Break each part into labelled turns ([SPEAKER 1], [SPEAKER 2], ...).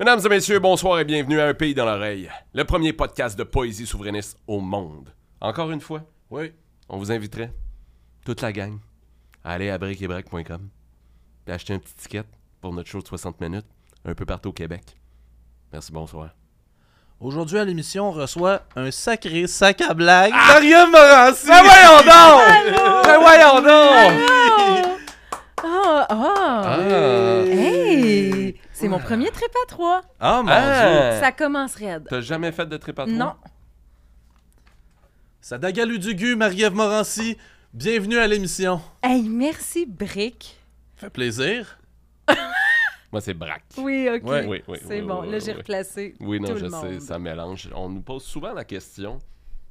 [SPEAKER 1] Mesdames et messieurs, bonsoir et bienvenue à Un pays dans l'oreille, le premier podcast de poésie souverainiste au monde. Encore une fois, oui, on vous inviterait, toute la gang, à aller à briquebrac.com et acheter un petit ticket pour notre show de 60 minutes, un peu partout au Québec. Merci, bonsoir.
[SPEAKER 2] Aujourd'hui à l'émission, on reçoit un sacré sac à blagues.
[SPEAKER 1] Maria Ah! Morancy! Ben voyons donc! Ben voyons donc!
[SPEAKER 3] Ah, Oh, oh!
[SPEAKER 1] Ah.
[SPEAKER 3] Hey! C'est mon premier trip à trois.
[SPEAKER 2] Ah mon dieu!
[SPEAKER 1] Ah.
[SPEAKER 3] Ça commence raide.
[SPEAKER 1] T'as jamais fait de trip à trois?
[SPEAKER 3] Non.
[SPEAKER 2] Sadagalou Dugu, Marie-Ève Morancy, bienvenue à l'émission.
[SPEAKER 3] Hey, merci, Brick.
[SPEAKER 2] Fait plaisir.
[SPEAKER 1] Moi, c'est braque.
[SPEAKER 3] Oui, OK.
[SPEAKER 2] Ouais,
[SPEAKER 1] oui, oui,
[SPEAKER 3] C'est
[SPEAKER 1] oui,
[SPEAKER 3] bon,
[SPEAKER 1] oui,
[SPEAKER 3] là,
[SPEAKER 1] oui,
[SPEAKER 3] j'ai
[SPEAKER 1] oui.
[SPEAKER 3] replacé
[SPEAKER 1] Oui, non,
[SPEAKER 3] tout
[SPEAKER 1] je
[SPEAKER 3] le
[SPEAKER 1] sais,
[SPEAKER 3] monde.
[SPEAKER 1] ça mélange. On nous pose souvent la question,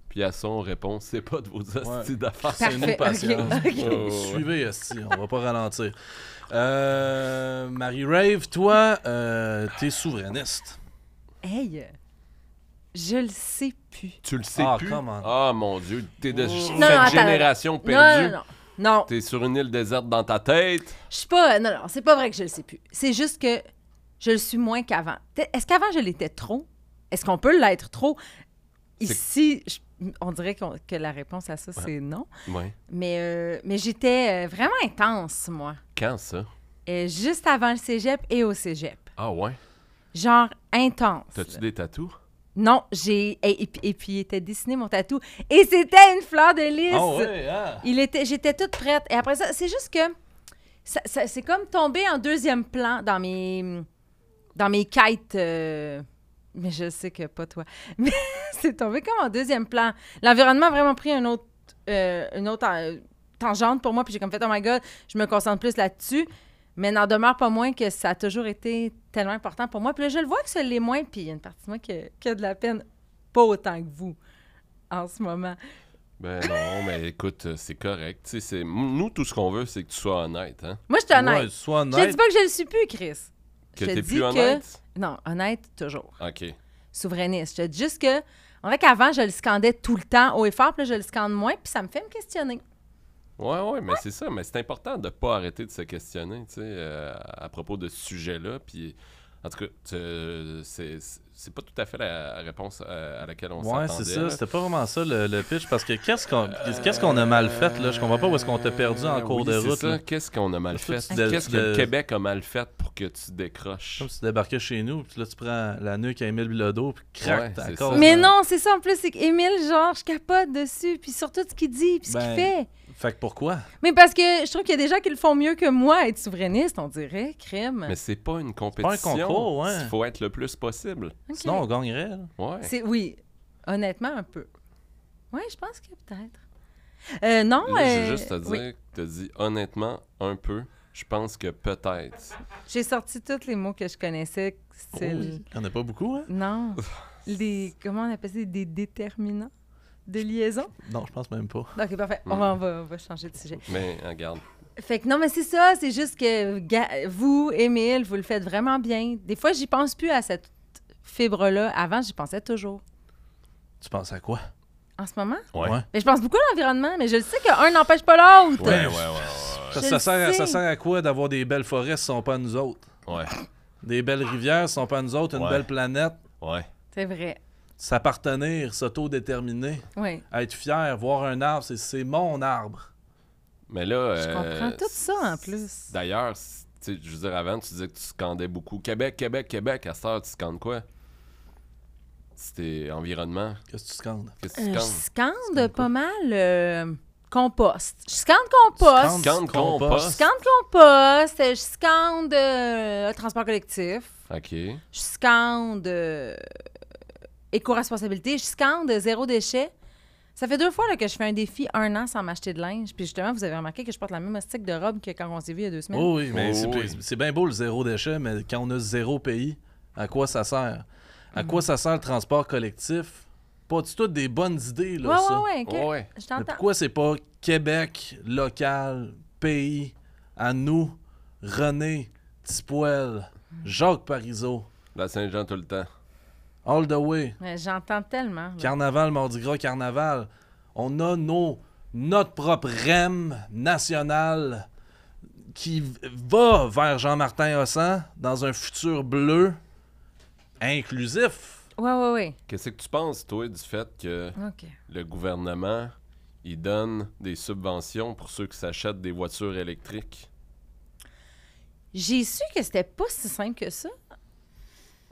[SPEAKER 1] puis à ça, on répond c'est pas de vos hosties d'affaires.
[SPEAKER 2] C'est une
[SPEAKER 3] Parfait,
[SPEAKER 2] patience.
[SPEAKER 3] ok, ok.
[SPEAKER 1] Oh, ouais.
[SPEAKER 2] Suivez, esti, on va pas ralentir. Euh, Marie Rave, toi, euh, t'es souverainiste.
[SPEAKER 3] Hey! Je le sais plus.
[SPEAKER 1] Tu le sais
[SPEAKER 2] Ah,
[SPEAKER 1] plus.
[SPEAKER 2] come on.
[SPEAKER 1] Ah, mon Dieu, t'es de cette
[SPEAKER 3] non, attends,
[SPEAKER 1] génération
[SPEAKER 3] Non,
[SPEAKER 1] perdue.
[SPEAKER 3] non, non. Non,
[SPEAKER 1] T'es sur une île déserte dans ta tête.
[SPEAKER 3] je suis pas. Non, non, c'est pas vrai que je le sais plus. C'est juste que je le suis moins qu'avant. T'es- Est-ce qu'avant, je l'étais trop? Est-ce qu'on peut l'être trop?
[SPEAKER 1] C'est-
[SPEAKER 3] Ici, je- on dirait qu'on- que la réponse à ça, c'est non.
[SPEAKER 1] Ouais.
[SPEAKER 3] Mais, euh, mais j'étais euh, vraiment intense, moi.
[SPEAKER 1] Quand ça?
[SPEAKER 3] Euh, juste avant le cégep et au cégep.
[SPEAKER 1] Ah ouais?
[SPEAKER 3] Genre intense.
[SPEAKER 1] T'as-tu des tatous?
[SPEAKER 3] Non, j'ai. Et, et puis- et puis, il était dessiné mon tatou. Et c'était une fleur de lys.
[SPEAKER 2] Ah ouais, ah.
[SPEAKER 3] Il était, j'étais toute prête. Et après ça, c'est juste que ça, ça- c'est comme tomber en deuxième plan dans mes dans mes kites. euh, mais je sais que pas toi. Mais c'est tombé comme en deuxième plan. L'environnement a vraiment pris un autre euh, une autre euh, tangente pour moi. Puis j'ai comme fait oh my god, je me concentre plus là-dessus. Mais n'en demeure pas moins que ça a toujours été tellement important pour moi. Puis là, je le vois que ça l'est moins. Puis il y a une partie de moi qui a- qui a de la peine, pas autant que vous en ce moment.
[SPEAKER 1] Ben non, mais écoute, euh, c'est correct. Tu sais, c'est- nous, tout ce qu'on veut, c'est que tu sois honnête. Hein?
[SPEAKER 3] Moi, je suis honnête.
[SPEAKER 2] Ouais, sois
[SPEAKER 3] Je te dis
[SPEAKER 2] honnête.
[SPEAKER 3] pas que je le suis plus, Chris.
[SPEAKER 1] Que
[SPEAKER 3] je te
[SPEAKER 1] t'es
[SPEAKER 3] dis
[SPEAKER 1] plus
[SPEAKER 3] que-
[SPEAKER 1] honnête?
[SPEAKER 3] Non, honnête, toujours.
[SPEAKER 1] Ok.
[SPEAKER 3] Souverainiste. Je te dis juste que, en fait, qu'avant, je le scandais tout le temps haut et fort, puis là, je le scande moins, puis ça me fait me questionner.
[SPEAKER 1] Ouais, ouais, mais c'est ça. Mais c'est important de pas arrêter de se questionner, tu sais, euh, à propos de ce sujet-là. Puis, en tout cas, tu- c'est c'est pas tout à fait la réponse euh, à laquelle on
[SPEAKER 2] Ouais,
[SPEAKER 1] s'attendait.
[SPEAKER 2] c'est
[SPEAKER 1] là.
[SPEAKER 2] ça, c'était pas vraiment ça le, le pitch parce que qu'est-ce qu'on qu'est-ce qu'on a mal fait là Je comprends pas où est-ce qu'on t'a perdu en
[SPEAKER 1] Euh,
[SPEAKER 2] cours
[SPEAKER 1] oui,
[SPEAKER 2] de
[SPEAKER 1] c'est
[SPEAKER 2] route.
[SPEAKER 1] ça.
[SPEAKER 2] là.
[SPEAKER 1] Qu'est-ce qu'on a mal
[SPEAKER 2] Parce que
[SPEAKER 1] fait?
[SPEAKER 2] tu de-
[SPEAKER 1] Qu'est-ce que le
[SPEAKER 2] de-
[SPEAKER 1] Québec a mal fait pour que tu décroches?
[SPEAKER 2] Comme si tu débarquais chez nous, puis là tu prends la nuque à Émile Bilodeau, puis
[SPEAKER 1] Ouais,
[SPEAKER 2] crac, t'as
[SPEAKER 1] c'est
[SPEAKER 2] encore.
[SPEAKER 1] ça.
[SPEAKER 3] Mais non, c'est ça en plus, c'est qu'Émile, genre, je capote dessus, puis surtout ce qu'il dit, puis ce
[SPEAKER 2] Ben-
[SPEAKER 3] qu'il fait.
[SPEAKER 2] Fait que pourquoi
[SPEAKER 3] Mais parce que je trouve qu'il y a des gens qui le font mieux que moi, être souverainiste, on dirait, crime.
[SPEAKER 1] Mais c'est pas une
[SPEAKER 2] pas un
[SPEAKER 1] compétition.
[SPEAKER 2] concours, ouais.
[SPEAKER 1] Il faut être le plus possible.
[SPEAKER 3] Ok.
[SPEAKER 2] Sinon, on gagnerait. là.
[SPEAKER 1] Ouais.
[SPEAKER 3] C'est- Oui, honnêtement, un peu. Oui, je pense que peut-être. Euh, non,
[SPEAKER 1] Là, je veux
[SPEAKER 3] euh,
[SPEAKER 1] juste te dire,
[SPEAKER 3] oui.
[SPEAKER 1] te dis honnêtement, un peu, je pense que peut-être.
[SPEAKER 3] j'ai sorti tous les mots que je connaissais, style...
[SPEAKER 2] Il y en a pas beaucoup, hein
[SPEAKER 3] Non. Les, comment on appelle ça? Des déterminants de liaison?
[SPEAKER 2] Non, je pense même pas.
[SPEAKER 3] Ok, parfait. On, va, on va- on va changer de sujet.
[SPEAKER 1] Mais regarde.
[SPEAKER 3] Fait que non, mais c'est ça. C'est juste que ga- vous, Émile, vous le faites vraiment bien. Des fois, j'y pense plus à cette fibre-là. Avant, j'y pensais toujours.
[SPEAKER 2] Tu penses à quoi
[SPEAKER 3] En ce moment?
[SPEAKER 1] Ouais.
[SPEAKER 2] Ouais.
[SPEAKER 3] Mais je pense beaucoup à l'environnement, mais je le sais qu'un n'empêche pas l'autre.
[SPEAKER 1] Ouais, ouais, ouais.
[SPEAKER 2] Parce que
[SPEAKER 3] Je
[SPEAKER 2] ça
[SPEAKER 3] le
[SPEAKER 2] sert, à, ça
[SPEAKER 3] sais.
[SPEAKER 2] sert à quoi d'avoir des belles forêts si ce sont pas à nous autres
[SPEAKER 1] Ouais,
[SPEAKER 2] Des belles rivières si ce sont pas à nous autres, une
[SPEAKER 1] Ouais.
[SPEAKER 2] belle planète,
[SPEAKER 1] ouais. ouais.
[SPEAKER 3] C'est vrai.
[SPEAKER 2] s'appartenir, s'autodéterminer,
[SPEAKER 3] Oui.
[SPEAKER 2] être fier, voir un arbre, c'est, c'est mon arbre.
[SPEAKER 1] Mais là.
[SPEAKER 3] Je
[SPEAKER 1] euh,
[SPEAKER 3] comprends tout ça en plus.
[SPEAKER 1] D'ailleurs, c- tu sais, je veux dire, avant, tu disais que tu scandais beaucoup. Québec, Québec, Québec. À cette heure, tu scandes quoi? C'était environnement.
[SPEAKER 2] Qu'est-ce que tu scandes
[SPEAKER 1] Qu'est-ce que
[SPEAKER 3] Euh,
[SPEAKER 1] tu
[SPEAKER 3] je
[SPEAKER 1] scandes?
[SPEAKER 3] scande
[SPEAKER 1] Scande quoi?
[SPEAKER 3] pas mal euh, compost. Je scande compost.
[SPEAKER 2] Scande
[SPEAKER 1] Scande
[SPEAKER 3] Je
[SPEAKER 1] compost.
[SPEAKER 3] scande compost, je scande euh, transport collectif,
[SPEAKER 1] OK.
[SPEAKER 3] je scande euh, éco-responsabilité, je scande zéro déchet. Ça fait deux fois là, que je fais un défi un an sans m'acheter de linge. Puis justement, vous avez remarqué que je porte la même stick de robe que quand on s'est vu il y a deux semaines.
[SPEAKER 2] Oh oui, mais
[SPEAKER 1] Oh
[SPEAKER 2] c'est,
[SPEAKER 1] oui.
[SPEAKER 2] c'est bien beau le zéro déchet, mais quand on a zéro pays, à quoi ça sert À
[SPEAKER 3] Mm-hmm.
[SPEAKER 2] quoi ça sert le transport collectif Pas du tout des bonnes idées, là,
[SPEAKER 3] ouais,
[SPEAKER 2] ça.
[SPEAKER 3] ouais, ouais, ok.
[SPEAKER 1] Ouais, ouais.
[SPEAKER 3] Je
[SPEAKER 2] Mais
[SPEAKER 3] t'entends.
[SPEAKER 2] pourquoi c'est pas Québec, local, pays, à nous, René, Tipoel,
[SPEAKER 3] Mm-hmm.
[SPEAKER 2] Jacques Parizeau,
[SPEAKER 1] La Saint-Jean tout le temps.
[SPEAKER 2] All the Way,
[SPEAKER 3] Mais J'entends tellement. là.
[SPEAKER 2] Carnaval, Mardi Gras, Carnaval. On a nos, notre propre REM national qui v- va vers Jean-Martin Hossan dans un futur bleu inclusif.
[SPEAKER 3] Ouais, ouais, ouais.
[SPEAKER 1] Qu'est-ce que tu penses, toi, du fait que
[SPEAKER 3] OK.
[SPEAKER 1] le gouvernement, il donne des subventions pour ceux qui s'achètent des voitures électriques?
[SPEAKER 3] J'ai su que c'était pas si simple que ça.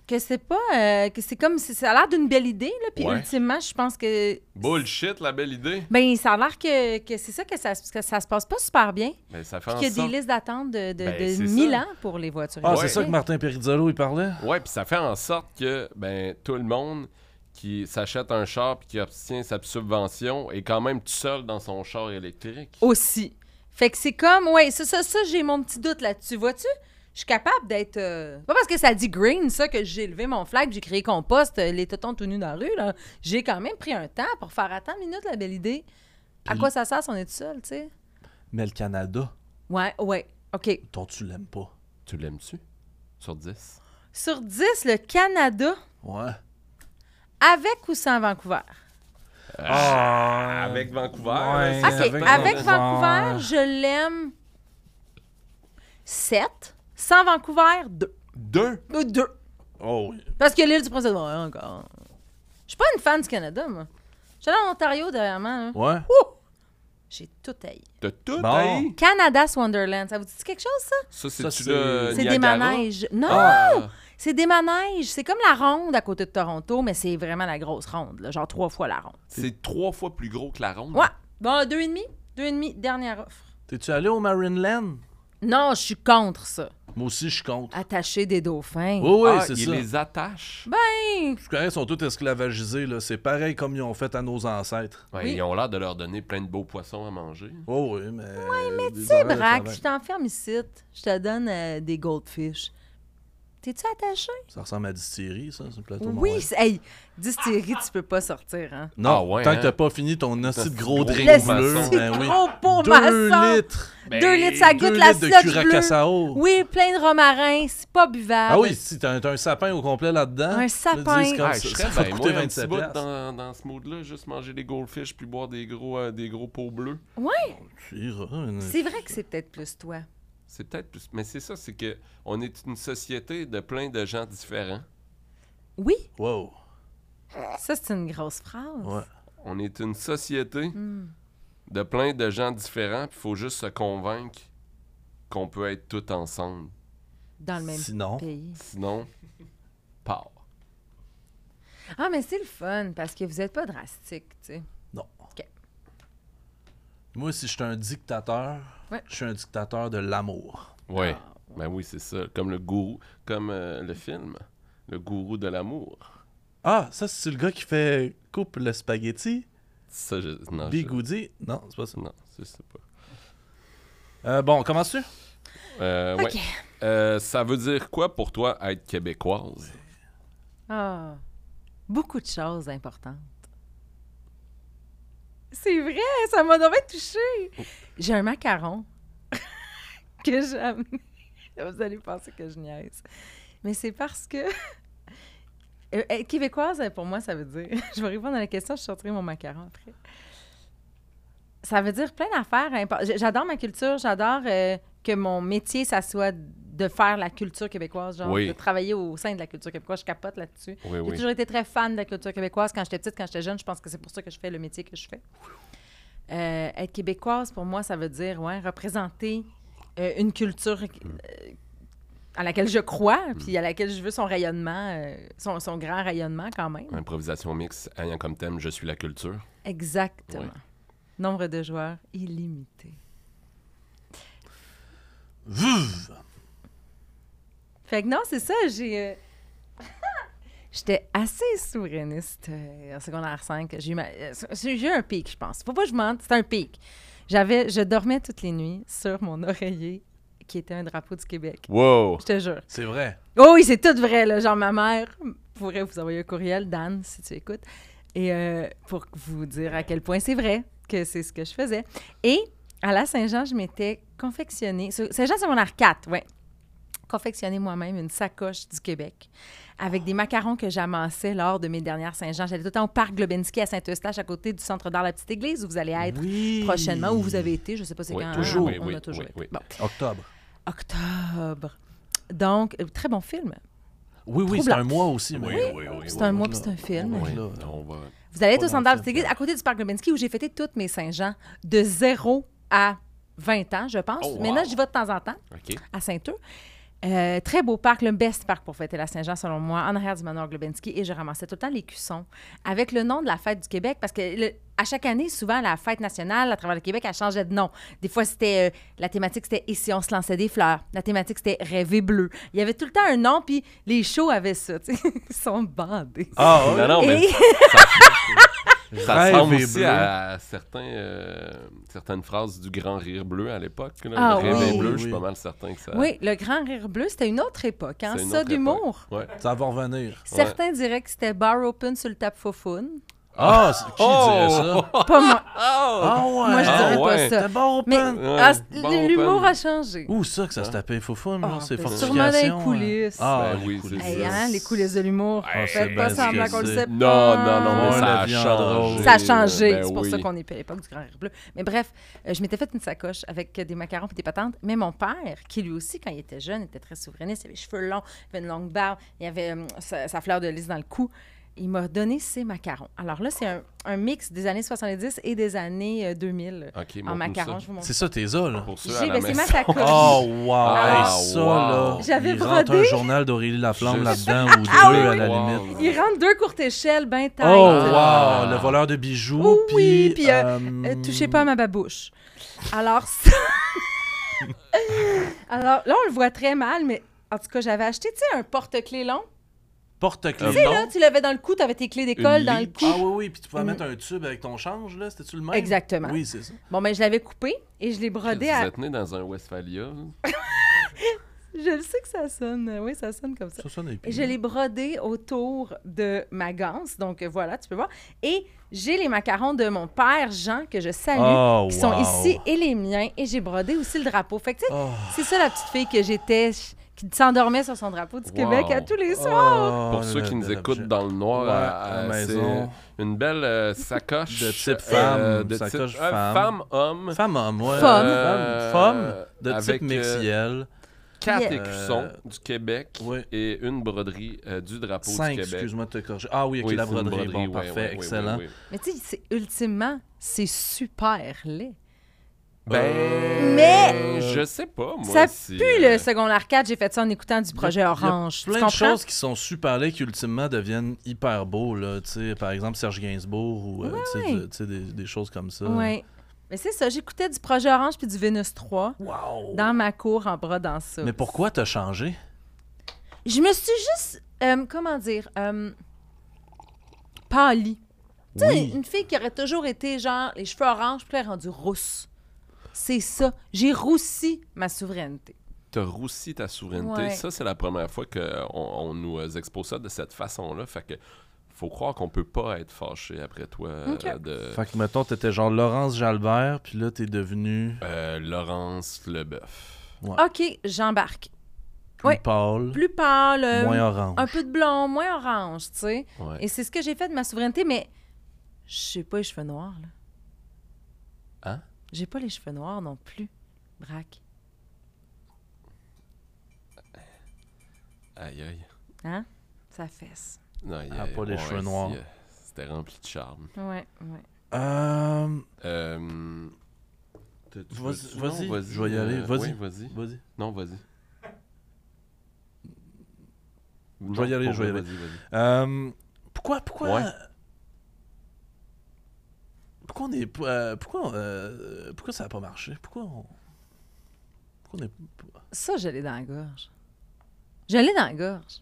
[SPEAKER 3] Que c'est pas. euh, que c'est comme. c'est- Ça a l'air d'une belle idée, là. Puis
[SPEAKER 1] Ouais.
[SPEAKER 3] ultimement, je pense que.
[SPEAKER 1] Bullshit, la belle idée!
[SPEAKER 3] Ben, ça a l'air que, que c'est ça que ça, que ça se passe pas super bien.
[SPEAKER 1] Mais ça fait
[SPEAKER 3] Puis
[SPEAKER 1] en
[SPEAKER 3] qu'il y a des
[SPEAKER 1] sorte...
[SPEAKER 3] listes d'attente de, de,
[SPEAKER 1] Ben,
[SPEAKER 3] de
[SPEAKER 1] c'est
[SPEAKER 3] 1000
[SPEAKER 1] ça.
[SPEAKER 3] ans pour les voitures.
[SPEAKER 2] Ah, c'est
[SPEAKER 1] Ouais.
[SPEAKER 2] ça que Martin Perizzolo, il parlait?
[SPEAKER 1] Ouais, puis ça fait en sorte que ben tout le monde qui s'achète un char puis qui obtient sa subvention est quand même tout seul dans son char électrique.
[SPEAKER 3] Aussi. Fait que c'est comme. Ouais, ça, ça, ça, j'ai mon petit doute là-dessus. Vois-tu? Je suis capable d'être. euh, Pas parce que ça dit green, ça, que j'ai levé mon flag, j'ai créé compost, euh, les totons tout nus dans la rue, là. J'ai quand même pris un temps pour faire attendre une minute la belle idée. À
[SPEAKER 2] Puis-
[SPEAKER 3] quoi ça sert si on est tout seul, tu sais?
[SPEAKER 2] Mais le Canada,
[SPEAKER 3] Ouais, ouais. OK.
[SPEAKER 2] dont tu l'aimes pas.
[SPEAKER 1] Tu l'aimes-tu sur 10
[SPEAKER 3] Sur 10, le Canada,
[SPEAKER 2] Ouais.
[SPEAKER 3] avec ou sans Vancouver?
[SPEAKER 2] Ah,
[SPEAKER 1] Avec Vancouver.
[SPEAKER 2] Ouais.
[SPEAKER 1] là,
[SPEAKER 3] OK.
[SPEAKER 1] c'est
[SPEAKER 3] Ah, Avec,
[SPEAKER 1] certain.
[SPEAKER 3] Vancouver, je l'aime 7. Sans Vancouver, 2.
[SPEAKER 1] Deux.
[SPEAKER 3] 2.
[SPEAKER 2] Oh, oui.
[SPEAKER 3] Parce que l'île du Prince-Édouard, encore. Je suis pas une fan du Canada, moi. J'allais en Ontario derrière moi. là.
[SPEAKER 2] ouais.
[SPEAKER 3] Ouh! J'ai tout haï.
[SPEAKER 1] T'as tout
[SPEAKER 2] Bon.
[SPEAKER 1] haï?
[SPEAKER 3] Canada's Wonderland, ça vous dit quelque chose, ça?
[SPEAKER 1] Ça,
[SPEAKER 2] Ça,
[SPEAKER 1] c'est-tu
[SPEAKER 2] c'est-
[SPEAKER 1] le
[SPEAKER 3] C'est des
[SPEAKER 1] Niagara?
[SPEAKER 3] manèges. Non!
[SPEAKER 1] Ah!
[SPEAKER 3] C'est des manèges. C'est comme la ronde à côté de Toronto, mais c'est vraiment la grosse ronde, là, genre trois fois la ronde.
[SPEAKER 1] C'est trois fois plus gros que la ronde.
[SPEAKER 3] Ouais. Bon, deux et demi. Deux et demi, dernière offre.
[SPEAKER 2] T'es-tu allé au Marineland?
[SPEAKER 3] Non, je suis contre ça.
[SPEAKER 2] Moi aussi, je suis contre.
[SPEAKER 3] Attacher des dauphins.
[SPEAKER 2] Oui, oui,
[SPEAKER 1] Ah,
[SPEAKER 2] c'est
[SPEAKER 1] ils
[SPEAKER 2] ça.
[SPEAKER 1] les attachent.
[SPEAKER 3] Bah,
[SPEAKER 2] Je connais, ils sont tous esclavagisés, là. C'est pareil comme ils ont fait à nos ancêtres.
[SPEAKER 1] Ouais,
[SPEAKER 3] Oui.
[SPEAKER 1] Ben, Ils ont l'air de leur donner plein de beaux poissons à manger.
[SPEAKER 2] Oh, oui, mais. Oui, mais tu
[SPEAKER 3] sais, Braque, je t'enferme ici. Je te donne euh, des goldfish. T'es-tu attaché?
[SPEAKER 2] Ça ressemble à Distillerie, ça, c'est le plateau
[SPEAKER 3] Oui.
[SPEAKER 2] Mont-Royal.
[SPEAKER 3] c'est- Hey, distillerie, tu peux pas sortir, hein?
[SPEAKER 2] Non,
[SPEAKER 1] Ah ouais,
[SPEAKER 2] tant
[SPEAKER 1] hein.
[SPEAKER 2] que t'as pas fini ton hostie de gros
[SPEAKER 1] Le
[SPEAKER 2] drink
[SPEAKER 3] Le
[SPEAKER 1] Gros
[SPEAKER 2] bleu,
[SPEAKER 1] maçon.
[SPEAKER 3] petit
[SPEAKER 2] ben oui.
[SPEAKER 3] gros pot
[SPEAKER 2] Deux
[SPEAKER 3] maçon.
[SPEAKER 2] litres!
[SPEAKER 3] Deux litres, ça
[SPEAKER 2] Ben, Deux
[SPEAKER 3] goûte la
[SPEAKER 2] litres de
[SPEAKER 3] slotch bleue.
[SPEAKER 2] curacao.
[SPEAKER 3] Oui, plein de romarin, c'est pas buvable.
[SPEAKER 2] Ah oui, si t'as un, t'as un sapin au complet là-dedans.
[SPEAKER 3] Un
[SPEAKER 2] là,
[SPEAKER 3] sapin.
[SPEAKER 2] dis, c'est comme
[SPEAKER 1] Ah,
[SPEAKER 2] ça,
[SPEAKER 1] je
[SPEAKER 2] ça
[SPEAKER 1] serais
[SPEAKER 2] va
[SPEAKER 1] ben,
[SPEAKER 2] coûter
[SPEAKER 1] moi, un
[SPEAKER 2] 27
[SPEAKER 1] petit bout
[SPEAKER 2] piastres.
[SPEAKER 1] dans, dans ce mood-là, juste manger des goldfish puis boire des gros, euh, des gros pots bleus.
[SPEAKER 2] Tu iras, hein, une-
[SPEAKER 3] C'est vrai que c'est peut-être plus toi.
[SPEAKER 1] C'est peut-être plus. Mais c'est ça, c'est que on est une société de plein de gens différents.
[SPEAKER 3] Oui,
[SPEAKER 2] Wow.
[SPEAKER 3] ça c'est une grosse phrase.
[SPEAKER 2] Ouais.
[SPEAKER 1] On est une société
[SPEAKER 3] Hmm.
[SPEAKER 1] de plein de gens différents. Il faut juste se convaincre qu'on peut être tous ensemble.
[SPEAKER 3] Dans le même
[SPEAKER 2] Sinon,
[SPEAKER 3] pays.
[SPEAKER 1] Sinon, part.
[SPEAKER 3] Ah, mais c'est le fun parce que vous êtes pas drastique, tu sais.
[SPEAKER 2] non.
[SPEAKER 3] Ok.
[SPEAKER 2] Moi, si je suis un dictateur,
[SPEAKER 3] Ouais.
[SPEAKER 2] je suis un dictateur de l'amour.
[SPEAKER 1] Oui.
[SPEAKER 3] Ah,
[SPEAKER 1] Ben oui, c'est ça. Comme le gourou, comme euh, le film, le gourou de l'amour.
[SPEAKER 2] Ah, ça, c'est le gars qui fait coupe le spaghetti,
[SPEAKER 1] Ça, je. Non, Ah, je-
[SPEAKER 2] bigoudi. Non, c'est pas ça.
[SPEAKER 1] Non, je sais pas.
[SPEAKER 2] Euh, bon, commences-tu?
[SPEAKER 1] Euh,
[SPEAKER 3] Ok.
[SPEAKER 1] ouais. Euh, ça veut dire quoi pour toi être québécoise?
[SPEAKER 3] Ah, beaucoup de choses importantes. C'est vrai, ça m'a donc bien touchée. Oh. J'ai un macaron que j'aime. Vous allez penser que je niaise. Mais c'est parce que. Euh, être québécoise, pour moi, ça veut dire. Je vais répondre à la question, je sortirai mon macaron après. Ça veut dire plein d'affaires. impor- J- J'adore ma culture, j'adore euh, que mon métier, ça soit de faire la culture québécoise, genre
[SPEAKER 1] Oui.
[SPEAKER 3] de travailler au sein de la culture québécoise. Je capote là-dessus.
[SPEAKER 1] Oui,
[SPEAKER 3] J'ai
[SPEAKER 1] oui.
[SPEAKER 3] toujours été très fan de la culture québécoise. Quand j'étais petite, quand j'étais jeune, je pense que c'est pour ça que je fais le métier que je fais. Euh, être québécoise, pour moi, ça veut dire ouais, représenter euh, une culture euh, à laquelle je crois,
[SPEAKER 1] Mm.
[SPEAKER 3] puis à laquelle je veux son rayonnement, euh, son, son grand rayonnement quand même.
[SPEAKER 1] Improvisation mixte, ayant comme thème Je suis la culture.
[SPEAKER 3] Exactement.
[SPEAKER 1] Ouais.
[SPEAKER 3] Nombre de joueurs illimité.
[SPEAKER 2] Vuv!
[SPEAKER 3] Fait que non, c'est ça, j'ai... euh, J'étais assez souverainiste euh, en secondaire 5. J'ai eu, ma- euh, j'ai eu un pic, je pense. Faut pas que je mente, c'est un pic. J'avais, je dormais toutes les nuits sur mon oreiller qui était un drapeau du Québec.
[SPEAKER 1] Wow!
[SPEAKER 3] Je te jure.
[SPEAKER 2] C'est vrai.
[SPEAKER 3] Oh oui, c'est tout vrai, là. Genre, ma mère pourrait vous envoyer un courriel, Dan, si tu écoutes, et, euh, pour vous dire à quel point c'est vrai que c'est ce que je faisais. Et à la Saint-Jean, je m'étais confectionné, Saint-Jean, c'est mon arcade, ouais. Confectionné moi-même une sacoche du Québec avec des macarons que j'amassais lors de mes dernières Saint-Jean. J'allais tout le temps au parc Globinski à Saint-Eustache, à côté du centre d'art La Petite Église, où vous allez être
[SPEAKER 2] Oui.
[SPEAKER 3] prochainement, où vous avez été, je sais pas c'est
[SPEAKER 1] Oui,
[SPEAKER 3] quand. hein,
[SPEAKER 1] toujours.
[SPEAKER 3] on-
[SPEAKER 1] Oui,
[SPEAKER 3] on
[SPEAKER 1] oui,
[SPEAKER 3] a toujours
[SPEAKER 1] oui,
[SPEAKER 3] été.
[SPEAKER 1] oui.
[SPEAKER 3] Bon.
[SPEAKER 2] Octobre.
[SPEAKER 3] Octobre. Donc, euh, très bon film.
[SPEAKER 2] Oui, oui, c'est
[SPEAKER 3] Troublant.
[SPEAKER 2] un mois aussi. mais-
[SPEAKER 1] oui, oui.
[SPEAKER 3] C'est un mois
[SPEAKER 2] là.
[SPEAKER 3] puis c'est un film.
[SPEAKER 2] Oui.
[SPEAKER 1] Oui,
[SPEAKER 2] Là.
[SPEAKER 1] on va.
[SPEAKER 3] Vous allez être
[SPEAKER 2] Pas
[SPEAKER 3] au
[SPEAKER 2] dans le
[SPEAKER 3] Centre d'Arts
[SPEAKER 2] film.
[SPEAKER 3] et Églises, à côté du Parc Leminski, où j'ai fêté toutes mes Saint-Jean, de 0 à 20 ans, je pense.
[SPEAKER 1] Oh, wow.
[SPEAKER 3] Maintenant, j'y vais de temps en temps,
[SPEAKER 1] OK.
[SPEAKER 3] à Saint-Eux. Euh, très beau parc, le best parc pour fêter la Saint-Jean, selon moi, en arrière du manoir Globinski. Et je ramassais tout le temps les cuissons avec le nom de la fête du Québec, parce que le- à chaque année, souvent, la fête nationale à travers le Québec, elle changeait de nom. Des fois, c'était euh, la thématique, c'était « Et si on se lançait des fleurs? » La thématique, c'était « Rêver bleu ». Il y avait tout le temps un nom, puis les shows avaient ça. tu sais. Ils sont bandés.
[SPEAKER 2] Ah, ouais.
[SPEAKER 1] Non, non, mais
[SPEAKER 3] Et-
[SPEAKER 1] ça
[SPEAKER 2] Rêve
[SPEAKER 1] ressemble
[SPEAKER 2] et
[SPEAKER 1] aussi
[SPEAKER 2] bleu.
[SPEAKER 1] à certains, euh, certaines phrases du Grand Rire Bleu à l'époque. là.
[SPEAKER 3] Ah
[SPEAKER 1] le Rêve est
[SPEAKER 3] oui.
[SPEAKER 1] bleu,
[SPEAKER 2] Oui,
[SPEAKER 1] je suis
[SPEAKER 2] oui.
[SPEAKER 1] pas mal certain que ça.
[SPEAKER 3] Oui, le grand rire bleu, c'était une autre époque, hein,
[SPEAKER 1] Euh, c'est une
[SPEAKER 3] ça Oh!
[SPEAKER 1] autre époque.
[SPEAKER 3] d'humour.
[SPEAKER 1] Ouais.
[SPEAKER 2] Ça va revenir.
[SPEAKER 3] Certains diraient que c'était bar open sur le tap foufoune.
[SPEAKER 2] Ah, c'est- qui dirait ça?
[SPEAKER 3] Pas moi.
[SPEAKER 2] Ah ouais!
[SPEAKER 3] Moi, je
[SPEAKER 1] Ah
[SPEAKER 3] dirais
[SPEAKER 1] ouais.
[SPEAKER 3] pas ça.
[SPEAKER 2] C'était bon,
[SPEAKER 3] Mais
[SPEAKER 2] open!
[SPEAKER 1] Ouais,
[SPEAKER 3] ah, c'est-
[SPEAKER 1] bar
[SPEAKER 3] l'humour
[SPEAKER 1] open.
[SPEAKER 3] a changé.
[SPEAKER 2] Où ça que ça se tapait faux fou,
[SPEAKER 3] Ah,
[SPEAKER 2] c'est
[SPEAKER 3] ben,
[SPEAKER 2] fortification.
[SPEAKER 3] sûrement dans les
[SPEAKER 2] hein.
[SPEAKER 3] coulisses.
[SPEAKER 2] Ah,
[SPEAKER 1] Hein? Ben
[SPEAKER 2] les
[SPEAKER 1] oui,
[SPEAKER 2] coulisses.
[SPEAKER 1] c'est
[SPEAKER 3] Hey,
[SPEAKER 1] ça.
[SPEAKER 3] hein, les coulisses de l'humour.
[SPEAKER 2] Ah, c'est
[SPEAKER 3] Faites pas
[SPEAKER 2] bien
[SPEAKER 3] semblant
[SPEAKER 2] ce
[SPEAKER 3] qu'on
[SPEAKER 2] que
[SPEAKER 3] le
[SPEAKER 2] c'est.
[SPEAKER 3] sait pas.
[SPEAKER 1] Non, non, non, mais
[SPEAKER 2] Ouais,
[SPEAKER 1] ça
[SPEAKER 2] la
[SPEAKER 1] a
[SPEAKER 2] viande
[SPEAKER 1] changé.
[SPEAKER 2] rouge.
[SPEAKER 3] Ça a changé.
[SPEAKER 1] Ben
[SPEAKER 3] c'est pour
[SPEAKER 1] oui.
[SPEAKER 3] ça qu'on est à l'époque du grand rire bleu. Mais bref, euh, je m'étais fait une sacoche avec euh, des macarons et des patentes. Mais mon père, qui lui aussi, quand il était jeune, était très souverainiste, il avait les cheveux longs, il avait une longue barbe, il avait hum, sa, sa fleur de lys dans le cou. Il m'a donné ses macarons. Alors là, c'est un, un mix des années 70 et des années euh, 2000 euh,
[SPEAKER 1] OK, montre-nous
[SPEAKER 3] en macarons.
[SPEAKER 1] ça.
[SPEAKER 3] Je vous montre.
[SPEAKER 2] C'est ça, tes os, là.
[SPEAKER 1] Pour ceux à
[SPEAKER 3] J'ai
[SPEAKER 1] la
[SPEAKER 3] ben, c'est ma
[SPEAKER 1] maison.
[SPEAKER 3] sacoche.
[SPEAKER 2] Oh, wow!
[SPEAKER 1] Ah,
[SPEAKER 2] Hey, ça,
[SPEAKER 1] wow.
[SPEAKER 2] là.
[SPEAKER 3] J'avais
[SPEAKER 2] il rentre
[SPEAKER 3] brodé.
[SPEAKER 2] un journal d'Aurélie Laflamme
[SPEAKER 1] Je-
[SPEAKER 2] là-dedans, ou deux,
[SPEAKER 3] Ah oui,
[SPEAKER 2] à la
[SPEAKER 1] oui. Wow.
[SPEAKER 2] limite.
[SPEAKER 3] Il rentre deux courtes échelles, ben tight.
[SPEAKER 2] Oh,
[SPEAKER 1] Ah.
[SPEAKER 2] wow! Le voleur de bijoux, puis...
[SPEAKER 3] Oui, puis, euh, Euh,
[SPEAKER 2] Hmm.
[SPEAKER 3] touchez pas à ma babouche. Alors, ça- Alors, là, on le voit très mal, mais en tout cas, j'avais acheté, tu sais, un porte-clés long.
[SPEAKER 1] Euh,
[SPEAKER 2] Porte-clés.
[SPEAKER 1] bon.
[SPEAKER 3] Là, tu l'avais dans le cou, t'avais tes clés d'école
[SPEAKER 1] Une
[SPEAKER 3] dans le
[SPEAKER 1] lie.
[SPEAKER 3] cou.
[SPEAKER 2] Ah oui, oui, puis tu pouvais
[SPEAKER 3] Mm.
[SPEAKER 2] mettre un tube avec ton change, là. C'était-tu le même?
[SPEAKER 3] Exactement.
[SPEAKER 2] Oui, c'est ça.
[SPEAKER 3] Bon, ben, je l'avais coupé et je l'ai brodé
[SPEAKER 1] Vous
[SPEAKER 3] à...
[SPEAKER 1] êtes né dans un Westphalia.
[SPEAKER 3] Je le sais que ça sonne. euh, Oui, ça sonne comme ça.
[SPEAKER 2] Ça, ça n'est
[SPEAKER 3] Et
[SPEAKER 2] plus.
[SPEAKER 3] je l'ai brodé autour de ma ganse. Donc, euh, voilà, tu peux voir. Et j'ai les macarons de mon père, Jean, que je salue,
[SPEAKER 1] Ah,
[SPEAKER 2] Oh,
[SPEAKER 3] qui
[SPEAKER 2] wow.
[SPEAKER 3] sont ici, et les miens. Et j'ai brodé aussi le drapeau. Fait que, tu sais,
[SPEAKER 2] Oh.
[SPEAKER 3] C'est ça la petite fille que j'étais, ch- qui s'endormait sur son drapeau du
[SPEAKER 1] Wow.
[SPEAKER 3] Québec à tous
[SPEAKER 2] Oh.
[SPEAKER 3] les soirs.
[SPEAKER 2] Ah,
[SPEAKER 1] Pour ceux qui nous écoutent dans le noir,
[SPEAKER 2] Ouais,
[SPEAKER 1] à- à-
[SPEAKER 2] à la
[SPEAKER 1] c'est
[SPEAKER 2] maison.
[SPEAKER 1] une belle euh, sacoche.
[SPEAKER 2] De type femme,
[SPEAKER 1] de type-
[SPEAKER 2] sacoche
[SPEAKER 1] euh,
[SPEAKER 2] femme.
[SPEAKER 1] homme.
[SPEAKER 2] Femme, homme, ouais.
[SPEAKER 3] Femme.
[SPEAKER 1] Euh,
[SPEAKER 2] Femme, de
[SPEAKER 1] avec,
[SPEAKER 2] type Mexiel.
[SPEAKER 1] Quatre
[SPEAKER 3] Yeah.
[SPEAKER 1] écussons
[SPEAKER 2] Euh,
[SPEAKER 1] du Québec
[SPEAKER 2] oui.
[SPEAKER 1] et une broderie euh, du drapeau
[SPEAKER 2] Cinq,
[SPEAKER 1] du Québec.
[SPEAKER 2] excuse-moi de te corriger. Ah oui, ok,
[SPEAKER 1] Oui,
[SPEAKER 2] la
[SPEAKER 1] c'est une
[SPEAKER 2] broderie. bon,
[SPEAKER 1] oui,
[SPEAKER 2] parfait,
[SPEAKER 1] oui, oui, oui,
[SPEAKER 2] excellent. Euh,
[SPEAKER 1] oui.
[SPEAKER 3] Mais tu sais, c'est- ultimement, c'est super laid.
[SPEAKER 1] Ben,
[SPEAKER 3] Mais-
[SPEAKER 1] je sais pas, moi.
[SPEAKER 3] ça
[SPEAKER 1] si,
[SPEAKER 3] pue
[SPEAKER 1] euh,
[SPEAKER 3] le second arcade, j'ai fait ça en écoutant du projet Orange.
[SPEAKER 2] Il y a
[SPEAKER 3] tu
[SPEAKER 2] plein de
[SPEAKER 3] comprends?
[SPEAKER 2] choses qui sont super laides qui ultimement deviennent hyper beaux. Là, tu sais, par exemple, Serge Gainsbourg ou euh, tu sais,
[SPEAKER 3] ouais.
[SPEAKER 2] de- tu sais, des, des choses comme ça.
[SPEAKER 3] Oui. Mais c'est ça, j'écoutais du projet Orange puis du Vénus 3
[SPEAKER 2] Wow!
[SPEAKER 3] dans ma cour en bras dans ça.
[SPEAKER 2] Mais pourquoi t'as changé?
[SPEAKER 3] Je me suis juste, euh, comment dire, euh, pâlie. Tu sais, une fille qui aurait toujours été genre les cheveux orange puis là, elle est rendue rousse. C'est ça. J'ai roussi ma souveraineté.
[SPEAKER 1] T'as roussi ta souveraineté.
[SPEAKER 3] Ouais.
[SPEAKER 1] Ça, c'est la première fois qu'on on on nous euh, expose ça de cette façon-là. Fait que faut croire qu'on peut pas être fâché après toi euh,
[SPEAKER 3] Ok.
[SPEAKER 1] de
[SPEAKER 2] Fait que, mettons, t'étais genre Laurence Jalbert, puis là, t'es devenu
[SPEAKER 1] euh, Laurence Leboeuf.
[SPEAKER 3] OK, j'embarque.
[SPEAKER 2] plus
[SPEAKER 3] Ouais.
[SPEAKER 2] pâle,
[SPEAKER 3] Plus pâle, euh,
[SPEAKER 2] Mmh. moins orange.
[SPEAKER 3] un peu de blond, moins orange, tu sais.
[SPEAKER 1] Ouais.
[SPEAKER 3] Et c'est ce que j'ai fait de ma souveraineté, mais je sais pas les cheveux noirs, là.
[SPEAKER 1] Hein?
[SPEAKER 3] J'ai pas les cheveux noirs non plus, Braque.
[SPEAKER 1] Aïe, aïe.
[SPEAKER 3] Hein? Ça fesse.
[SPEAKER 1] Non, il y
[SPEAKER 2] Ah,
[SPEAKER 1] a-
[SPEAKER 2] pas les cheveux noirs.
[SPEAKER 1] si, euh, C'était rempli de charme.
[SPEAKER 3] Ouais, ouais.
[SPEAKER 2] Euh,
[SPEAKER 1] Euh, t'as- tu
[SPEAKER 2] Vas-
[SPEAKER 1] veux-
[SPEAKER 2] vas-y,
[SPEAKER 1] non,
[SPEAKER 2] je vais y aller,
[SPEAKER 1] euh,
[SPEAKER 2] vas-y.
[SPEAKER 1] oui, vas-y.
[SPEAKER 2] vas-y.
[SPEAKER 1] Non, vas-y.
[SPEAKER 2] Je vais y
[SPEAKER 1] Non,
[SPEAKER 2] aller,
[SPEAKER 1] pour
[SPEAKER 2] je vais y
[SPEAKER 1] vrai,
[SPEAKER 2] aller.
[SPEAKER 1] vas-y, vas-y.
[SPEAKER 2] Euh, pourquoi, pourquoi...
[SPEAKER 1] Ouais.
[SPEAKER 2] Pourquoi on est... euh, pourquoi, euh, pourquoi ça a pas marché? Pourquoi on... Pourquoi on est...
[SPEAKER 3] Ça, je l'ai dans la gorge. Je l'ai dans la gorge.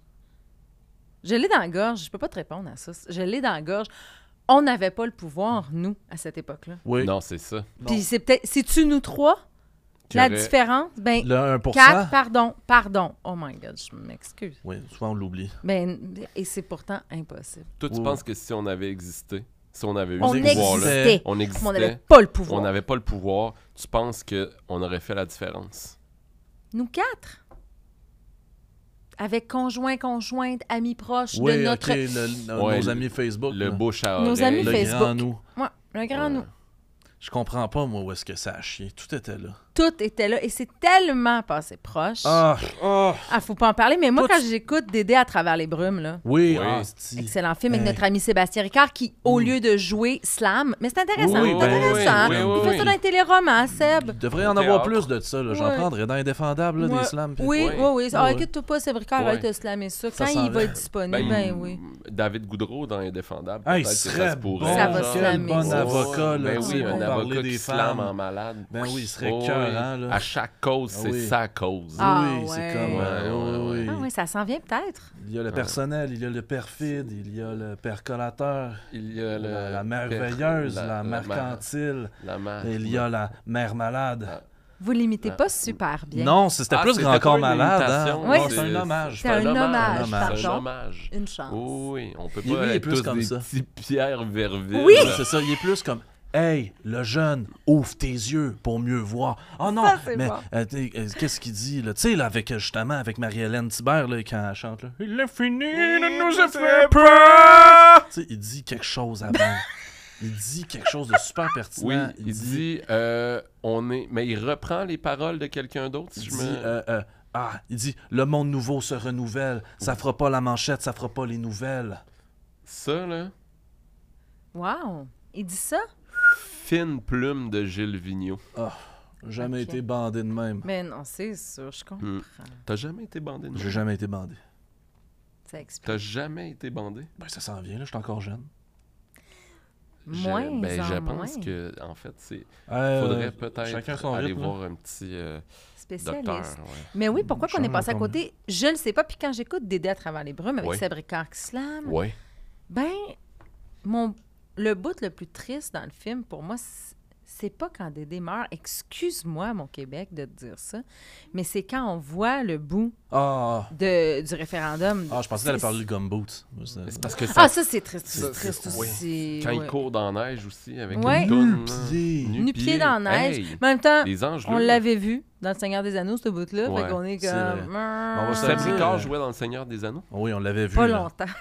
[SPEAKER 3] Je l'ai dans la gorge. Je peux pas te répondre à ça. Je l'ai dans la gorge. On n'avait pas le pouvoir, nous, à cette époque-là.
[SPEAKER 2] Oui.
[SPEAKER 1] Non, c'est ça.
[SPEAKER 2] Non.
[SPEAKER 3] Puis c'est peut-être... C'est-tu nous trois?
[SPEAKER 1] Qu'il y
[SPEAKER 3] La
[SPEAKER 1] aurait-
[SPEAKER 3] différence? Ben,
[SPEAKER 2] Le 1%.
[SPEAKER 3] Quatre, pardon, pardon. Oh my God, je m'excuse.
[SPEAKER 2] Oui, souvent on l'oublie.
[SPEAKER 3] Ben, et c'est pourtant impossible.
[SPEAKER 1] Toi, tu
[SPEAKER 2] Ouais.
[SPEAKER 1] penses que si on avait existé, si on avait eu
[SPEAKER 3] On
[SPEAKER 1] ce pouvoir-là,
[SPEAKER 2] existe.
[SPEAKER 3] existait,
[SPEAKER 1] on existait,
[SPEAKER 3] mais on n'avait pas le pouvoir.
[SPEAKER 1] on n'avait pas le pouvoir, tu penses qu'on aurait fait la différence?
[SPEAKER 3] Nous quatre, avec conjoint, conjointe, amis proches
[SPEAKER 2] Oui,
[SPEAKER 3] de notre...
[SPEAKER 2] ok, le- le-
[SPEAKER 1] Ouais,
[SPEAKER 2] nos
[SPEAKER 1] le-
[SPEAKER 2] amis Facebook.
[SPEAKER 1] Le
[SPEAKER 2] là.
[SPEAKER 1] bouche à
[SPEAKER 3] Nos
[SPEAKER 1] oreille.
[SPEAKER 3] amis
[SPEAKER 2] le
[SPEAKER 3] Facebook.
[SPEAKER 2] grand nous.
[SPEAKER 3] Ouais, le grand
[SPEAKER 1] Ouais.
[SPEAKER 3] nous.
[SPEAKER 2] Je comprends pas, moi, où est-ce que ça a chié. Tout était là.
[SPEAKER 3] tout était là et c'est tellement passé proche. Ah,
[SPEAKER 2] Ah,
[SPEAKER 1] Oh,
[SPEAKER 3] faut pas en parler, mais moi,
[SPEAKER 2] Tout-
[SPEAKER 3] quand j'écoute Dédé à travers les brumes, là.
[SPEAKER 2] oui,
[SPEAKER 1] Oui.
[SPEAKER 2] ah, c'est-
[SPEAKER 3] Excellent film avec
[SPEAKER 2] Hey.
[SPEAKER 3] notre ami Sébastien Ricard qui, au lieu de jouer, slam. Mais c'est intéressant,
[SPEAKER 2] Oui,
[SPEAKER 3] c'est
[SPEAKER 2] ben
[SPEAKER 3] intéressant. hein.
[SPEAKER 2] oui, oui,
[SPEAKER 3] Il fait
[SPEAKER 1] oui.
[SPEAKER 3] ça dans les téléromans, Seb.
[SPEAKER 2] Il devrait en
[SPEAKER 1] Au
[SPEAKER 2] avoir
[SPEAKER 1] théâtre.
[SPEAKER 2] plus de ça. là. J'en
[SPEAKER 3] Ouais.
[SPEAKER 2] prendrais dans Indéfendable, là,
[SPEAKER 3] Ouais.
[SPEAKER 2] des slams. pis-
[SPEAKER 3] Oui, oui,
[SPEAKER 1] Ouais.
[SPEAKER 3] oui. Ah,
[SPEAKER 2] Ouais.
[SPEAKER 3] inquiète-toi pas, Sébrica, elle va
[SPEAKER 1] Ouais.
[SPEAKER 3] te slammer ça.
[SPEAKER 2] Ça
[SPEAKER 3] Quand
[SPEAKER 2] s'en
[SPEAKER 3] il va
[SPEAKER 2] va.
[SPEAKER 3] être disponible, ben, oui.
[SPEAKER 1] David Goudreau dans Indéfendable.
[SPEAKER 2] Ah, il
[SPEAKER 1] peut-être que
[SPEAKER 2] serait
[SPEAKER 1] se pourrait,
[SPEAKER 2] bon,
[SPEAKER 3] Ça va se
[SPEAKER 1] genre.
[SPEAKER 2] quel
[SPEAKER 3] flammer,
[SPEAKER 2] bon
[SPEAKER 3] ça.
[SPEAKER 2] avocat, là,
[SPEAKER 1] Ben
[SPEAKER 2] tu
[SPEAKER 1] oui,
[SPEAKER 2] sais,
[SPEAKER 1] un
[SPEAKER 2] pour
[SPEAKER 1] avocat
[SPEAKER 2] parler
[SPEAKER 1] qui
[SPEAKER 2] des
[SPEAKER 1] se clame en
[SPEAKER 2] femmes.
[SPEAKER 1] malade. Oh,
[SPEAKER 2] Ben oui, il serait
[SPEAKER 1] oui.
[SPEAKER 2] écœurant, là.
[SPEAKER 1] À chaque cause,
[SPEAKER 2] Ah
[SPEAKER 1] c'est
[SPEAKER 2] oui.
[SPEAKER 1] sa cause.
[SPEAKER 3] Ah,
[SPEAKER 2] oui,
[SPEAKER 3] ouais.
[SPEAKER 2] c'est comme... euh,
[SPEAKER 1] Ouais,
[SPEAKER 2] oui,
[SPEAKER 3] Ah
[SPEAKER 2] oui.
[SPEAKER 3] oui, ça s'en vient peut-être.
[SPEAKER 2] Il y a le personnel, il y a le perfide, il y a le percolateur,
[SPEAKER 1] Il y a le-
[SPEAKER 2] la, la merveilleuse, la,
[SPEAKER 1] mar-
[SPEAKER 2] mercantile,
[SPEAKER 1] La mar-
[SPEAKER 2] il y a la mère malade.
[SPEAKER 1] Ah,
[SPEAKER 3] Vous l'imitez
[SPEAKER 1] Ah.
[SPEAKER 3] pas super bien.
[SPEAKER 2] Non, c'était
[SPEAKER 1] Ah,
[SPEAKER 2] plus
[SPEAKER 1] c'était
[SPEAKER 2] grand
[SPEAKER 1] pas
[SPEAKER 2] corps
[SPEAKER 1] une
[SPEAKER 2] malade. hein.
[SPEAKER 1] imitation,
[SPEAKER 3] Oui.
[SPEAKER 2] Non, c'est un hommage.
[SPEAKER 3] C'est un hommage,
[SPEAKER 1] C'est un
[SPEAKER 3] pardon. Ah.
[SPEAKER 1] hommage.
[SPEAKER 3] Une chance.
[SPEAKER 2] Oh.
[SPEAKER 1] Oui, oui, on peut
[SPEAKER 2] Il-
[SPEAKER 1] pas
[SPEAKER 2] lui, il est
[SPEAKER 1] être
[SPEAKER 2] plus
[SPEAKER 1] tous
[SPEAKER 2] comme
[SPEAKER 1] des
[SPEAKER 2] ça.
[SPEAKER 1] petits Pierre Verville.
[SPEAKER 3] Oui!
[SPEAKER 2] Ouais, C'est ça, il est plus comme Hey, le jeune, ouvre tes yeux pour mieux voir. Oh non,
[SPEAKER 3] Ça, c'est
[SPEAKER 2] mais
[SPEAKER 3] bon.
[SPEAKER 2] euh, t'sais, euh, qu'est-ce qu'il dit là Tu sais là avec euh, justement avec Marie-Hélène Thibert là quand elle chante là, il a fini de nous a fait peur. Tu sais, il dit quelque chose avant. il dit quelque chose de super pertinent.
[SPEAKER 1] Oui, il dit, euh, on est... Mais il reprend les paroles de quelqu'un d'autre, si
[SPEAKER 2] il
[SPEAKER 1] je
[SPEAKER 2] dit,
[SPEAKER 1] me...
[SPEAKER 2] euh, euh, ah, il dit le monde nouveau se renouvelle, ça fera pas la manchette, ça fera pas les nouvelles.
[SPEAKER 1] Ça, là,
[SPEAKER 3] Wow. Il dit ça?
[SPEAKER 1] fine plume de Gilles Vigneault.
[SPEAKER 2] Ah, Jamais
[SPEAKER 3] Ok.
[SPEAKER 2] été bandé de même.
[SPEAKER 3] Mais non, c'est sûr, je comprends.
[SPEAKER 1] Hmm. T'as jamais été bandé, non?
[SPEAKER 2] J'ai jamais été bandé.
[SPEAKER 3] Ça explique.
[SPEAKER 1] T'as jamais été bandé?
[SPEAKER 2] Ben ça s'en vient là, je suis encore jeune.
[SPEAKER 1] Je-
[SPEAKER 3] Moins
[SPEAKER 1] ben,
[SPEAKER 3] en
[SPEAKER 1] je pense
[SPEAKER 3] moins.
[SPEAKER 1] que, en fait, c'est...
[SPEAKER 2] Euh,
[SPEAKER 1] Faudrait peut-être
[SPEAKER 2] chacun son
[SPEAKER 1] aller
[SPEAKER 2] rythme, là.
[SPEAKER 1] voir un petit euh,
[SPEAKER 3] Spécialiste.
[SPEAKER 1] docteur. ouais.
[SPEAKER 3] Mais oui, pourquoi qu'on est
[SPEAKER 2] Charles
[SPEAKER 3] passé à
[SPEAKER 2] Lacombe.
[SPEAKER 3] côté? Je ne sais pas. Puis quand j'écoute Dédé à travers les brumes avec
[SPEAKER 1] Oui.
[SPEAKER 3] Seb Ricard qui slame,
[SPEAKER 1] Ouais.
[SPEAKER 3] ben, mon, le bout le plus triste dans le film, pour moi, c'est- c'est pas quand Dédé meurt. Excuse-moi, mon Québec, de te dire ça. Mais c'est quand on voit le bout
[SPEAKER 2] Ah,
[SPEAKER 3] de, du référendum.
[SPEAKER 2] ah, je pensais qu'elle parler du gumboot. Moi, c'est-
[SPEAKER 1] C'est parce que ça,
[SPEAKER 3] Ah, ça, c'est triste.
[SPEAKER 1] Ça,
[SPEAKER 3] C'est triste
[SPEAKER 1] c'est- oui.
[SPEAKER 3] aussi.
[SPEAKER 1] quand
[SPEAKER 3] ouais.
[SPEAKER 1] il court dans la neige aussi avec
[SPEAKER 3] Ouais.
[SPEAKER 1] une toune, là.
[SPEAKER 2] Nu-pied.
[SPEAKER 3] Nu-pied dans la neige.
[SPEAKER 1] Hey,
[SPEAKER 3] Mais en même temps,
[SPEAKER 1] les anges,
[SPEAKER 3] on
[SPEAKER 1] là.
[SPEAKER 3] l'avait vu dans Le Seigneur des Anneaux, ce bout-là.
[SPEAKER 1] Ouais,
[SPEAKER 3] fait qu'on est
[SPEAKER 2] c'est
[SPEAKER 3] comme.
[SPEAKER 2] on va se
[SPEAKER 1] Seb
[SPEAKER 2] Ah.
[SPEAKER 1] Ricard jouait dans Le Seigneur des Anneaux.
[SPEAKER 2] Oui, on l'avait vu.
[SPEAKER 3] Pas
[SPEAKER 2] là.
[SPEAKER 3] longtemps.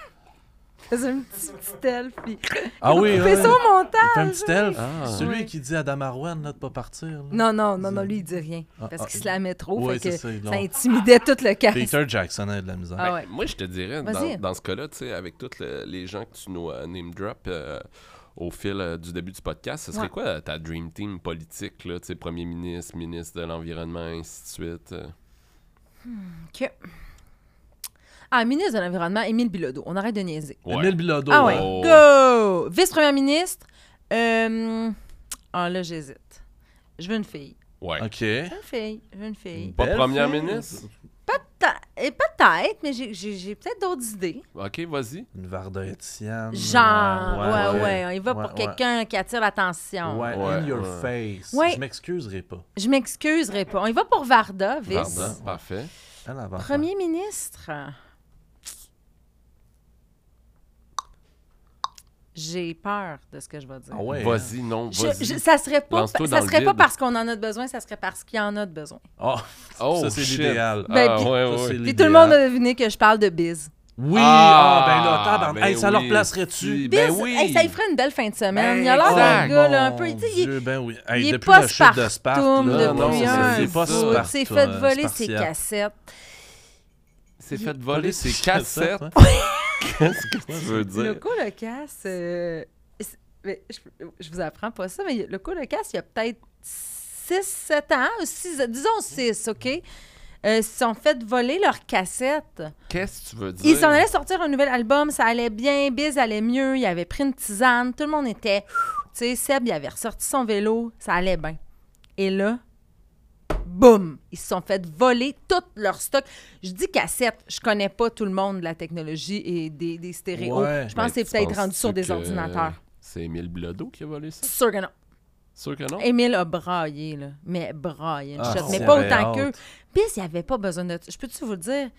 [SPEAKER 3] Il faisait une petite, petite elfe. Puis...
[SPEAKER 2] Ah oui,
[SPEAKER 3] Il
[SPEAKER 2] oui.
[SPEAKER 3] fait ça au
[SPEAKER 2] Il fait un
[SPEAKER 3] montage.
[SPEAKER 2] petit elfe.
[SPEAKER 1] Ah.
[SPEAKER 2] Celui
[SPEAKER 3] Oui.
[SPEAKER 2] qui dit à Damarwan là, de pas partir. là.
[SPEAKER 3] Non, non, non, non, lui, il dit rien.
[SPEAKER 2] Ah,
[SPEAKER 3] Parce
[SPEAKER 2] ah,
[SPEAKER 3] qu'il se la met trop.
[SPEAKER 2] oui,
[SPEAKER 3] fait que
[SPEAKER 2] c'est ça, ils
[SPEAKER 3] ça
[SPEAKER 2] l'ont-
[SPEAKER 3] intimidait tout le cast.
[SPEAKER 2] Peter Jackson a de la misère.
[SPEAKER 3] Ah
[SPEAKER 1] Ben,
[SPEAKER 3] ouais.
[SPEAKER 1] Moi, je te dirais,
[SPEAKER 3] Vas-y.
[SPEAKER 1] dans, dans ce cas-là, tu sais, avec tous les gens que tu nous euh, name drop euh, au fil euh, du début du podcast, ce serait
[SPEAKER 3] Ouais.
[SPEAKER 1] quoi euh, ta dream team politique, là, tu sais, premier ministre, ministre de l'Environnement, ainsi de suite? euh?
[SPEAKER 3] Que- Ah, ministre de l'Environnement, Émile Bilodeau. On arrête de niaiser.
[SPEAKER 1] Ouais.
[SPEAKER 2] Emile Bilodeau.
[SPEAKER 3] Ah ouais,
[SPEAKER 1] Oh.
[SPEAKER 3] go! Vice-première ministre. euh, Ah là, j'hésite. Je veux une fille.
[SPEAKER 1] Ouais.
[SPEAKER 2] OK.
[SPEAKER 3] Je veux une fille. Je veux une fille.
[SPEAKER 1] Pas
[SPEAKER 2] Belle
[SPEAKER 1] première
[SPEAKER 2] fille.
[SPEAKER 1] ministre?
[SPEAKER 3] Ta- Et peut-être, mais j'ai- j'ai j'ai peut-être d'autres idées.
[SPEAKER 1] OK, vas-y.
[SPEAKER 2] Une Varda Etienne.
[SPEAKER 3] Genre, ouais, ouais,
[SPEAKER 2] Hmm. ouais.
[SPEAKER 3] on y va
[SPEAKER 2] Ouais,
[SPEAKER 3] pour
[SPEAKER 2] ouais.
[SPEAKER 3] quelqu'un qui attire l'attention.
[SPEAKER 2] Ouais,
[SPEAKER 1] Ouais,
[SPEAKER 2] in your
[SPEAKER 1] ouais.
[SPEAKER 2] face.
[SPEAKER 3] Ouais.
[SPEAKER 2] Je m'excuserai pas.
[SPEAKER 3] Je m'excuserai pas. On y va pour Varda, vice.
[SPEAKER 1] Varda, parfait.
[SPEAKER 2] Elle avant.
[SPEAKER 3] Premier ministre. J'ai peur de ce que je vais dire.
[SPEAKER 2] Ah ouais. hein.
[SPEAKER 1] Vas-y, non,
[SPEAKER 3] Je-
[SPEAKER 1] vas-y.
[SPEAKER 3] je- ça serait pas,
[SPEAKER 1] Lance-toi
[SPEAKER 3] ça
[SPEAKER 1] dans le
[SPEAKER 3] serait pas
[SPEAKER 1] vide.
[SPEAKER 3] parce qu'on en a de besoin, ça serait parce qu'il y en a de besoin.
[SPEAKER 2] Oh,
[SPEAKER 1] Oh,
[SPEAKER 2] ça, c'est
[SPEAKER 1] shit.
[SPEAKER 2] l'idéal.
[SPEAKER 3] Ben,
[SPEAKER 1] Ah, ouais,
[SPEAKER 3] puis-
[SPEAKER 2] Ça,
[SPEAKER 1] ouais.
[SPEAKER 2] c'est
[SPEAKER 3] Puis tout le
[SPEAKER 2] l'idéal.
[SPEAKER 3] monde a deviné que je parle de biz.
[SPEAKER 2] Oui,
[SPEAKER 1] Ah,
[SPEAKER 2] ah, ben là, tabarnak.
[SPEAKER 1] ben
[SPEAKER 2] Hey, ça leur
[SPEAKER 1] oui.
[SPEAKER 2] placerait-tu?
[SPEAKER 1] Si,
[SPEAKER 3] Biz,
[SPEAKER 1] Ben oui.
[SPEAKER 3] hey, ça y ferait une belle fin de semaine.
[SPEAKER 2] Ben,
[SPEAKER 3] il a l'air d'un
[SPEAKER 1] exact.
[SPEAKER 3] gars là, un
[SPEAKER 2] Mon
[SPEAKER 3] peu. tu sais, il est-
[SPEAKER 2] Dieu, ben oui.
[SPEAKER 3] il
[SPEAKER 2] Hey,
[SPEAKER 3] est
[SPEAKER 2] depuis
[SPEAKER 3] pas
[SPEAKER 2] la chute de Sparte,
[SPEAKER 3] spartum
[SPEAKER 2] là,
[SPEAKER 1] non,
[SPEAKER 3] depuis
[SPEAKER 1] c'est-
[SPEAKER 3] un
[SPEAKER 1] c'est pas
[SPEAKER 3] bout.
[SPEAKER 1] Sparte,
[SPEAKER 3] s'est fait
[SPEAKER 2] euh,
[SPEAKER 3] voler ses
[SPEAKER 2] Spartiate.
[SPEAKER 3] cassettes.
[SPEAKER 1] C'est fait voler ses cassettes.
[SPEAKER 2] hein?
[SPEAKER 1] Qu'est-ce que tu veux
[SPEAKER 3] Le
[SPEAKER 1] dire?
[SPEAKER 3] colocasse, euh, c'est- mais je, je vous apprends pas ça, mais le colocasse, il y a peut-être 6, 7 ans, ou six- disons 6, OK? Euh, ils se sont fait voler leur cassette.
[SPEAKER 1] Qu'est-ce que tu veux dire?
[SPEAKER 3] Ils s'en allaient sortir un nouvel album, ça allait bien, Biz allait mieux, il avait pris une tisane, tout le monde était. Tu sais, Seb, il avait ressorti son vélo, ça allait bien. Et là, boum, ils se sont fait voler tout leur stock. Je dis cassette, je connais pas tout le monde de la technologie et des, des stéréos.
[SPEAKER 2] Ouais.
[SPEAKER 3] je pense
[SPEAKER 1] Ben,
[SPEAKER 3] que c'est
[SPEAKER 1] tu
[SPEAKER 3] peut-être
[SPEAKER 1] penses-tu
[SPEAKER 3] rendu sur des
[SPEAKER 1] que
[SPEAKER 3] ordinateurs.
[SPEAKER 1] C'est Émile Blodeau qui a volé ça?
[SPEAKER 3] Sûr que non.
[SPEAKER 1] Sûr que non?
[SPEAKER 3] Émile a braillé, là. Mais braillé, une
[SPEAKER 2] Ah,
[SPEAKER 3] shot.
[SPEAKER 2] si
[SPEAKER 3] Mais
[SPEAKER 2] elle
[SPEAKER 3] pas
[SPEAKER 2] avait
[SPEAKER 3] autant qu'eux.
[SPEAKER 2] hâte.
[SPEAKER 3] Biz, il avait pas besoin de... Je peux-tu vous le dire?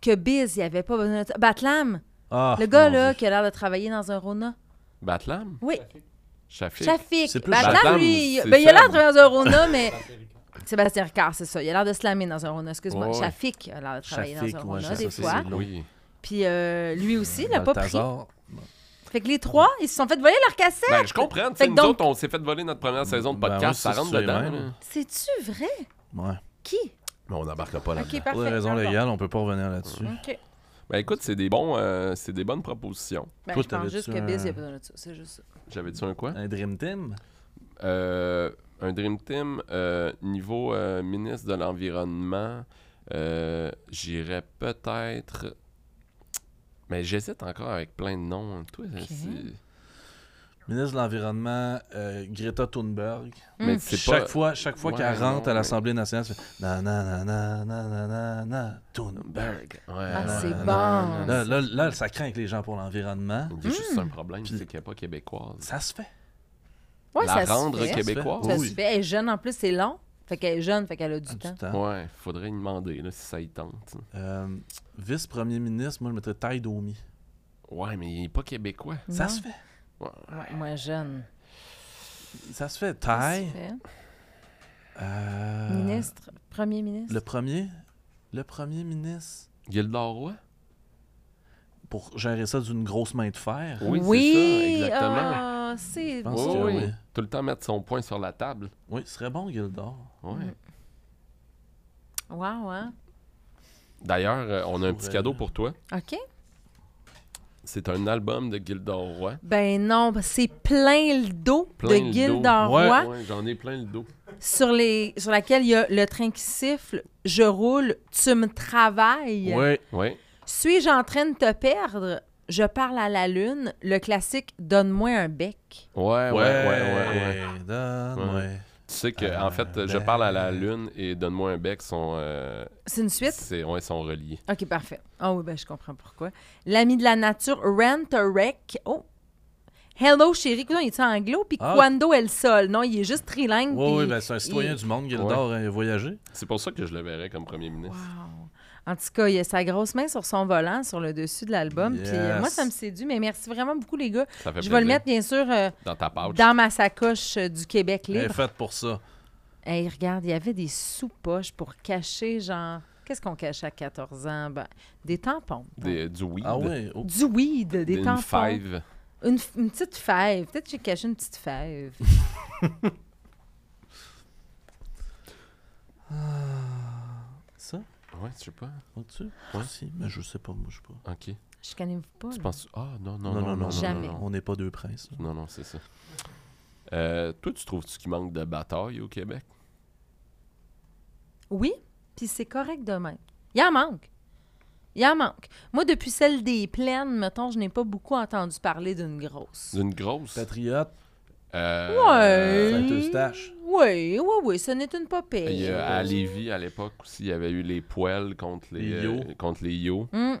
[SPEAKER 3] Que Biz, il avait pas besoin de... Batlam,
[SPEAKER 2] Ah,
[SPEAKER 3] le gars,
[SPEAKER 2] mon
[SPEAKER 3] là,
[SPEAKER 2] Dieu.
[SPEAKER 3] qui a l'air de travailler dans un Rona.
[SPEAKER 1] Batlam?
[SPEAKER 3] Oui,
[SPEAKER 1] Chafik?
[SPEAKER 3] Shafik.
[SPEAKER 2] C'est plus
[SPEAKER 3] Batlam,
[SPEAKER 1] Batlam,
[SPEAKER 3] lui, il-
[SPEAKER 1] c'est
[SPEAKER 3] ben, il a l'air de
[SPEAKER 1] Seb.
[SPEAKER 3] travailler dans un Rona, mais... Sébastien Ricard, c'est ça. Il a l'air de se lamer dans un Rona, excuse-moi.
[SPEAKER 1] Ouais, ouais.
[SPEAKER 3] Shafik a l'air de travailler
[SPEAKER 2] Shafik,
[SPEAKER 3] dans un
[SPEAKER 2] ouais,
[SPEAKER 3] Rona,
[SPEAKER 2] ça,
[SPEAKER 3] des
[SPEAKER 2] ça,
[SPEAKER 3] fois.
[SPEAKER 2] c'est long.
[SPEAKER 1] Oui.
[SPEAKER 3] Puis euh, lui aussi, il l'a pas pris.
[SPEAKER 2] Balthazar.
[SPEAKER 3] Fait que les trois, ils se sont fait voler leur cassette.
[SPEAKER 1] Ben, je comprends. tu sais,
[SPEAKER 3] Fait que
[SPEAKER 1] Nous
[SPEAKER 3] donc-
[SPEAKER 1] autres, on s'est fait voler notre première saison de
[SPEAKER 2] Ben
[SPEAKER 1] podcast.
[SPEAKER 2] oui,
[SPEAKER 1] ça
[SPEAKER 2] c'est
[SPEAKER 1] rentre
[SPEAKER 2] sûr,
[SPEAKER 1] dedans.
[SPEAKER 2] même.
[SPEAKER 1] là.
[SPEAKER 3] C'est-tu vrai?
[SPEAKER 2] Ouais.
[SPEAKER 3] Qui?
[SPEAKER 1] Mais on n'embarquera pas là-dedans.
[SPEAKER 3] Ok,
[SPEAKER 2] Pour
[SPEAKER 3] parfait.
[SPEAKER 2] des raisons
[SPEAKER 3] pardon.
[SPEAKER 2] légales, on peut pas revenir là-dessus.
[SPEAKER 3] Ok.
[SPEAKER 1] Ben écoute, c'est des, bons, euh, c'est des bonnes propositions.
[SPEAKER 3] Ben,
[SPEAKER 2] Toi,
[SPEAKER 3] je pense
[SPEAKER 2] t'avais-tu
[SPEAKER 3] juste que
[SPEAKER 2] un-
[SPEAKER 3] Biz, il y a besoin de ça. C'est juste ça.
[SPEAKER 1] J'avais-tu un quoi?
[SPEAKER 2] Un Dream Team?
[SPEAKER 1] Euh, un Dream Team euh, niveau euh, ministre de l'Environnement, euh, j'irais peut-être. Mais j'hésite encore avec plein de noms. Toi,
[SPEAKER 3] Hmm.
[SPEAKER 1] c'est-
[SPEAKER 2] Ministre de l'Environnement, euh, Greta Thunberg.
[SPEAKER 1] Mais
[SPEAKER 3] Mm.
[SPEAKER 1] c'est pas.
[SPEAKER 2] Chaque fois, chaque fois
[SPEAKER 1] Ouais,
[SPEAKER 2] qu'elle
[SPEAKER 1] non,
[SPEAKER 2] rentre à
[SPEAKER 1] ouais.
[SPEAKER 2] l'Assemblée nationale, elle fait na na na na na na na na Thunberg.
[SPEAKER 1] Berg. Ouais,
[SPEAKER 3] Ah,
[SPEAKER 1] ouais,
[SPEAKER 3] c'est
[SPEAKER 1] ouais,
[SPEAKER 3] bon.
[SPEAKER 1] ouais, ouais.
[SPEAKER 2] Là, là, là, ça craint avec les gens pour l'environnement.
[SPEAKER 1] Il y a
[SPEAKER 3] Hmm.
[SPEAKER 1] juste un problème,
[SPEAKER 2] Puis-
[SPEAKER 1] c'est qu'elle n'est pas québécoise.
[SPEAKER 2] Ça se fait.
[SPEAKER 3] Ouais,
[SPEAKER 1] La
[SPEAKER 3] ça
[SPEAKER 1] rendre
[SPEAKER 3] se fait.
[SPEAKER 1] québécoise.
[SPEAKER 3] Ça
[SPEAKER 2] Oui.
[SPEAKER 3] se fait. Elle est jeune en plus, c'est long. Fait qu'elle est jeune, fait qu'elle a du
[SPEAKER 2] Ah,
[SPEAKER 3] temps.
[SPEAKER 2] du temps.
[SPEAKER 1] Ouais, faudrait y demander là, si ça y tente.
[SPEAKER 2] Euh, Vice-premier ministre, moi, je mettrais Taï Domi.
[SPEAKER 1] Ouais, mais il n'est pas québécois.
[SPEAKER 2] Ça
[SPEAKER 3] Non.
[SPEAKER 2] se fait.
[SPEAKER 1] Ouais.
[SPEAKER 3] Ouais, Moins jeune.
[SPEAKER 2] Ça se fait.
[SPEAKER 3] Ça se
[SPEAKER 2] Taï.
[SPEAKER 3] fait.
[SPEAKER 2] euh,
[SPEAKER 3] Ministre, premier ministre.
[SPEAKER 2] Le premier. Le premier ministre.
[SPEAKER 1] Gildor Roy?
[SPEAKER 2] Pour gérer ça d'une grosse main de fer.
[SPEAKER 1] Oui, c'est ça, exactement.
[SPEAKER 3] ah, c'est
[SPEAKER 2] Je pense
[SPEAKER 1] Oui,
[SPEAKER 2] que
[SPEAKER 1] oui.
[SPEAKER 2] oui.
[SPEAKER 1] Tout le temps mettre son poing sur la table.
[SPEAKER 2] Oui, ce serait bon, Gildor.
[SPEAKER 1] Ouais.
[SPEAKER 3] Wow, hein?
[SPEAKER 1] D'ailleurs, euh, on a un petit
[SPEAKER 2] Ouais.
[SPEAKER 1] cadeau pour toi.
[SPEAKER 3] OK.
[SPEAKER 1] C'est un album de Gildor Roy.
[SPEAKER 3] Ben non, ben c'est plein le dos
[SPEAKER 1] Plein le
[SPEAKER 3] de
[SPEAKER 1] dos.
[SPEAKER 3] Gildor
[SPEAKER 2] Ouais.
[SPEAKER 3] Roy
[SPEAKER 1] Ouais, j'en ai plein le dos.
[SPEAKER 3] sur, les, sur laquelle il y a le train qui siffle, je roule, tu me travailles.
[SPEAKER 2] Oui.
[SPEAKER 1] Ouais.
[SPEAKER 3] Suis-je en train de te perdre? Je parle à la lune, le classique Donne-moi un bec.
[SPEAKER 1] Ouais, ouais, ouais, ouais, ouais.
[SPEAKER 2] Donne-moi.
[SPEAKER 1] Tu sais que,
[SPEAKER 2] Euh,
[SPEAKER 1] en fait, je
[SPEAKER 2] ben-
[SPEAKER 1] parle à la lune et donne-moi un bec sont, euh,
[SPEAKER 3] C'est une suite?
[SPEAKER 1] c'est, ouais, sont reliés.
[SPEAKER 3] OK, parfait. Ah oui, ben je comprends pourquoi. L'ami de la nature, Rent a Wreck. Oh! Hello, chérie. Coudonc, il est anglo? Puis
[SPEAKER 2] Ah.
[SPEAKER 3] Quando El Sol. Non, il est juste trilingue.
[SPEAKER 2] Oui, oui,
[SPEAKER 3] puis
[SPEAKER 2] ben, c'est un citoyen
[SPEAKER 3] il-
[SPEAKER 2] du monde, Gildor, hein, voyager.
[SPEAKER 1] C'est pour ça que je le verrais comme premier ministre.
[SPEAKER 3] Wow. En tout cas, il a sa grosse main sur son volant, sur le dessus de l'album. Puis euh,
[SPEAKER 2] Yes.
[SPEAKER 3] moi, ça me séduit, mais merci vraiment beaucoup, les gars.
[SPEAKER 1] Ça fait
[SPEAKER 3] Je
[SPEAKER 1] plaisir.
[SPEAKER 3] vais le mettre, bien sûr, euh,
[SPEAKER 1] dans ta pouch.
[SPEAKER 3] dans ma sacoche euh, du Québec
[SPEAKER 2] Elle est
[SPEAKER 3] libre.
[SPEAKER 2] faite pour ça.
[SPEAKER 3] Hey, regarde, il y avait des sous-poches pour cacher, genre... Qu'est-ce qu'on cache à 14 ans? Ben, des tampons.
[SPEAKER 1] Des- du weed.
[SPEAKER 2] Ah oui. oh.
[SPEAKER 3] Du weed, des,
[SPEAKER 1] une
[SPEAKER 3] tampons.
[SPEAKER 1] fève.
[SPEAKER 3] Une, f- une petite fève. Peut-être que j'ai caché une petite fève.
[SPEAKER 2] Ça?
[SPEAKER 1] Ouais, je sais pas.
[SPEAKER 2] Au-dessus? Si, mais je sais pas, moi, je sais pas.
[SPEAKER 1] Ok.
[SPEAKER 3] Je connais pas.
[SPEAKER 1] Tu
[SPEAKER 3] là.
[SPEAKER 1] penses. Ah, non, non, non, non, non.
[SPEAKER 3] Jamais.
[SPEAKER 1] non,
[SPEAKER 2] On n'est pas deux princes. là.
[SPEAKER 1] non. Non, non, c'est ça. Euh, toi, tu trouves-tu qu'il manque de bataille au Québec?
[SPEAKER 3] Oui, puis c'est correct de même. Il en manque. Il en manque. Moi, depuis celle des plaines, mettons, je n'ai pas beaucoup entendu parler d'une grosse.
[SPEAKER 1] D'une grosse?
[SPEAKER 2] Patriote,
[SPEAKER 1] Euh,
[SPEAKER 3] Ouais.
[SPEAKER 2] Saint-Eustache.
[SPEAKER 3] Oui, oui, oui, ce n'est une popée.
[SPEAKER 1] Il y a à Lévis, à l'époque aussi, il y avait eu les poêles contre les,
[SPEAKER 2] Les
[SPEAKER 1] euh,
[SPEAKER 2] yo.
[SPEAKER 1] contre les yo.
[SPEAKER 3] Mm.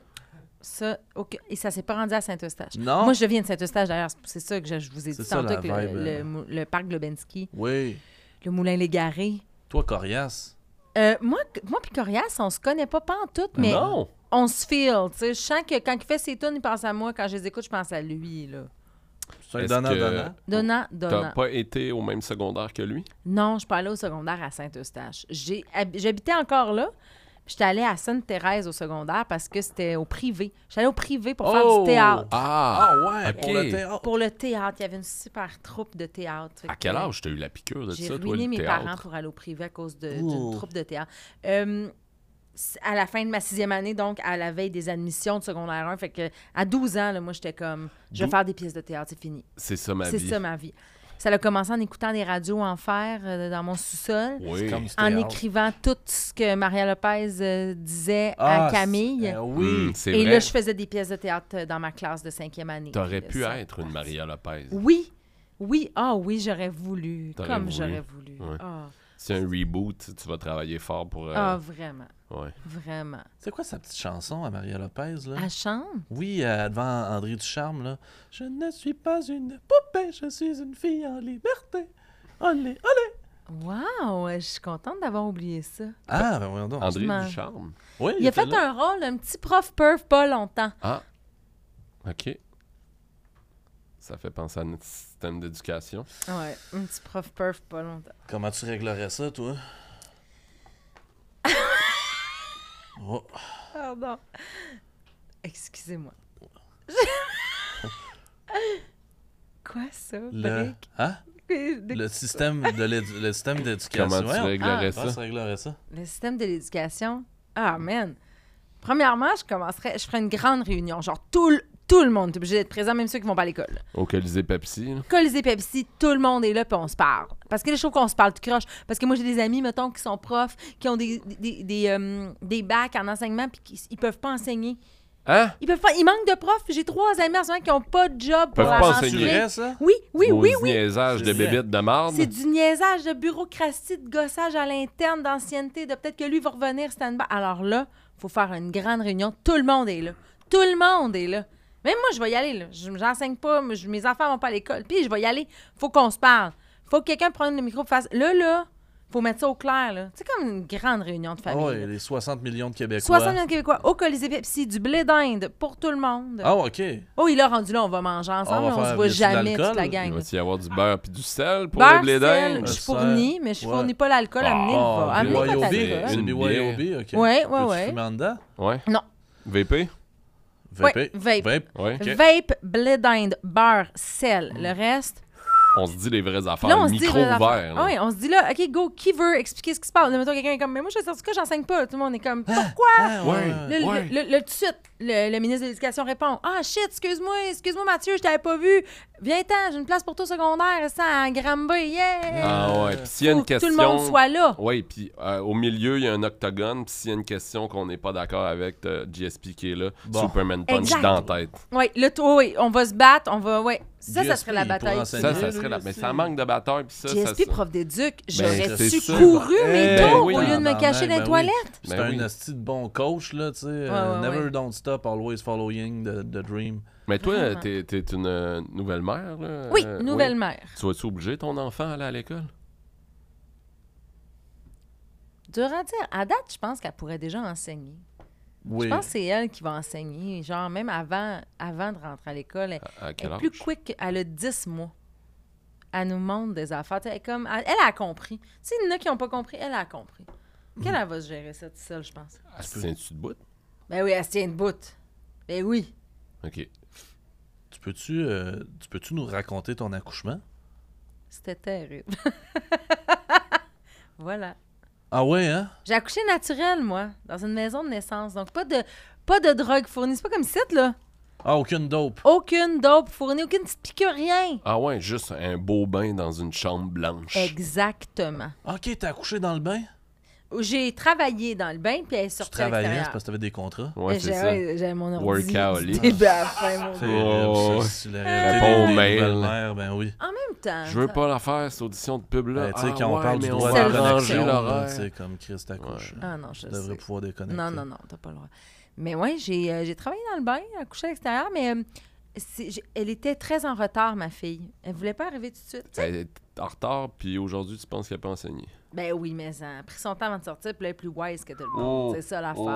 [SPEAKER 3] Ça, ok. Et ça s'est pas rendu à Saint-Eustache.
[SPEAKER 2] Non.
[SPEAKER 3] Moi, je viens de Saint-Eustache, d'ailleurs. C'est- C'est ça que je, je vous ai
[SPEAKER 2] C'est
[SPEAKER 3] dit
[SPEAKER 2] ça,
[SPEAKER 3] tantôt
[SPEAKER 2] la
[SPEAKER 3] que le,
[SPEAKER 2] vibe,
[SPEAKER 3] le
[SPEAKER 2] euh.
[SPEAKER 3] mou- le parc Globensky,
[SPEAKER 2] Oui.
[SPEAKER 3] le moulin Légaré.
[SPEAKER 2] Toi, Coriace.
[SPEAKER 3] Euh, moi, moi puis Corias, on se connaît pas pas en tout, mais
[SPEAKER 1] Non!
[SPEAKER 3] on se feel. tu sais. Je sens que quand il fait ses tunes, il pense à moi. Quand je les écoute, je pense à lui. Là.
[SPEAKER 2] C'est un
[SPEAKER 1] Est-ce
[SPEAKER 2] donnant
[SPEAKER 1] que-
[SPEAKER 2] donnant.
[SPEAKER 3] Donnant,
[SPEAKER 1] T'as
[SPEAKER 3] donnant.
[SPEAKER 1] pas été au même secondaire que lui?
[SPEAKER 3] Non, je suis pas allée au secondaire à Saint-Eustache. J'ai hab- J'habitais encore là. puis J'étais allée à Sainte-Thérèse au secondaire parce que c'était au privé. J'étais allée au privé pour faire
[SPEAKER 2] Oh!
[SPEAKER 3] du théâtre.
[SPEAKER 1] Ah!
[SPEAKER 2] Ah ouais,
[SPEAKER 1] Ok.
[SPEAKER 2] pour le théâtre.
[SPEAKER 3] Pour le théâtre, il y avait une super troupe de théâtre. Fait
[SPEAKER 1] À
[SPEAKER 3] que,
[SPEAKER 1] quel
[SPEAKER 3] euh,
[SPEAKER 1] âge t'as eu la piqûre de
[SPEAKER 3] J'ai
[SPEAKER 1] ça, toi,
[SPEAKER 3] ruiné
[SPEAKER 1] le
[SPEAKER 3] mes
[SPEAKER 1] théâtre?
[SPEAKER 3] parents pour aller au privé à cause de-
[SPEAKER 2] Ouh.
[SPEAKER 3] d'une troupe de théâtre. Euh, c- à la fin de ma sixième année, donc à la veille des admissions de secondaire 1, fait que à 12 ans, là, moi, j'étais comme, je vais
[SPEAKER 1] D'où-
[SPEAKER 3] faire des pièces de théâtre, c'est fini.
[SPEAKER 1] C'est ça, ma
[SPEAKER 3] C'est
[SPEAKER 1] vie.
[SPEAKER 3] ça ma vie. Ça a commencé en écoutant des radios en fer euh, dans mon sous-sol,
[SPEAKER 1] Oui. Mm,
[SPEAKER 2] Comme du
[SPEAKER 3] en
[SPEAKER 2] théâtre.
[SPEAKER 3] écrivant tout ce que Maria Lopez euh, disait
[SPEAKER 2] Ah,
[SPEAKER 3] à Camille.
[SPEAKER 2] c'est- euh, oui.
[SPEAKER 1] Mm, c'est
[SPEAKER 3] Et
[SPEAKER 1] vrai.
[SPEAKER 3] là, je faisais des pièces de théâtre euh, dans ma classe de cinquième année.
[SPEAKER 1] T'aurais
[SPEAKER 3] Puis,
[SPEAKER 1] pu
[SPEAKER 3] ça-
[SPEAKER 1] être une Maria Lopez.
[SPEAKER 3] Oui, oui, ah oui, j'aurais voulu,
[SPEAKER 1] T'aurais
[SPEAKER 3] comme
[SPEAKER 1] voulu.
[SPEAKER 3] j'aurais voulu.
[SPEAKER 1] Ouais.
[SPEAKER 3] Ah.
[SPEAKER 1] C'est un reboot, tu vas travailler fort pour... euh,
[SPEAKER 3] Ah, vraiment,
[SPEAKER 1] ouais.
[SPEAKER 3] vraiment.
[SPEAKER 2] C'est quoi sa petite chanson à Maria Lopez là
[SPEAKER 3] Elle chante?
[SPEAKER 2] Oui, euh, devant André Ducharme là. Je ne suis pas une poupée, je suis une fille en liberté. Allez, allez.
[SPEAKER 3] Wow, je suis contente d'avoir oublié ça.
[SPEAKER 2] Ah ben voyons donc.
[SPEAKER 1] André
[SPEAKER 3] m'en-
[SPEAKER 1] Ducharme.
[SPEAKER 2] Oui,
[SPEAKER 3] Il a
[SPEAKER 2] était
[SPEAKER 3] fait
[SPEAKER 2] là.
[SPEAKER 3] un rôle, un petit prof perf pas longtemps.
[SPEAKER 1] Ah! OK. Ça fait penser à notre système d'éducation.
[SPEAKER 3] Ouais, un petit prof perf pas longtemps.
[SPEAKER 2] Comment tu réglerais ça toi Oh,
[SPEAKER 3] Pardon. Excusez-moi. ça?
[SPEAKER 2] Le,
[SPEAKER 3] Brick?
[SPEAKER 2] hein?
[SPEAKER 3] De-
[SPEAKER 2] le système de l'édu- le système d'éducation.
[SPEAKER 1] Comment tu
[SPEAKER 2] Voyons, Ah,
[SPEAKER 1] réglerais
[SPEAKER 2] comment
[SPEAKER 1] ça?
[SPEAKER 2] ça réglerait ça?
[SPEAKER 3] Le système de l'éducation. Ah, man. Premièrement, je commencerais, je ferais une grande réunion. Genre, tout le, tout le monde est obligé d'être présent, même ceux qui vont pas à l'école.
[SPEAKER 1] Au Colisée Pepsi, là.
[SPEAKER 3] Colisée Pepsi, tout le monde est là, puis on se parle. Parce que là, je trouve qu'on se parle de croche. Parce que moi, j'ai des amis, mettons, qui sont profs, qui ont des, des, des, des, euh, des bacs en enseignement, puis qui- ils peuvent pas enseigner.
[SPEAKER 1] Hein?
[SPEAKER 3] Ils peuvent pas. Ils manquent de profs. J'ai trois amis en ce moment qui ont pas de job pour
[SPEAKER 1] peuvent
[SPEAKER 3] leur
[SPEAKER 1] pas
[SPEAKER 3] enseigner.
[SPEAKER 1] enseigner.
[SPEAKER 2] vrai, ça?
[SPEAKER 3] Oui, oui,
[SPEAKER 1] Maudit
[SPEAKER 3] oui, oui.
[SPEAKER 1] niaisage de
[SPEAKER 2] C'est vrai.
[SPEAKER 1] bébites de marde.
[SPEAKER 3] C'est du niaisage de bureaucratie, de gossage à l'interne, d'ancienneté, de peut-être que lui va revenir stand-by. Alors là, faut faire une grande réunion. Tout le monde est là. Tout le monde est là. Même moi, je vais y aller. Là. Je n'enseigne pas. moi, je- mes enfants vont pas à l'école. Puis je vais y aller. faut qu'on se parle. faut que quelqu'un prenne le micro et fasse. Là, là, faut mettre ça au clair. là. C'est comme une grande réunion de
[SPEAKER 2] Ah
[SPEAKER 3] famille.
[SPEAKER 2] ouais,
[SPEAKER 3] là.
[SPEAKER 2] les 60 millions de Québécois.
[SPEAKER 3] 60 000 Québécois au Colisée Pepsi, du blé d'Inde pour tout le monde.
[SPEAKER 2] Ah ouais, OK.
[SPEAKER 3] Oh, il a rendu là, on va manger ensemble,
[SPEAKER 2] On va
[SPEAKER 3] on, se
[SPEAKER 2] faire
[SPEAKER 3] voit
[SPEAKER 2] bien sûr de
[SPEAKER 3] jamais toute la
[SPEAKER 2] l'alcool.
[SPEAKER 1] Il
[SPEAKER 3] gang.
[SPEAKER 1] va y avoir du beurre puis du sel pour
[SPEAKER 3] Beurre,
[SPEAKER 1] le blé
[SPEAKER 3] sel,
[SPEAKER 1] d'Inde?
[SPEAKER 3] je
[SPEAKER 2] Euh,
[SPEAKER 3] fournis, mais je
[SPEAKER 2] ouais.
[SPEAKER 3] fournis pas l'alcool. Amenez le va.
[SPEAKER 2] Ah,
[SPEAKER 3] Amenez
[SPEAKER 1] BYOB,
[SPEAKER 3] votre
[SPEAKER 1] une-
[SPEAKER 3] alcool.
[SPEAKER 2] c'est BYOB, OK.
[SPEAKER 3] Ouais, ouais,
[SPEAKER 2] Peux-tu
[SPEAKER 3] ouais.
[SPEAKER 2] fumer en dedans?
[SPEAKER 1] Euh, Ouais.
[SPEAKER 3] Non.
[SPEAKER 1] VP?
[SPEAKER 3] Ouais, vape.
[SPEAKER 1] Ouais.
[SPEAKER 2] Ok.
[SPEAKER 3] Vape, blé d'Inde, beurre, sel. Le reste.
[SPEAKER 1] On se dit les vraies
[SPEAKER 3] Puis
[SPEAKER 1] affaires.
[SPEAKER 3] là, on se dit.
[SPEAKER 1] Hmm. micro
[SPEAKER 3] là,
[SPEAKER 1] ouvert. là.
[SPEAKER 3] ouais, on se dit là, OK, go, qui veut expliquer ce qui se passe? Là, mettons, quelqu'un est comme, mais moi, je sais ce que j'enseigne pas. Tout le monde est comme, pourquoi?
[SPEAKER 2] Ah, ouais.
[SPEAKER 1] Ouais.
[SPEAKER 3] Le, le- le- le- tout de suite, le, le ministre de l'Éducation répond Ah shit, excuse-moi, excuse-moi Mathieu, je t'avais pas vu. Viens-t'en, j'ai une place pour toi au secondaire, ça à Granby, yeah!
[SPEAKER 1] Ah ouais. Puis s'il y a
[SPEAKER 3] Faut
[SPEAKER 1] une
[SPEAKER 3] que
[SPEAKER 1] question.
[SPEAKER 3] tout le monde soit là.
[SPEAKER 1] Oui, puis euh, au milieu, il y a un octogone. Puis s'il y a une question qu'on n'est pas d'accord avec, t'as GSP qui est là,
[SPEAKER 2] Bon.
[SPEAKER 1] Superman Punch
[SPEAKER 3] Exact.
[SPEAKER 1] dans la tête.
[SPEAKER 3] Oui, le tour, oui, on va se battre, on va. Ouais. Ça, ça
[SPEAKER 2] GSP,
[SPEAKER 3] serait la
[SPEAKER 2] il pourrait
[SPEAKER 3] bataille.
[SPEAKER 2] enseigner.
[SPEAKER 1] Ça, ça
[SPEAKER 2] lui
[SPEAKER 1] serait la... Mais
[SPEAKER 2] aussi.
[SPEAKER 1] ça manque de bataille. Puis ça, ça,
[SPEAKER 3] GSP,
[SPEAKER 1] ça- Ben,
[SPEAKER 3] prof d'éduc, j'aurais
[SPEAKER 1] c'est
[SPEAKER 3] su
[SPEAKER 1] ça.
[SPEAKER 3] couru mes
[SPEAKER 1] Eh
[SPEAKER 3] tours
[SPEAKER 1] oui.
[SPEAKER 3] au lieu de me
[SPEAKER 2] Tabarnak,
[SPEAKER 3] cacher dans
[SPEAKER 2] ben
[SPEAKER 3] les
[SPEAKER 2] oui.
[SPEAKER 3] toilettes.
[SPEAKER 2] C'est
[SPEAKER 1] Ben
[SPEAKER 2] un
[SPEAKER 1] oui.
[SPEAKER 2] hostie de bon coach, là, tu sais. euh,
[SPEAKER 3] ouais,
[SPEAKER 2] Never
[SPEAKER 3] ouais.
[SPEAKER 2] don't stop, always following the, the dream.
[SPEAKER 1] Mais toi,
[SPEAKER 3] Vraiment.
[SPEAKER 1] t'es t'es une euh, nouvelle mère, là?
[SPEAKER 3] Oui,
[SPEAKER 1] euh,
[SPEAKER 3] nouvelle mère.
[SPEAKER 1] Tu vas-tu obliger ton enfant à aller à l'école?
[SPEAKER 3] Durant dire, à date, je pense qu'elle pourrait déjà enseigner.
[SPEAKER 2] Oui.
[SPEAKER 3] Je pense que c'est elle qui va enseigner. Genre, même avant, avant de rentrer à l'école, elle,
[SPEAKER 1] À, à
[SPEAKER 3] elle
[SPEAKER 1] Ah, quel
[SPEAKER 3] est
[SPEAKER 1] âge?
[SPEAKER 3] plus quick. que- Elle a 10 mois. Elle nous montre des affaires. Tu sais, Elle, est comme, elle, elle a compris. Tu sais, il y en a qui n'ont pas compris, elle a compris. Qu'elle elle va se gérer ça toute seule, je pense.
[SPEAKER 1] Elle se tient-tu de bout?
[SPEAKER 3] Ben oui, elle se tient de bout. Ben oui.
[SPEAKER 1] OK.
[SPEAKER 2] Tu peux-tu euh, tu peux-tu nous raconter ton accouchement?
[SPEAKER 3] C'était terrible. voilà.
[SPEAKER 2] Ah ouais, hein?
[SPEAKER 3] J'ai accouché naturel, moi, dans une maison de naissance. Donc, pas de, pas de drogue fournie. C'est pas comme site, là.
[SPEAKER 2] Ah, aucune dope.
[SPEAKER 3] Aucune dope fournie, aucune petite piqûre, rien.
[SPEAKER 1] Ah ouais, juste un beau bain dans une chambre blanche.
[SPEAKER 3] Exactement.
[SPEAKER 2] Ok, t'as accouché dans le bain?
[SPEAKER 3] J'ai travaillé dans le bain, puis elle est
[SPEAKER 2] Tu
[SPEAKER 3] sortie à
[SPEAKER 2] travaillais, c'est
[SPEAKER 3] l'extérieur.
[SPEAKER 2] parce que t'avais des contrats?
[SPEAKER 1] Ouais, c'est
[SPEAKER 3] J'ai-
[SPEAKER 1] ça.
[SPEAKER 3] ouais, J'avais mon ordi.
[SPEAKER 1] Workaholic.
[SPEAKER 3] du début à la fin, mon
[SPEAKER 2] euh, C'est
[SPEAKER 3] Dieu.
[SPEAKER 1] Oh,
[SPEAKER 2] ça,
[SPEAKER 1] ouais.
[SPEAKER 2] c'est
[SPEAKER 3] Euh,
[SPEAKER 2] la réalité
[SPEAKER 1] Réponds
[SPEAKER 2] des-
[SPEAKER 1] au
[SPEAKER 2] des
[SPEAKER 1] mail.
[SPEAKER 2] belles-mères, ben oui.
[SPEAKER 3] En même temps.
[SPEAKER 1] Je veux
[SPEAKER 3] ça-
[SPEAKER 1] pas la faire, cette audition de pub là.
[SPEAKER 2] Ben, tu sais,
[SPEAKER 1] Ah
[SPEAKER 2] quand on
[SPEAKER 1] ouais,
[SPEAKER 2] parle du
[SPEAKER 1] mais on
[SPEAKER 2] droit
[SPEAKER 1] va
[SPEAKER 3] à
[SPEAKER 2] à
[SPEAKER 3] la
[SPEAKER 1] arranger
[SPEAKER 2] connexion, là,
[SPEAKER 1] l'horaire.
[SPEAKER 2] tu sais, comme Chris t'accouche.
[SPEAKER 3] Ah non, je
[SPEAKER 2] Tu
[SPEAKER 3] sais.
[SPEAKER 2] devrais pouvoir déconnecter.
[SPEAKER 3] Non, non, non, t'as pas le droit. Mais oui, j'ai euh, j'ai travaillé dans le bain, accouché à l'extérieur, mais euh, c'est- j'ai- elle était très en retard, ma fille. Elle voulait pas arriver tout de suite.
[SPEAKER 1] Elle est en retard, puis aujourd'hui, tu penses qu'elle peut enseigner.
[SPEAKER 3] Ben oui, mais ça a pris son temps avant de sortir, puis là, elle est plus wise que tout le monde.
[SPEAKER 1] Oh,
[SPEAKER 3] C'est ça l'affaire.
[SPEAKER 1] oh.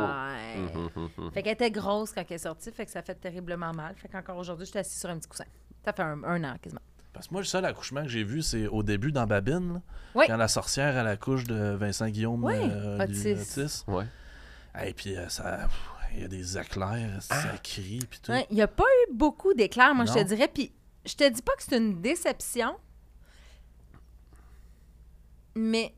[SPEAKER 3] Eh.
[SPEAKER 2] Mm-hmm.
[SPEAKER 1] Mhm, mhm.
[SPEAKER 3] Fait qu'elle était grosse quand elle est sortie, fait que ça fait terriblement mal. Fait qu'encore aujourd'hui, j'étais assise sur un petit coussin. Ça fait un, un an quasiment.
[SPEAKER 2] Parce que moi, le seul accouchement que j'ai vu, c'est au début dans Babine, là,
[SPEAKER 3] Oui.
[SPEAKER 2] quand la sorcière à la couche de Vincent Guillaume
[SPEAKER 3] Oui,
[SPEAKER 2] euh,
[SPEAKER 3] Otis.
[SPEAKER 2] du- Otis.
[SPEAKER 1] Ouais.
[SPEAKER 2] Et puis, euh, ça, pff, il y a des éclairs, ça crie, puis tout.
[SPEAKER 3] Ah. Ouais, Il n'y a pas eu beaucoup d'éclairs, moi, je te
[SPEAKER 2] Non.
[SPEAKER 3] dirais. Puis je te dis pas que c'est une déception, mais.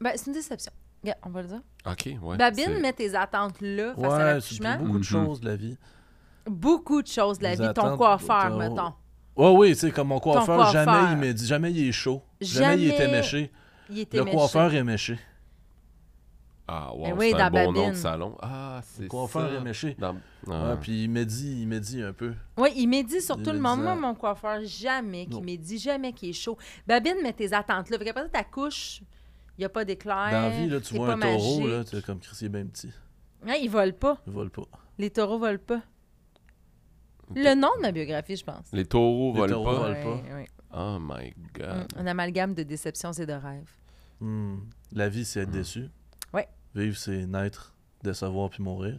[SPEAKER 3] Ben, c'est une déception. Regarde, on va le dire.
[SPEAKER 1] OK, ouais.
[SPEAKER 3] Babine
[SPEAKER 1] c'est-
[SPEAKER 3] met tes attentes là face à
[SPEAKER 2] Ouais, tu
[SPEAKER 3] l'accouchement.
[SPEAKER 2] beaucoup
[SPEAKER 1] Mhm.
[SPEAKER 2] de choses de la vie.
[SPEAKER 3] Beaucoup de choses de la
[SPEAKER 2] Les
[SPEAKER 3] vie. Ton
[SPEAKER 2] attentes, oh,
[SPEAKER 3] coiffeur,
[SPEAKER 2] ton-
[SPEAKER 3] mettons.
[SPEAKER 2] Ouais, oui, tu sais, comme mon coiffeur,
[SPEAKER 3] coiffeur.
[SPEAKER 2] jamais il me dit, jamais il est chaud. Jamais, il était
[SPEAKER 3] Jamais
[SPEAKER 2] méché.
[SPEAKER 3] Il était
[SPEAKER 2] Le
[SPEAKER 3] méchant.
[SPEAKER 2] coiffeur est méché.
[SPEAKER 1] Ah, wow,
[SPEAKER 3] Eh oui,
[SPEAKER 1] c'est
[SPEAKER 3] dans
[SPEAKER 1] un bon nom
[SPEAKER 3] Babine.
[SPEAKER 1] de salon. Ah, c'est
[SPEAKER 2] Le coiffeur
[SPEAKER 1] ça.
[SPEAKER 2] est méché.
[SPEAKER 1] Dans-
[SPEAKER 2] Ouais,
[SPEAKER 1] Ah.
[SPEAKER 2] puis il me dit, il me dit un peu.
[SPEAKER 3] Oui, il médit sur
[SPEAKER 2] Il
[SPEAKER 3] tout le monde.
[SPEAKER 2] médisait.
[SPEAKER 3] Moi, mon coiffeur, jamais qu'il
[SPEAKER 2] Non.
[SPEAKER 3] médit, jamais qu'il est chaud. Babine met tes attentes là. Fait qu'après ça, ta couche, il n'y a pas d'éclair.
[SPEAKER 2] Dans la vie, là, tu
[SPEAKER 3] c'est
[SPEAKER 2] vois
[SPEAKER 3] pas
[SPEAKER 2] un taureau, là,
[SPEAKER 3] magique.
[SPEAKER 2] tu es comme Chris, il est bien petit.
[SPEAKER 3] Ouais, ils volent pas.
[SPEAKER 2] Il vole pas.
[SPEAKER 3] Les taureaux volent pas. Le nom de ma biographie, je pense.
[SPEAKER 1] Les taureaux
[SPEAKER 2] Les
[SPEAKER 1] volent
[SPEAKER 2] taureaux
[SPEAKER 1] pas.
[SPEAKER 2] volent. pas. Euh.
[SPEAKER 3] Ouais, ouais.
[SPEAKER 1] Oh my
[SPEAKER 3] Mm.
[SPEAKER 1] God.
[SPEAKER 3] Un amalgame de déceptions et de rêves.
[SPEAKER 2] Hmm. La vie, c'est être déçu.
[SPEAKER 3] Ouais.
[SPEAKER 2] Vivre, c'est naître, décevoir puis mourir.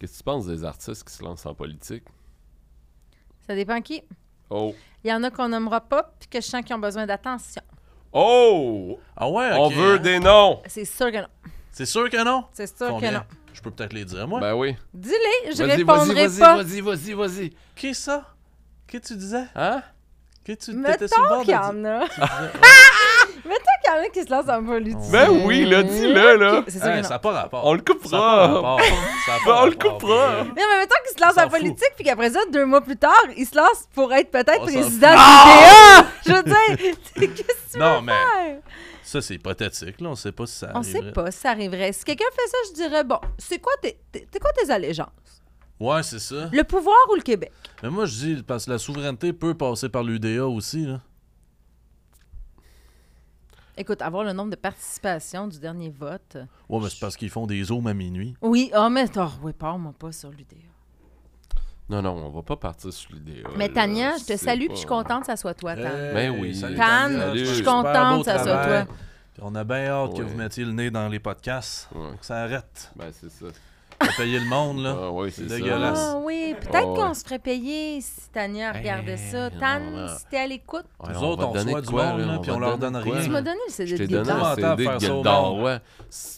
[SPEAKER 1] Qu'est-ce que tu penses des artistes qui se lancent en politique?
[SPEAKER 3] Ça dépend qui.
[SPEAKER 1] Oh!
[SPEAKER 3] Il y en a qu'on nommera pas, puis que je sens qu'ils ont besoin d'attention.
[SPEAKER 1] Oh!
[SPEAKER 2] Ah ouais,
[SPEAKER 1] On
[SPEAKER 2] ok,
[SPEAKER 1] veut
[SPEAKER 2] hein.
[SPEAKER 1] des noms!
[SPEAKER 3] C'est sûr que non.
[SPEAKER 2] C'est sûr que non.
[SPEAKER 3] C'est sûr
[SPEAKER 2] Combien?
[SPEAKER 3] que non.
[SPEAKER 2] Je peux peut-être les dire, moi.
[SPEAKER 1] Ben oui.
[SPEAKER 3] Dis-les, je
[SPEAKER 1] Vas-y,
[SPEAKER 3] répondrai
[SPEAKER 1] vas-y,
[SPEAKER 3] pas.
[SPEAKER 1] Vas-y, vas-y, vas-y, vas-y.
[SPEAKER 2] Qui ça? Que tu disais?
[SPEAKER 1] Hein?
[SPEAKER 2] Que tu t'étais sur le
[SPEAKER 3] Mettons
[SPEAKER 2] bord de
[SPEAKER 3] qu'il y
[SPEAKER 2] dire-
[SPEAKER 3] en a.
[SPEAKER 2] tu disais-
[SPEAKER 3] Mettons qu'il y en a qui se lancent en politique.
[SPEAKER 1] Ben oui, là, dis-le, là.
[SPEAKER 3] Ok, c'est sûr
[SPEAKER 2] Hein,
[SPEAKER 3] que
[SPEAKER 2] ça
[SPEAKER 3] non.
[SPEAKER 2] n'a pas rapport.
[SPEAKER 1] On le
[SPEAKER 2] Ça a pas
[SPEAKER 1] coupera.
[SPEAKER 2] rapport. Ça a pas
[SPEAKER 1] On le
[SPEAKER 2] rapport,
[SPEAKER 1] coupera.
[SPEAKER 2] mais-
[SPEAKER 3] Non, mais mettons qu'ils se lancent
[SPEAKER 2] On s'en
[SPEAKER 3] en
[SPEAKER 2] fout.
[SPEAKER 3] politique, puis qu'après ça, deux mois plus tard, ils se lancent pour être peut-être
[SPEAKER 2] On s'en
[SPEAKER 3] président de l'UDA! Je veux dire, t'sais, qu'est-ce que tu veux
[SPEAKER 2] Non, mais
[SPEAKER 3] faire?
[SPEAKER 2] ça, c'est hypothétique. Là. On sait pas si ça
[SPEAKER 3] On
[SPEAKER 2] arriverait.
[SPEAKER 3] sait pas si ça arriverait. Si quelqu'un fait ça, je dirais, bon, c'est quoi tes, tes- t'es quoi tes allégeances?
[SPEAKER 2] Ouais, c'est ça.
[SPEAKER 3] Le pouvoir ou le Québec?
[SPEAKER 2] Mais moi, je dis, parce que la souveraineté peut passer par l'UDA aussi. Là.
[SPEAKER 3] Écoute, avoir le nombre de participations du dernier vote.
[SPEAKER 2] Ouais, mais c'est parce qu'ils font des zooms à minuit.
[SPEAKER 3] Oui, ah, mais oh, oui, parle-moi pas sur l'UDA.
[SPEAKER 1] Non, non, on va pas partir sur l'idée.
[SPEAKER 2] Euh,
[SPEAKER 1] Euh,
[SPEAKER 3] Mais Tania, je te salue, puis je suis
[SPEAKER 1] content.
[SPEAKER 3] contente que ça soit toi, Tania.
[SPEAKER 1] Ben oui.
[SPEAKER 2] salut,
[SPEAKER 3] Tan,
[SPEAKER 2] Tania.
[SPEAKER 1] je suis
[SPEAKER 2] Super
[SPEAKER 3] contente
[SPEAKER 2] beau
[SPEAKER 3] que ça soit
[SPEAKER 2] travail.
[SPEAKER 3] toi.
[SPEAKER 2] Puis on a bien hâte que
[SPEAKER 1] Ouais.
[SPEAKER 2] vous mettiez le nez dans les podcasts.
[SPEAKER 1] Ouais.
[SPEAKER 2] Faut Que ça arrête.
[SPEAKER 1] Ben, c'est ça.
[SPEAKER 2] Faut payer le monde, là.
[SPEAKER 1] Ah, ouais,
[SPEAKER 2] C'est
[SPEAKER 1] c'est ça.
[SPEAKER 2] dégueulasse.
[SPEAKER 3] Ah oui, peut-être
[SPEAKER 1] Oh,
[SPEAKER 3] qu'on
[SPEAKER 1] ouais.
[SPEAKER 3] se ferait payer si Tania regardait
[SPEAKER 1] Hey,
[SPEAKER 3] ça.
[SPEAKER 1] Ben, non,
[SPEAKER 3] Tan,
[SPEAKER 1] mais-
[SPEAKER 3] si t'es à l'écoute,
[SPEAKER 1] Ouais,
[SPEAKER 2] Nous
[SPEAKER 1] va
[SPEAKER 2] autres, on
[SPEAKER 1] te donner
[SPEAKER 2] reçoit
[SPEAKER 1] de
[SPEAKER 2] du monde, là,
[SPEAKER 1] on
[SPEAKER 2] puis
[SPEAKER 1] va
[SPEAKER 2] on
[SPEAKER 1] te
[SPEAKER 2] leur
[SPEAKER 1] donner
[SPEAKER 2] donne
[SPEAKER 1] de quoi.
[SPEAKER 2] rien.
[SPEAKER 3] tu m'as donné le
[SPEAKER 1] Je
[SPEAKER 3] CD
[SPEAKER 1] t'ai
[SPEAKER 3] de
[SPEAKER 1] donné
[SPEAKER 3] guitare.
[SPEAKER 1] un
[SPEAKER 2] Commentaire
[SPEAKER 1] CD de
[SPEAKER 2] faire ça au
[SPEAKER 1] Gueldar,
[SPEAKER 2] monde.
[SPEAKER 1] ouais.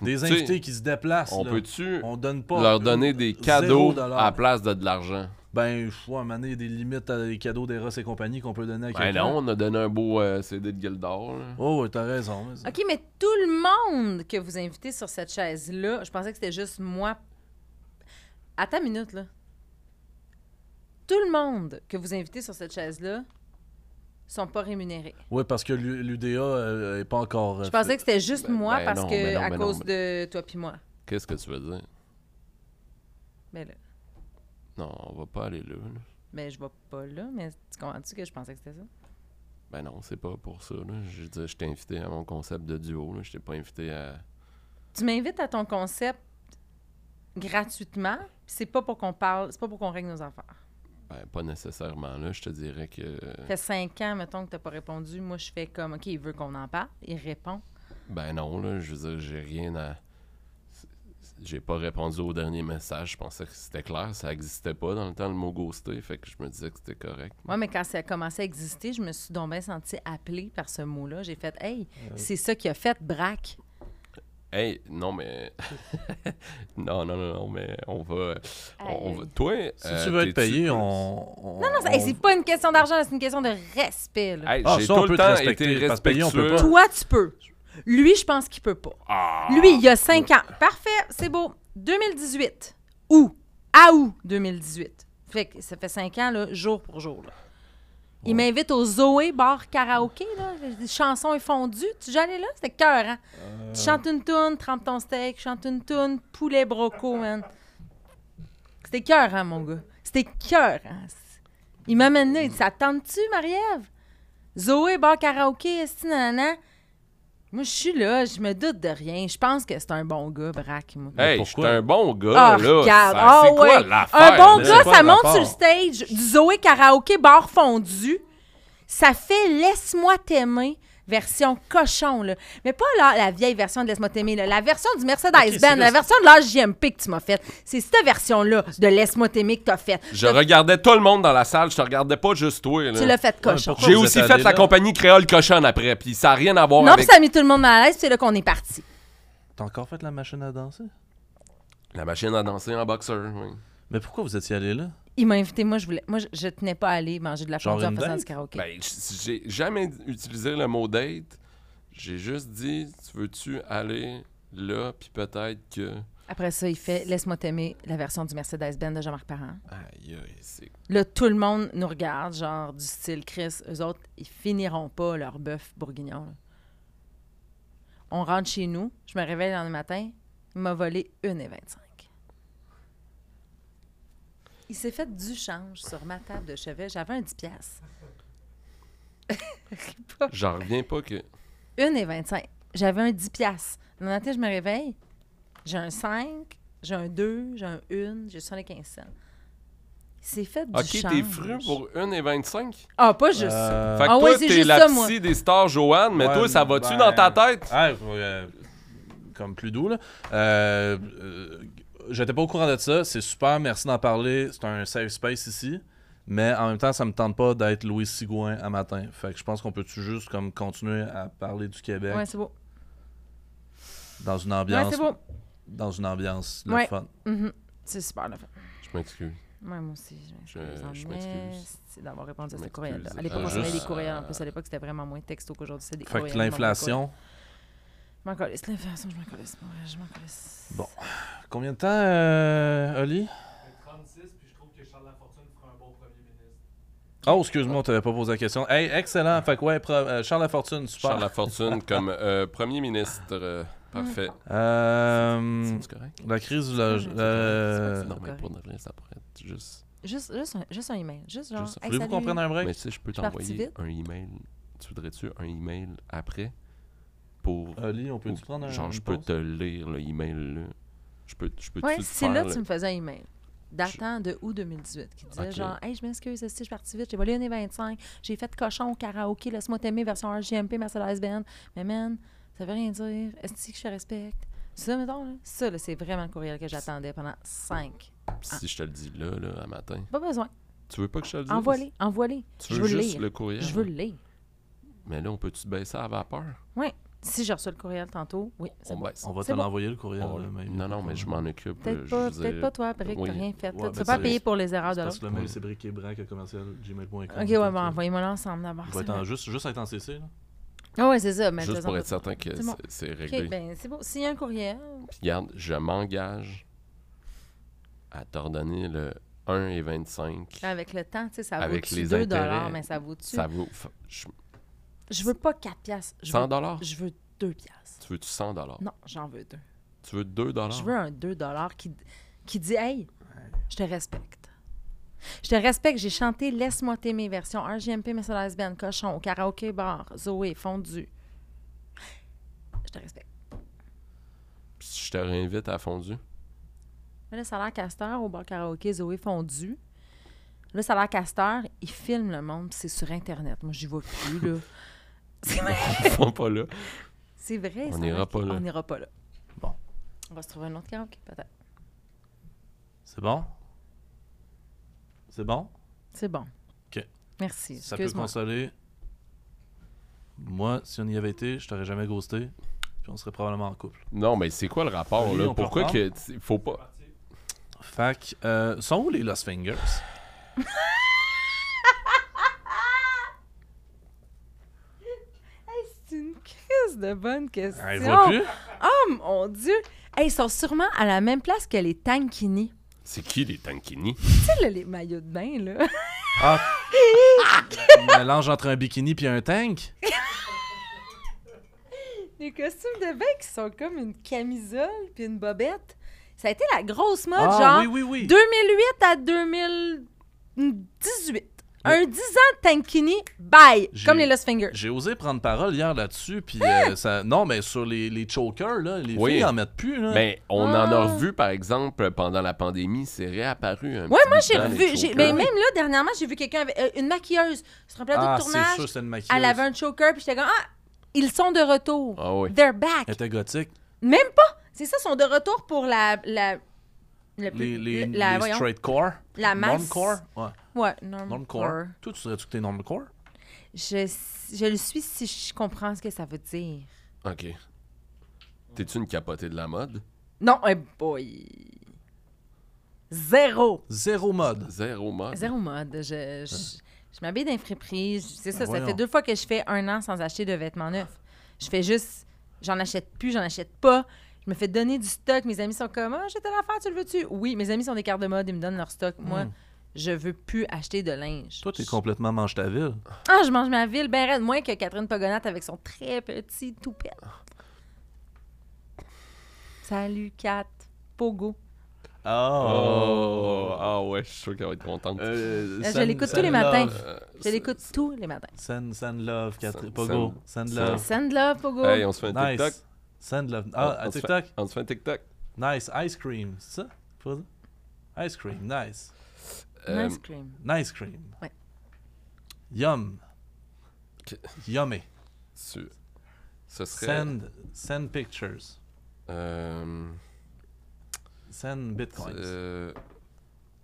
[SPEAKER 2] Des
[SPEAKER 1] Tu sais,
[SPEAKER 2] invités qui se déplacent.
[SPEAKER 1] On
[SPEAKER 2] là.
[SPEAKER 1] peut-tu
[SPEAKER 2] On donne pas. euh,
[SPEAKER 1] leur donner des
[SPEAKER 2] zéro
[SPEAKER 1] cadeaux
[SPEAKER 2] dollar.
[SPEAKER 1] à la place de de l'argent?
[SPEAKER 2] Ben, je vois, à un moment donné, il y a des limites à des cadeaux des Ross et compagnie qu'on peut donner à
[SPEAKER 1] Ben
[SPEAKER 2] quelqu'un.
[SPEAKER 1] non, on a donné un beau euh, CD de Guildor. là.
[SPEAKER 2] Oh, ouais, t'as raison. mais ça-
[SPEAKER 3] OK, mais tout le monde que vous invitez sur cette chaise-là, je pensais que c'était juste moi. Attends une minute, là. Tout le monde que vous invitez sur cette chaise-là sont pas rémunérés.
[SPEAKER 2] Ouais, parce que l'U- l'UDA euh, est pas encore. euh,
[SPEAKER 3] Je pensais que c'était juste
[SPEAKER 1] Ben-
[SPEAKER 3] moi
[SPEAKER 1] ben
[SPEAKER 3] parce
[SPEAKER 1] non,
[SPEAKER 3] que
[SPEAKER 1] ben non,
[SPEAKER 3] à
[SPEAKER 1] ben non,
[SPEAKER 3] cause
[SPEAKER 1] ben-
[SPEAKER 3] de toi puis moi.
[SPEAKER 1] Qu'est-ce que tu veux dire?
[SPEAKER 3] Mais là,
[SPEAKER 1] Non, on va pas aller là. là.
[SPEAKER 3] mais je vais pas là, mais tu comprends-tu que je pensais que c'était ça?
[SPEAKER 1] Ben non, c'est pas pour ça. Là. Je veux dire, je t'ai invité à mon concept de duo. Là. Je t'ai pas invité à...
[SPEAKER 3] Tu m'invites à ton concept gratuitement, puis c'est pas pour qu'on parle, c'est pas pour qu'on règle nos affaires.
[SPEAKER 1] Ben, pas nécessairement là. Je te dirais que...
[SPEAKER 3] Ça fait cinq ans, mettons, que t'as pas répondu. Moi, je fais comme, OK, il veut qu'on en parle. Il répond.
[SPEAKER 1] Ben non, là. Je veux dire, j'ai rien à... J'ai pas répondu au dernier message. Je pensais que c'était clair. Ça existait pas dans le temps, le mot ghosté. Fait que je me disais que c'était correct.
[SPEAKER 3] Moi, mais quand ça a commencé à exister, je me suis donc bien sentie appelée par ce mot-là. J'ai fait, hey, c'est ça qui a fait braque.
[SPEAKER 1] Hey, non, mais. non, non, non, non, mais on va. On, on va...
[SPEAKER 3] Aïe.
[SPEAKER 1] Toi.
[SPEAKER 2] Si
[SPEAKER 1] euh,
[SPEAKER 2] tu veux être
[SPEAKER 1] t'es-tu
[SPEAKER 2] payé,
[SPEAKER 1] plus-
[SPEAKER 2] on,
[SPEAKER 3] Non, non, c'est hey, c'est pas une question d'argent, c'est une question de respect. là.
[SPEAKER 1] Hey,
[SPEAKER 2] Ah,
[SPEAKER 1] j'ai
[SPEAKER 2] ça, on
[SPEAKER 1] tout
[SPEAKER 2] peut
[SPEAKER 1] le
[SPEAKER 2] te
[SPEAKER 1] temps
[SPEAKER 2] respecter,
[SPEAKER 1] été
[SPEAKER 2] parce que payer, on peut
[SPEAKER 1] respectueux.
[SPEAKER 2] pas.
[SPEAKER 3] Toi, tu peux. Lui, je pense qu'il peut pas.
[SPEAKER 1] Ah!
[SPEAKER 3] Lui, il y a cinq ans. Parfait, c'est beau. 2018. Où? À août 2018. Fait que ça fait cinq ans, là, jour pour jour. là. Il m'invite au Zoé Bar Karaoké, là. Les chansons est fondue. Tu es déjà allé là? C'était cœur, hein? Tu chantes une toune, trempe ton steak, chante une toune, poulet broco, man. C'était cœur, hein, mon gars? C'était cœur, hein? Il m'amène là, il dit Ça te tente-tu, Marie-Ève? Zoé Bar Karaoké, esti, nanana. Moi, je suis là, je me doute de rien. Je pense que c'est un bon gars, Braque, moi.
[SPEAKER 1] Hey, je
[SPEAKER 2] pourquoi?
[SPEAKER 1] suis un bon gars,
[SPEAKER 3] Ah,
[SPEAKER 1] là.
[SPEAKER 3] regarde.
[SPEAKER 1] Ça,
[SPEAKER 3] Ah,
[SPEAKER 1] c'est quoi
[SPEAKER 3] ouais.
[SPEAKER 1] l'affaire?
[SPEAKER 3] Un bon
[SPEAKER 1] là?
[SPEAKER 2] là?
[SPEAKER 3] gars,
[SPEAKER 2] C'est quoi
[SPEAKER 3] ça
[SPEAKER 2] le
[SPEAKER 3] monte
[SPEAKER 2] rapport?
[SPEAKER 3] sur le stage du Zoé Karaoké Bar Fondu. Ça fait Laisse-moi t'aimer version cochon, là. Mais pas là, la vieille version de Laisse-moi t'aimer, là. La version du Mercedes-Benz,
[SPEAKER 2] Ok, c'est
[SPEAKER 3] la
[SPEAKER 2] là-
[SPEAKER 3] version de l'AGMP que tu m'as faite. C'est cette version-là de Laisse-moi t'aimer que t'as faite.
[SPEAKER 1] Je regardais tout le monde dans la salle. Je te regardais pas juste toi, là.
[SPEAKER 3] Tu l'as faite
[SPEAKER 2] Ouais,
[SPEAKER 3] cochon.
[SPEAKER 2] pourquoi
[SPEAKER 1] J'ai
[SPEAKER 2] vous
[SPEAKER 1] aussi
[SPEAKER 2] êtes
[SPEAKER 1] fait
[SPEAKER 2] allé
[SPEAKER 1] la
[SPEAKER 2] là?
[SPEAKER 1] compagnie Créole Cochonne après. Puis ça n'a rien à voir
[SPEAKER 3] non, puis
[SPEAKER 1] avec.
[SPEAKER 3] ça a mis tout le monde mal à l'aise, c'est là qu'on est parti.
[SPEAKER 2] T'as encore fait la machine à danser?
[SPEAKER 1] La machine à danser en boxeur. Oui.
[SPEAKER 2] Mais pourquoi vous étiez allé là?
[SPEAKER 3] Il m'a invité, moi, je voulais. Moi, je, je tenais pas à aller manger de la
[SPEAKER 2] Genre
[SPEAKER 3] fondue en
[SPEAKER 2] une
[SPEAKER 3] faisant
[SPEAKER 2] date?
[SPEAKER 3] du karaoké.
[SPEAKER 1] Ben, j- j'ai jamais utilisé le mot date. J'ai juste dit, tu veux-tu aller là, puis peut-être que.
[SPEAKER 3] Après ça, il fait Laisse-moi t'aimer, la version du Mercedes-Benz de Jean-Marc Parent.
[SPEAKER 1] Aïe, aïe, c'est.
[SPEAKER 3] Là, tout le monde nous regarde, genre du style Chris. Eux autres, ils finiront pas leur bœuf bourguignon. là. On rentre chez nous, je me réveille le lendemain matin, il m'a volé 1,25. Il s'est fait du change sur ma table de chevet. J'avais un 10$. piastres.
[SPEAKER 1] J'en reviens pas que.
[SPEAKER 3] 1,25. J'avais un 10$. piastres. Le lendemain matin, je me réveille, j'ai un 5, j'ai un 2, j'ai un 1, j'ai 75 cents. Il s'est fait du
[SPEAKER 1] Ok,
[SPEAKER 3] change.
[SPEAKER 1] t'es fru pour 1,25?
[SPEAKER 3] Ah, pas juste ça.
[SPEAKER 2] Euh,
[SPEAKER 1] Fait que
[SPEAKER 3] Ah
[SPEAKER 1] toi,
[SPEAKER 3] ouais, c'est
[SPEAKER 1] t'es
[SPEAKER 3] juste
[SPEAKER 1] la
[SPEAKER 3] ça,
[SPEAKER 1] psy
[SPEAKER 3] moi.
[SPEAKER 1] des stars, Joanne, mais
[SPEAKER 2] Ouais,
[SPEAKER 1] toi, ça va-tu
[SPEAKER 2] ben,
[SPEAKER 1] dans ta tête?
[SPEAKER 2] ah, euh, comme plus doux, là. Euh, euh, J'étais pas au courant de ça. C'est super, merci d'en parler. C'est un safe space ici. Mais en même temps, ça me tente pas d'être Louis Sigouin à matin. Fait que je pense qu'on peut-tu juste comme continuer à parler du Québec
[SPEAKER 3] Ouais, c'est beau.
[SPEAKER 2] dans une
[SPEAKER 3] Ouais,
[SPEAKER 2] ambiance.
[SPEAKER 3] c'est beau.
[SPEAKER 2] Dans une ambiance le
[SPEAKER 3] Ouais.
[SPEAKER 2] fun.
[SPEAKER 3] Mhm. C'est super le fun.
[SPEAKER 1] Je m'excuse.
[SPEAKER 3] Ouais, moi aussi, je,
[SPEAKER 1] Je- je m'excuse.
[SPEAKER 3] C'est d'avoir répondu
[SPEAKER 1] Je
[SPEAKER 3] à ce
[SPEAKER 1] m'excuse.
[SPEAKER 3] courriel-là. À
[SPEAKER 1] Euh,
[SPEAKER 3] l'époque, on s'en avait des
[SPEAKER 1] juste,
[SPEAKER 3] courriels. En
[SPEAKER 1] euh,
[SPEAKER 3] plus, à l'époque, c'était vraiment moins texto qu'aujourd'hui. C'est des
[SPEAKER 2] Fait
[SPEAKER 3] courriels.
[SPEAKER 2] que
[SPEAKER 3] je m'en
[SPEAKER 2] l'inflation.
[SPEAKER 3] colle. Je m'en colle. L'inflation, je m'en colle. Ouais, je m'en colle.
[SPEAKER 2] Bon. Combien de temps, euh, Oli
[SPEAKER 4] 36, puis je trouve que Charles Lafortune fera un bon premier ministre.
[SPEAKER 2] Oh, excuse-moi, on t'avait pas posé la question. Hey, excellent. Fait que ouais, pro- euh, Charles Lafortune, super.
[SPEAKER 1] Charles Lafortune comme euh, premier ministre. euh, parfait.
[SPEAKER 2] Euh,
[SPEAKER 1] C'est correct?
[SPEAKER 2] la crise du logement.
[SPEAKER 3] C'est
[SPEAKER 2] Euh,
[SPEAKER 3] correct,
[SPEAKER 1] Non, mais
[SPEAKER 3] correct.
[SPEAKER 1] pour de vrai, ça pourrait être juste.
[SPEAKER 3] Juste, juste, un, juste un email. Juste genre.
[SPEAKER 1] Juste-
[SPEAKER 3] hey,
[SPEAKER 2] Voulez-vous qu'on
[SPEAKER 3] salut.
[SPEAKER 2] prenne un break?
[SPEAKER 1] Mais tu sais, je peux
[SPEAKER 3] suis partie
[SPEAKER 1] t'envoyer
[SPEAKER 3] vite.
[SPEAKER 1] un email. Tu voudrais-tu un email après pour.
[SPEAKER 2] Oli, on peut-tu
[SPEAKER 1] ou-
[SPEAKER 2] Euh, prendre un
[SPEAKER 1] genre, je
[SPEAKER 2] une
[SPEAKER 1] peux
[SPEAKER 2] pause?
[SPEAKER 1] te lire le email là. Je peux, je peux
[SPEAKER 3] Ouais,
[SPEAKER 1] te
[SPEAKER 3] c'est
[SPEAKER 1] faire,
[SPEAKER 3] là
[SPEAKER 1] le-
[SPEAKER 3] que tu me faisais un email. Datant de août 2018, qui disait
[SPEAKER 1] Ok.
[SPEAKER 3] genre, hey, je m'excuse, si je suis partie vite, j'ai volé une 25, j'ai fait cochon au karaoké, laisse-moi t'aimer, version RGMP, Mercedes-Benz. Mais man, ça veut rien dire. Est-ce que je te respecte? Ça, mettons, là, ça, là, c'est vraiment le courriel que j'attendais pendant cinq.
[SPEAKER 1] Si je te le dis là, là, à matin.
[SPEAKER 3] Pas besoin.
[SPEAKER 1] Tu veux pas que je te le dise?
[SPEAKER 3] Envoie-les, envoie-les.
[SPEAKER 1] Tu
[SPEAKER 3] Je
[SPEAKER 1] veux
[SPEAKER 3] veux le
[SPEAKER 1] juste
[SPEAKER 3] lire.
[SPEAKER 1] le courriel?
[SPEAKER 3] Je veux le lire.
[SPEAKER 1] Mais là, on peut-tu te baisser à la vapeur?
[SPEAKER 3] Oui. Si je reçois le courriel tantôt, oui, c'est
[SPEAKER 1] On
[SPEAKER 3] bon.
[SPEAKER 1] baisse.
[SPEAKER 2] On va te
[SPEAKER 3] C'est bon.
[SPEAKER 2] l'envoyer le courriel. euh,
[SPEAKER 1] On-
[SPEAKER 2] là, mais-
[SPEAKER 1] Non, non, mais je m'en occupe. là,
[SPEAKER 3] Peut-être
[SPEAKER 1] je
[SPEAKER 3] pas,
[SPEAKER 1] veux
[SPEAKER 3] peut-être
[SPEAKER 1] dire-
[SPEAKER 3] pas toi, Brick,
[SPEAKER 1] oui.
[SPEAKER 3] t'as rien fait. là.
[SPEAKER 2] Ouais,
[SPEAKER 3] tu
[SPEAKER 2] ben,
[SPEAKER 3] vas pas
[SPEAKER 2] c'est-
[SPEAKER 3] payer pour les erreurs
[SPEAKER 2] C'est
[SPEAKER 3] de
[SPEAKER 2] Parce
[SPEAKER 3] l'autre.
[SPEAKER 2] que le mail, c'est briquetbrac@commercial.gmail.com.
[SPEAKER 3] Ah, Ok, ouais, bah, bon, envoyez-moi là ensemble d'abord.
[SPEAKER 2] Il va
[SPEAKER 3] c'est
[SPEAKER 2] être en-
[SPEAKER 3] bon.
[SPEAKER 2] juste, juste être en CC. Là.
[SPEAKER 3] Ah ouais, c'est ça. mais
[SPEAKER 1] Juste
[SPEAKER 3] faisons
[SPEAKER 1] pour
[SPEAKER 3] pas
[SPEAKER 1] être
[SPEAKER 3] ça.
[SPEAKER 1] certain que
[SPEAKER 3] C'est bon.
[SPEAKER 1] c'est- c'est réglé.
[SPEAKER 3] OK, ben c'est bon. S'il y a un courriel,
[SPEAKER 1] Puis garde, je m'engage à t'ordonner le 1 et 25.
[SPEAKER 3] avec le temps, tu sais, ça
[SPEAKER 1] Avec
[SPEAKER 3] vaut
[SPEAKER 1] les
[SPEAKER 3] 2
[SPEAKER 1] intérêts,
[SPEAKER 3] mais ça vaut-tu?
[SPEAKER 1] Ça vaut f- je-
[SPEAKER 3] Je veux pas 4 piastres. Je
[SPEAKER 1] 100
[SPEAKER 3] veux,
[SPEAKER 1] dollars?
[SPEAKER 3] je veux 2 piastres.
[SPEAKER 1] Tu veux-tu 100 dollars?
[SPEAKER 3] Non, j'en veux 2.
[SPEAKER 1] Tu veux 2 dollars?
[SPEAKER 3] Je veux un 2 qui, qui dit « Hey, je te respecte. Je te respecte, j'ai chanté « Laisse-moi t'aimer » version 1GMP, Mercedes-Benz, Cochon, au Karaoké Bar, Zoé, Fondu. Je te respecte.
[SPEAKER 1] Puis je te réinvite à fondu.
[SPEAKER 3] Mais là, ça a l'air Castor au bar karaoké, Zoé Fondu. Là, ça a l'air Castor, il filme le monde, puis c'est sur Internet. Moi, j'y vois plus, là. C'est vrai,
[SPEAKER 1] On pas là.
[SPEAKER 3] c'est vrai.
[SPEAKER 1] On
[SPEAKER 3] ça a
[SPEAKER 1] n'ira
[SPEAKER 3] l'air
[SPEAKER 1] pas
[SPEAKER 3] qu'il-
[SPEAKER 1] là.
[SPEAKER 3] On n'ira pas là.
[SPEAKER 2] Bon.
[SPEAKER 3] On va se trouver un autre karaoké, peut-être.
[SPEAKER 2] C'est bon? C'est bon?
[SPEAKER 3] C'est bon.
[SPEAKER 2] OK.
[SPEAKER 3] Merci.
[SPEAKER 2] Ça peut
[SPEAKER 3] Excuse-moi.
[SPEAKER 2] consoler. Moi, si on y avait été, je t'aurais jamais ghosté. Puis on serait probablement en couple.
[SPEAKER 1] Non, mais c'est quoi le rapport,
[SPEAKER 2] Lui,
[SPEAKER 1] là?
[SPEAKER 2] on peut
[SPEAKER 1] Pourquoi que...
[SPEAKER 2] reprendre?
[SPEAKER 1] t- Faut pas...
[SPEAKER 4] Parti.
[SPEAKER 2] Fac, euh, sont où les Lost Fingers?
[SPEAKER 3] C'est une crise de bonne question.
[SPEAKER 2] Ah, ils voient plus?
[SPEAKER 3] Oh mon Dieu! Hey, ils sont sûrement à la même place que les Tankini.
[SPEAKER 1] C'est qui, les tankini?
[SPEAKER 3] Tu sais, là, les maillots de bain, là.
[SPEAKER 2] Ah! Un mélange entre un bikini puis un tank?
[SPEAKER 3] Les costumes de bain qui sont comme une camisole puis une bobette. Ça a été la grosse mode,
[SPEAKER 2] Ah,
[SPEAKER 3] genre.
[SPEAKER 2] oui, oui, oui.
[SPEAKER 3] 2008 à 2018. Un 10 ans de tankini, bye!
[SPEAKER 2] J'ai-
[SPEAKER 3] Comme les Lost Fingers.
[SPEAKER 2] J'ai osé prendre parole hier là-dessus, puis
[SPEAKER 3] Hein?
[SPEAKER 2] euh, ça... Non, mais sur les, les chokers, là, les
[SPEAKER 1] Oui.
[SPEAKER 2] filles en mettent plus, là.
[SPEAKER 1] Mais Ben, on en
[SPEAKER 3] Ah.
[SPEAKER 1] a revu, par exemple, pendant la pandémie, c'est réapparu un petit
[SPEAKER 3] Ouais, moi
[SPEAKER 1] bout de
[SPEAKER 3] j'ai
[SPEAKER 1] temps,
[SPEAKER 3] revu.
[SPEAKER 1] les hein?
[SPEAKER 3] j'ai-
[SPEAKER 1] chokers.
[SPEAKER 3] Mais même là, dernièrement, j'ai vu quelqu'un avec euh, une maquilleuse sur un plateau
[SPEAKER 2] ah,
[SPEAKER 3] de
[SPEAKER 2] c'est
[SPEAKER 3] tournage.
[SPEAKER 2] sûr, c'est une maquilleuse.
[SPEAKER 3] Elle avait un choker, puis j'étais comme Ah, ils sont de retour.
[SPEAKER 1] Ah oui.
[SPEAKER 3] They're back.
[SPEAKER 2] Elle était gothique.
[SPEAKER 3] Même pas. C'est ça, ils sont de retour pour la. la le
[SPEAKER 2] Les,
[SPEAKER 3] plus-
[SPEAKER 2] les,
[SPEAKER 3] la,
[SPEAKER 2] les
[SPEAKER 3] voyons,
[SPEAKER 2] straight core.
[SPEAKER 3] la masse.
[SPEAKER 2] Normcore. Ouais.
[SPEAKER 3] Ouais, norm-
[SPEAKER 2] Normcore. Toi, tu serais-tu que t'es normcore?
[SPEAKER 3] Je, je le suis si je comprends ce que ça veut dire.
[SPEAKER 1] OK. T'es-tu une capotée de la mode?
[SPEAKER 3] Non, eh boy. Zéro.
[SPEAKER 2] Zéro mode.
[SPEAKER 1] Zéro mode.
[SPEAKER 3] Zéro mode. Je, je, je m'habille d'un friperie. Je- C'est ça,
[SPEAKER 2] Ben
[SPEAKER 3] ça
[SPEAKER 2] voyons.
[SPEAKER 3] fait deux fois que je fais un an sans acheter de vêtements neufs. Je fais juste, j'en achète plus, j'en achète pas. Je me fais donner du stock. Mes amis sont comme, ah, j'ai telle affaire, tu le veux-tu? Oui, mes amis sont des cartes de mode, ils me donnent leur stock. Moi, je veux plus acheter de linge.
[SPEAKER 2] Toi, t'es complètement mange ta ville.
[SPEAKER 3] Ah, je mange ma ville, ben raide, moins que Catherine Pogonat avec son très petit toupet. Salut, Kat. Pogo.
[SPEAKER 1] Oh, ah ouais, je suis sûr qu'elle va être contente.
[SPEAKER 2] Euh,
[SPEAKER 3] je l'écoute tous les matins. Je l'écoute tous les matins.
[SPEAKER 2] Send, send love, Catherine.
[SPEAKER 1] Send-
[SPEAKER 2] Pogo. Send love.
[SPEAKER 3] Send love, Pogo.
[SPEAKER 1] Hey, on se fait un TikTok.
[SPEAKER 2] Nice. Send love. Ah,
[SPEAKER 1] on,
[SPEAKER 2] à
[SPEAKER 1] se fait-
[SPEAKER 2] TikTok.
[SPEAKER 1] on se fait un TikTok.
[SPEAKER 2] Nice. Ice cream. C'est ça? Faut- Ice cream. Nice.
[SPEAKER 1] Euh,
[SPEAKER 3] Nice cream.
[SPEAKER 2] Nice cream.
[SPEAKER 3] Ouais.
[SPEAKER 2] Yum.
[SPEAKER 1] Que-
[SPEAKER 2] Yummy.
[SPEAKER 1] su- ce serait.
[SPEAKER 2] Send, send pictures.
[SPEAKER 1] euh,
[SPEAKER 2] Send bitcoins.
[SPEAKER 1] euh,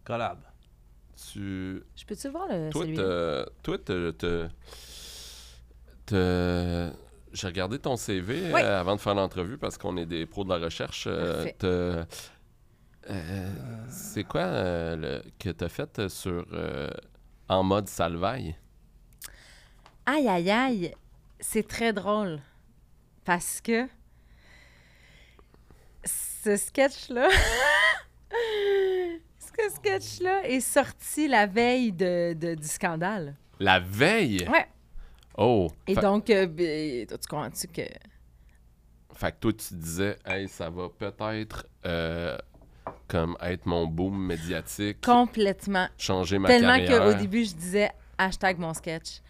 [SPEAKER 2] Collab.
[SPEAKER 1] tu.
[SPEAKER 3] Je peux-tu voir le
[SPEAKER 1] Toi,
[SPEAKER 3] celui
[SPEAKER 1] t'as- toi, te, te, te- J'ai regardé ton CV
[SPEAKER 3] Oui.
[SPEAKER 1] euh, avant de faire l'entrevue parce qu'on est des pros de la recherche. euh,
[SPEAKER 3] Parfait.
[SPEAKER 1] te- Euh, c'est quoi euh, le, que t'as fait euh, sur euh, En mode salvaille?
[SPEAKER 3] Aïe, aïe, aïe, c'est très drôle. Parce que ce sketch-là, ce sketch-là est sorti la veille de, de- du scandale.
[SPEAKER 1] La veille?
[SPEAKER 3] Ouais.
[SPEAKER 1] Oh!
[SPEAKER 3] Ah. Et
[SPEAKER 1] Fa-
[SPEAKER 3] donc, euh, ben, tu comprends-tu que.
[SPEAKER 1] Fait que toi, tu disais, hey, ça va peut-être euh, comme être mon boom médiatique,
[SPEAKER 3] Complètement.
[SPEAKER 1] changer ma
[SPEAKER 3] Tellement
[SPEAKER 1] carrière.
[SPEAKER 3] qu'au début, je disais hashtag mon sketch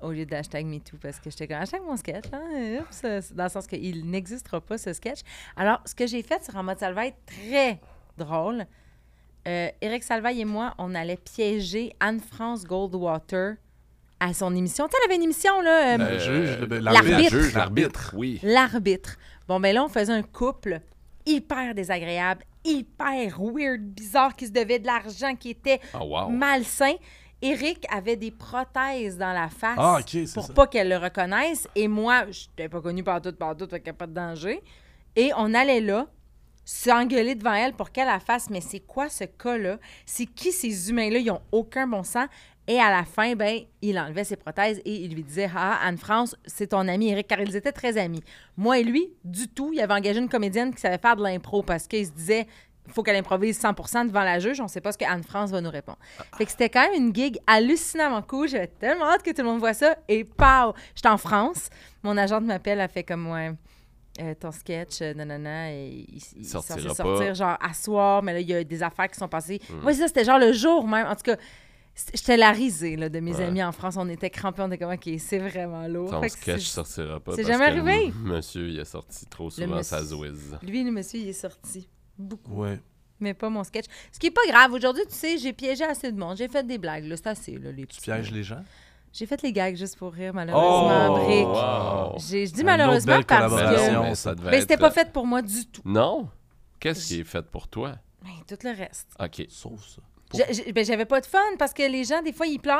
[SPEAKER 3] au lieu d'hashtag MeToo parce que j'étais comme hashtag mon sketch. hein, euh, oups, euh, c'est- dans le sens qu'il n'existera pas ce sketch. Alors, ce que j'ai fait sur En mode Salvaille, très drôle. Euh, Eric Salvaille et moi, on allait piéger Anne-France Goldwater à son émission. Tu sais, elle avait une émission, là. euh,
[SPEAKER 1] Ben,
[SPEAKER 2] Le juge, le-
[SPEAKER 1] la
[SPEAKER 3] l'arbitre.
[SPEAKER 1] juge, l'arbitre, oui.
[SPEAKER 3] l'arbitre. Bon, ben là, on faisait un couple hyper désagréable, hyper weird, bizarre, qui se devait de l'argent, qui était
[SPEAKER 1] Ah, wow.
[SPEAKER 3] malsain. Eric avait des prothèses dans la face
[SPEAKER 2] Ah, ok, c'est
[SPEAKER 3] pour
[SPEAKER 2] ça.
[SPEAKER 3] pas qu'elle le reconnaisse. Et moi, je n'étais pas connue par tout, par tout, fait qu'il n'y a pas de danger. Et on allait là, s'engueuler devant elle pour qu'elle la fasse. Mais c'est quoi ce cas-là? C'est qui ces humains-là? Ils ont aucun bon sens. Et à la fin, ben, il enlevait ses prothèses et il lui disait Ah, Anne-France, c'est ton ami Eric, car ils étaient très amis. Moi et lui, du tout, il avait engagé une comédienne qui savait faire de l'impro parce qu'il se disait faut qu'elle improvise 100 devant la juge, on sait pas ce que Anne-France va nous répondre. Fait que c'était quand même une gig hallucinamment cool, j'avais tellement hâte que tout le monde voit ça et pow, j'étais en France, mon agente m'appelle, elle fait comme ouais. euh, ton sketch, euh, nanana, et il, il- il est
[SPEAKER 1] Sortira
[SPEAKER 3] censé
[SPEAKER 1] pas. Hmm.
[SPEAKER 3] sortir genre à soir, mais là, il y a des affaires qui sont passées. Moi, ça, c'était genre le jour même. En tout cas, c- j'étais la risée là, de mes
[SPEAKER 1] Ouais.
[SPEAKER 3] amis en France. On était crampés, on était comme, OK, c'est vraiment lourd.
[SPEAKER 1] Ton
[SPEAKER 3] Fait que
[SPEAKER 1] sketch
[SPEAKER 3] c'est-
[SPEAKER 1] sortira pas.
[SPEAKER 3] c'est
[SPEAKER 1] parce
[SPEAKER 3] jamais
[SPEAKER 1] que le
[SPEAKER 3] arrivé.
[SPEAKER 1] Monsieur, il a sorti trop souvent
[SPEAKER 3] monsieur-
[SPEAKER 1] sa zouise.
[SPEAKER 3] Lui, le monsieur, il est sorti. Beaucoup.
[SPEAKER 2] Ouais.
[SPEAKER 3] Mais pas mon sketch. Ce qui est pas grave. Aujourd'hui, tu sais, j'ai piégé assez de monde. J'ai fait des blagues. Là, c'est assez, là, les
[SPEAKER 2] Tu
[SPEAKER 3] petits.
[SPEAKER 2] pièges les gens.
[SPEAKER 3] J'ai fait les gags juste pour rire, malheureusement.
[SPEAKER 1] Oh!
[SPEAKER 3] Brick.
[SPEAKER 1] Wow!
[SPEAKER 3] J'ai- Je dis
[SPEAKER 2] Une
[SPEAKER 3] malheureusement
[SPEAKER 2] autre belle
[SPEAKER 3] parce
[SPEAKER 1] Ben
[SPEAKER 2] collaboration.
[SPEAKER 1] non,
[SPEAKER 3] que.
[SPEAKER 1] mais ça devait
[SPEAKER 3] Mais c'était
[SPEAKER 1] être-
[SPEAKER 3] pas fait pour moi du tout.
[SPEAKER 1] Non? Qu'est-ce qui est fait pour toi?
[SPEAKER 3] Mais tout le reste.
[SPEAKER 1] OK.
[SPEAKER 2] Sauf ça.
[SPEAKER 3] J'ai- j'ai- ben, J'avais pas de fun parce que les gens, des fois, ils pleurent.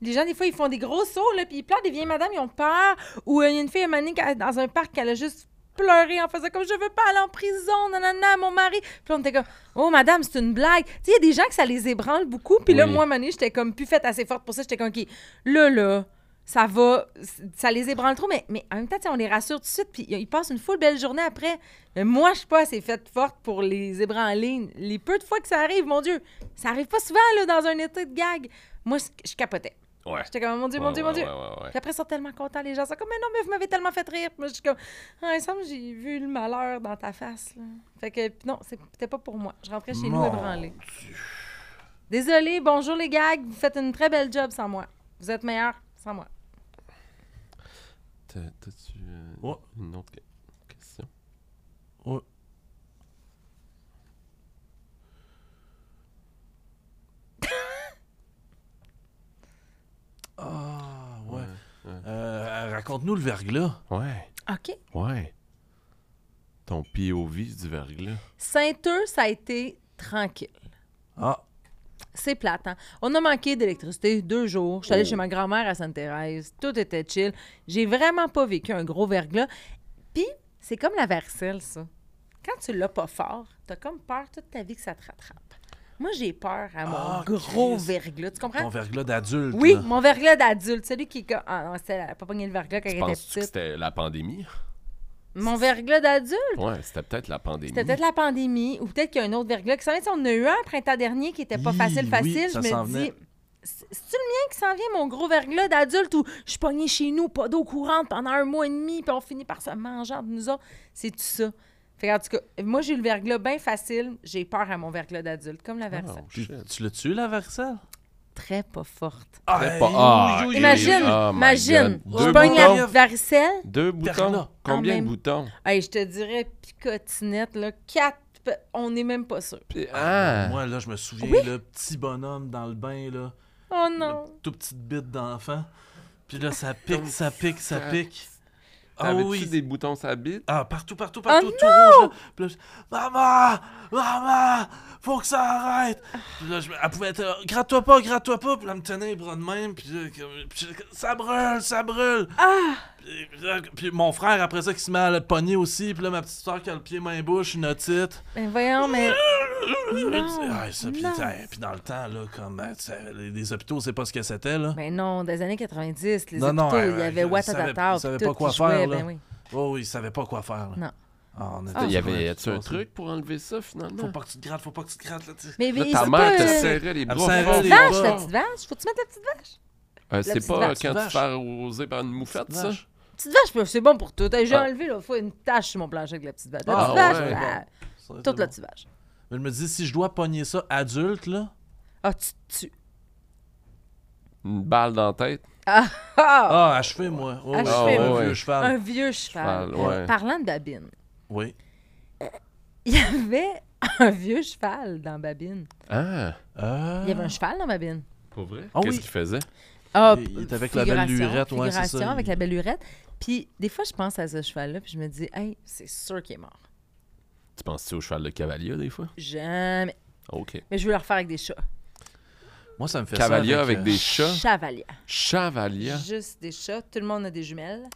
[SPEAKER 3] Les gens, des fois, ils font des gros sauts, là, puis ils pleurent, des vieilles madames, ils ont peur. Ou euh, il y a une fille, Manny, dans un parc, elle a juste pleuré en faisant comme je veux pas aller en prison, nanana, mon mari. Puis on était comme, oh madame, c'est une blague. Tu sais, il y a des gens que ça les ébranle beaucoup. Puis là,
[SPEAKER 1] Oui.
[SPEAKER 3] moi, Manny, j'étais comme plus faite assez forte pour ça. J'étais comme, OK, là, là, ça va, c- ça les ébranle trop. Mais, mais en même temps, tu sais, on les rassure tout de suite, puis ils passent une foule belle journée après. Mais moi, je suis pas assez faite forte pour les ébranler. Les peu de fois que ça arrive, mon Dieu, ça arrive pas souvent là, dans un été de gag. Moi, c- je capotais.
[SPEAKER 1] Ouais.
[SPEAKER 3] J'étais comme, mon Dieu, mon
[SPEAKER 1] Ouais,
[SPEAKER 3] Dieu,
[SPEAKER 1] ouais,
[SPEAKER 3] mon Dieu.
[SPEAKER 1] ouais, ouais, ouais.
[SPEAKER 3] Puis après, ils sont tellement contents, les gens. Ils sont comme, mais non, mais vous m'avez tellement fait rire. Puis Moi, je suis comme, ah, il semble que j'ai vu le malheur dans ta face. Là. Fait que, puis non, c'était pas pour moi. Je rentrais chez nous
[SPEAKER 2] Mon
[SPEAKER 3] ébranlée. Désolée, bonjour les gags. Vous faites une très belle job sans moi. Vous êtes meilleurs sans moi.
[SPEAKER 1] T'as- T'as-tu euh,
[SPEAKER 2] Ouais.
[SPEAKER 1] une autre que- question?
[SPEAKER 2] Ouais. ah, ouais. Euh, Raconte-nous le verglas.
[SPEAKER 1] Ouais.
[SPEAKER 3] OK.
[SPEAKER 1] Ouais. Ton POV du verglas.
[SPEAKER 3] Saint-Eux, ça a été tranquille.
[SPEAKER 2] Ah,
[SPEAKER 3] C'est plate, hein? On a manqué d'électricité deux jours. Je suis
[SPEAKER 2] Oh.
[SPEAKER 3] allée chez ma grand-mère à Sainte-Thérèse. Tout était chill. J'ai vraiment pas vécu un gros verglas. Puis, c'est comme la varicelle, ça. Quand tu l'as pas fort, t'as comme peur toute ta vie que ça te rattrape. Moi, j'ai peur à mon
[SPEAKER 2] Ah,
[SPEAKER 3] gros
[SPEAKER 2] Christ.
[SPEAKER 3] verglas. Tu
[SPEAKER 2] ton
[SPEAKER 3] comprends?
[SPEAKER 2] verglas d'adulte.
[SPEAKER 3] Oui,
[SPEAKER 2] là.
[SPEAKER 3] mon verglas d'adulte. Celui qui. est comme- Ah non, c'était- elle a pas pogné le verglas quand elle
[SPEAKER 1] Tu
[SPEAKER 3] était
[SPEAKER 1] penses que
[SPEAKER 3] petite.
[SPEAKER 1] c'était la pandémie?
[SPEAKER 3] Mon verglas d'adulte?
[SPEAKER 1] Ouais, c'était peut-être la pandémie.
[SPEAKER 3] C'était peut-être la pandémie ou peut-être qu'il y a un autre verglas qui s'en vient. Tu sais, On en a eu un printemps dernier qui était pas
[SPEAKER 2] Hi,
[SPEAKER 3] facile,
[SPEAKER 2] oui,
[SPEAKER 3] facile.
[SPEAKER 2] ça
[SPEAKER 3] je
[SPEAKER 2] s'en
[SPEAKER 3] me dis,
[SPEAKER 2] venait.
[SPEAKER 3] c'est c'est-tu le mien qui s'en vient, mon gros verglas d'adulte où je suis pognée chez nous, pas d'eau courante pendant un mois et demi, puis on finit par se manger entre nous autres? C'est tout ça. Fait que, en tout cas, moi, j'ai eu le verglas bien facile. J'ai peur à mon verglas d'adulte, comme la versa.
[SPEAKER 1] Oh,
[SPEAKER 2] Tu,
[SPEAKER 1] shit.
[SPEAKER 2] tu l'as tué, la varicelle?
[SPEAKER 3] Très pas forte.
[SPEAKER 1] Très pas- ah,
[SPEAKER 2] oui, oui, oui.
[SPEAKER 3] Imagine,
[SPEAKER 1] Oh my
[SPEAKER 3] imagine.
[SPEAKER 1] God.
[SPEAKER 3] Je
[SPEAKER 2] Deux
[SPEAKER 3] pogne la
[SPEAKER 2] boutons.
[SPEAKER 3] varicelle.
[SPEAKER 1] Deux boutons?
[SPEAKER 2] Perla.
[SPEAKER 1] Combien
[SPEAKER 3] En
[SPEAKER 1] de
[SPEAKER 3] même-
[SPEAKER 1] boutons?
[SPEAKER 3] Hey, je te dirais picotinette, là, quatre. pe- On n'est même pas sûr.
[SPEAKER 1] Puis-
[SPEAKER 2] Ah,
[SPEAKER 1] Ah!
[SPEAKER 2] Moi, là, je me souviens, le petit bonhomme dans le bain, là.
[SPEAKER 3] Oh
[SPEAKER 2] la
[SPEAKER 3] non!
[SPEAKER 2] Tout petite bite d'enfant. Puis là, ça pique, ça pique, ça pique. Ah
[SPEAKER 1] Avais-tu
[SPEAKER 2] oui.
[SPEAKER 1] des boutons sur la bite?
[SPEAKER 2] Ah, partout, partout, partout, tout rouge. Là. Puis là, je- maman, maman, faut que ça arrête. Puis là, je me- elle pouvait être, euh, gratte-toi pas, gratte-toi pas. Puis là, elle me tenait les bras de même. Puis, là, comme- puis là, ça brûle, ça brûle.
[SPEAKER 3] Ah.
[SPEAKER 2] Puis, puis là, puis mon frère, après ça, qui se met à le pogner aussi. Puis là, ma petite soeur qui a le pied main bouche, une otite.
[SPEAKER 3] Mais Ben voyons, mais. Non,
[SPEAKER 2] Ah, ça, puis,
[SPEAKER 3] non.
[SPEAKER 2] hey, puis dans le temps, là, comme, euh, tu sais, les, les hôpitaux, c'est pas ce que c'était, là.
[SPEAKER 3] Mais non, des années 90, les
[SPEAKER 2] Non, non,
[SPEAKER 3] hôpitaux,
[SPEAKER 2] ouais,
[SPEAKER 3] il y
[SPEAKER 2] ouais,
[SPEAKER 3] avait
[SPEAKER 2] ils savaient-
[SPEAKER 3] Watatata.
[SPEAKER 2] ils savaient
[SPEAKER 3] puis
[SPEAKER 2] pas
[SPEAKER 3] tout,
[SPEAKER 2] quoi
[SPEAKER 3] ils jouaient,
[SPEAKER 2] faire, là.
[SPEAKER 3] ben oui.
[SPEAKER 2] Oh, ils savaient pas quoi faire, là.
[SPEAKER 3] Non.
[SPEAKER 2] Ah, on était
[SPEAKER 3] Ah.
[SPEAKER 1] Il y avait
[SPEAKER 2] Ouais,
[SPEAKER 1] tu un
[SPEAKER 2] je pense, là.
[SPEAKER 1] truc pour enlever ça, finalement?
[SPEAKER 2] Faut pas que tu te grattes, faut pas que tu te grattes, là, tu sais.
[SPEAKER 3] Mais
[SPEAKER 1] Là,
[SPEAKER 3] ils
[SPEAKER 1] ta
[SPEAKER 3] sont
[SPEAKER 1] mère Ah, te
[SPEAKER 3] pas, euh,
[SPEAKER 1] serrait les
[SPEAKER 2] Elle me
[SPEAKER 1] bras.
[SPEAKER 2] serrait
[SPEAKER 1] fort.
[SPEAKER 2] les
[SPEAKER 3] Petite vache,
[SPEAKER 2] bras.
[SPEAKER 3] la petite vache. Faut-tu mettre la petite vache?
[SPEAKER 1] Euh,
[SPEAKER 3] La
[SPEAKER 1] c'est
[SPEAKER 3] petite
[SPEAKER 1] pas
[SPEAKER 3] vache.
[SPEAKER 1] quand tu te
[SPEAKER 2] Vache.
[SPEAKER 1] fais arroser par une moufette, ça?
[SPEAKER 2] Vache.
[SPEAKER 3] Petite vache, ben, c'est bon pour tout. Hey, J'ai
[SPEAKER 1] Ah.
[SPEAKER 3] enlevé l'autre fois une tache sur mon plancher avec la petite vache. La
[SPEAKER 1] Ah,
[SPEAKER 3] petite vache,
[SPEAKER 1] ouais.
[SPEAKER 3] ben,
[SPEAKER 2] Ça, c'est
[SPEAKER 3] toute la
[SPEAKER 2] bon.
[SPEAKER 3] petite vache.
[SPEAKER 2] Mais je me dis, si je dois pogner ça adulte, là.
[SPEAKER 3] Ah, tu te tues.
[SPEAKER 1] Une balle dans la tête?
[SPEAKER 3] Ah!
[SPEAKER 2] Ah, achevé, moi. Oh, oui,
[SPEAKER 3] Achevé,
[SPEAKER 1] oui.
[SPEAKER 2] un
[SPEAKER 1] Ouais.
[SPEAKER 2] vieux
[SPEAKER 3] Un
[SPEAKER 2] cheval.
[SPEAKER 3] vieux cheval. Euh,
[SPEAKER 1] Cheval, ouais.
[SPEAKER 3] Parlant de Babine,
[SPEAKER 2] Oui.
[SPEAKER 3] il y avait un vieux cheval dans Babine.
[SPEAKER 1] Ah!
[SPEAKER 2] Ah.
[SPEAKER 3] Il y avait un cheval dans Babine.
[SPEAKER 1] Pour vrai?
[SPEAKER 2] Ah
[SPEAKER 1] Qu'est-ce
[SPEAKER 2] oui.
[SPEAKER 1] qu'il faisait?
[SPEAKER 3] Ah,
[SPEAKER 2] Il- il était avec la belle
[SPEAKER 3] figuration,
[SPEAKER 2] lurette, ouais, c'est ça,
[SPEAKER 3] figuration, avec
[SPEAKER 2] il-
[SPEAKER 3] la belle lurette. Puis des fois, je pense à ce cheval-là, puis je me dis, hey, c'est sûr qu'il est mort.
[SPEAKER 1] Tu penses-tu au cheval de cavalier, des fois?
[SPEAKER 3] Jamais.
[SPEAKER 1] OK.
[SPEAKER 3] Mais je veux le refaire avec des chats.
[SPEAKER 2] Moi, ça me fait
[SPEAKER 1] Cavalier
[SPEAKER 2] ça.
[SPEAKER 1] avec,
[SPEAKER 2] euh,
[SPEAKER 1] des chats?
[SPEAKER 3] Chavalia.
[SPEAKER 1] Chevalier?
[SPEAKER 3] Juste des chats. Tout le monde a des jumelles.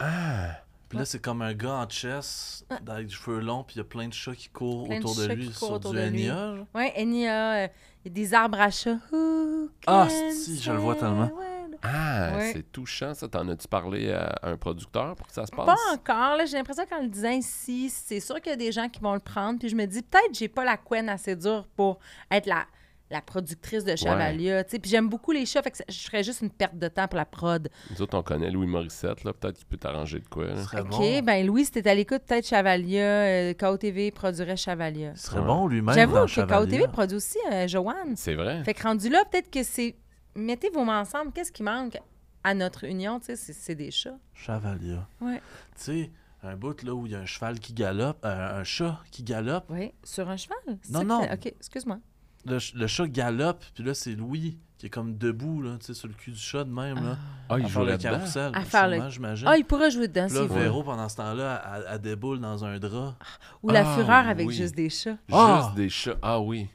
[SPEAKER 2] euh, Puis là, c'est comme un gars en chess, avec du cheveux longs, puis il y a plein de chats qui courent
[SPEAKER 3] Plein de
[SPEAKER 2] autour de
[SPEAKER 3] chats
[SPEAKER 2] lui
[SPEAKER 3] qui courent
[SPEAKER 2] sur
[SPEAKER 3] autour
[SPEAKER 2] du
[SPEAKER 3] de lui.
[SPEAKER 2] Enya. genre.
[SPEAKER 3] Ouais, Enya, euh, il y a des arbres à chats. Who
[SPEAKER 2] Ah,
[SPEAKER 3] can
[SPEAKER 2] si, je le vois tellement.
[SPEAKER 3] say when-
[SPEAKER 1] Ah,
[SPEAKER 3] Ouais.
[SPEAKER 1] c'est touchant, ça. T'en as-tu parlé à un producteur pour que ça se passe?
[SPEAKER 3] Pas encore, là. J'ai l'impression qu'en le disant ici, c'est sûr qu'il y a des gens qui vont le prendre. Puis je me dis, peut-être j'ai pas la couenne assez dure pour être la, la productrice de Chavalia. tu sais. Puis j'aime beaucoup les chats, fait que ça- je ferais juste une perte de temps pour la prod.
[SPEAKER 1] Nous autres, on connaît Louis Morissette, là. Peut-être qu'il peut t'arranger de quoi, là.
[SPEAKER 2] Ce serait
[SPEAKER 3] OK,
[SPEAKER 2] Ah bon.
[SPEAKER 3] ben Louis, c'était à l'écoute, peut-être Chavalia, euh, KO TV produirait Chavalia.
[SPEAKER 2] Ce serait bon lui-même dans
[SPEAKER 3] J'avoue que KO
[SPEAKER 2] Chevalier.
[SPEAKER 3] TV produit aussi euh, Joanne.
[SPEAKER 1] C'est vrai?
[SPEAKER 3] Fait que rendu là, peut-être que c'est. Mettez vos mains ensemble, qu'est-ce qui manque à notre union, tu sais, c'est- c'est des chats.
[SPEAKER 2] Chevalier.
[SPEAKER 3] Ouais.
[SPEAKER 2] Tu sais, un bout là où il y a un cheval qui galope, euh, un chat qui galope.
[SPEAKER 3] Oui, sur un cheval. c'est
[SPEAKER 2] Non,
[SPEAKER 3] ça que
[SPEAKER 2] non.
[SPEAKER 3] t'as- OK, excuse-moi.
[SPEAKER 2] Le, ch- le chat galope, puis là, c'est Louis qui est comme debout, là, tu sais, sur le cul du chat de même, là.
[SPEAKER 1] Ah, il joue
[SPEAKER 2] à faire le
[SPEAKER 1] là-dedans?
[SPEAKER 2] carousel.
[SPEAKER 3] À faire le-
[SPEAKER 2] sûrement, j'imagine.
[SPEAKER 3] Ah, il pourra jouer dedans,
[SPEAKER 2] Puis là,
[SPEAKER 3] s'il veut.
[SPEAKER 2] Véro, pendant ce temps-là, elle, elle déboule dans un drap.
[SPEAKER 3] Ou la
[SPEAKER 1] Ah,
[SPEAKER 3] fureur avec
[SPEAKER 1] oui.
[SPEAKER 3] juste des chats.
[SPEAKER 2] Ah!
[SPEAKER 1] Juste des chats. Ah oui.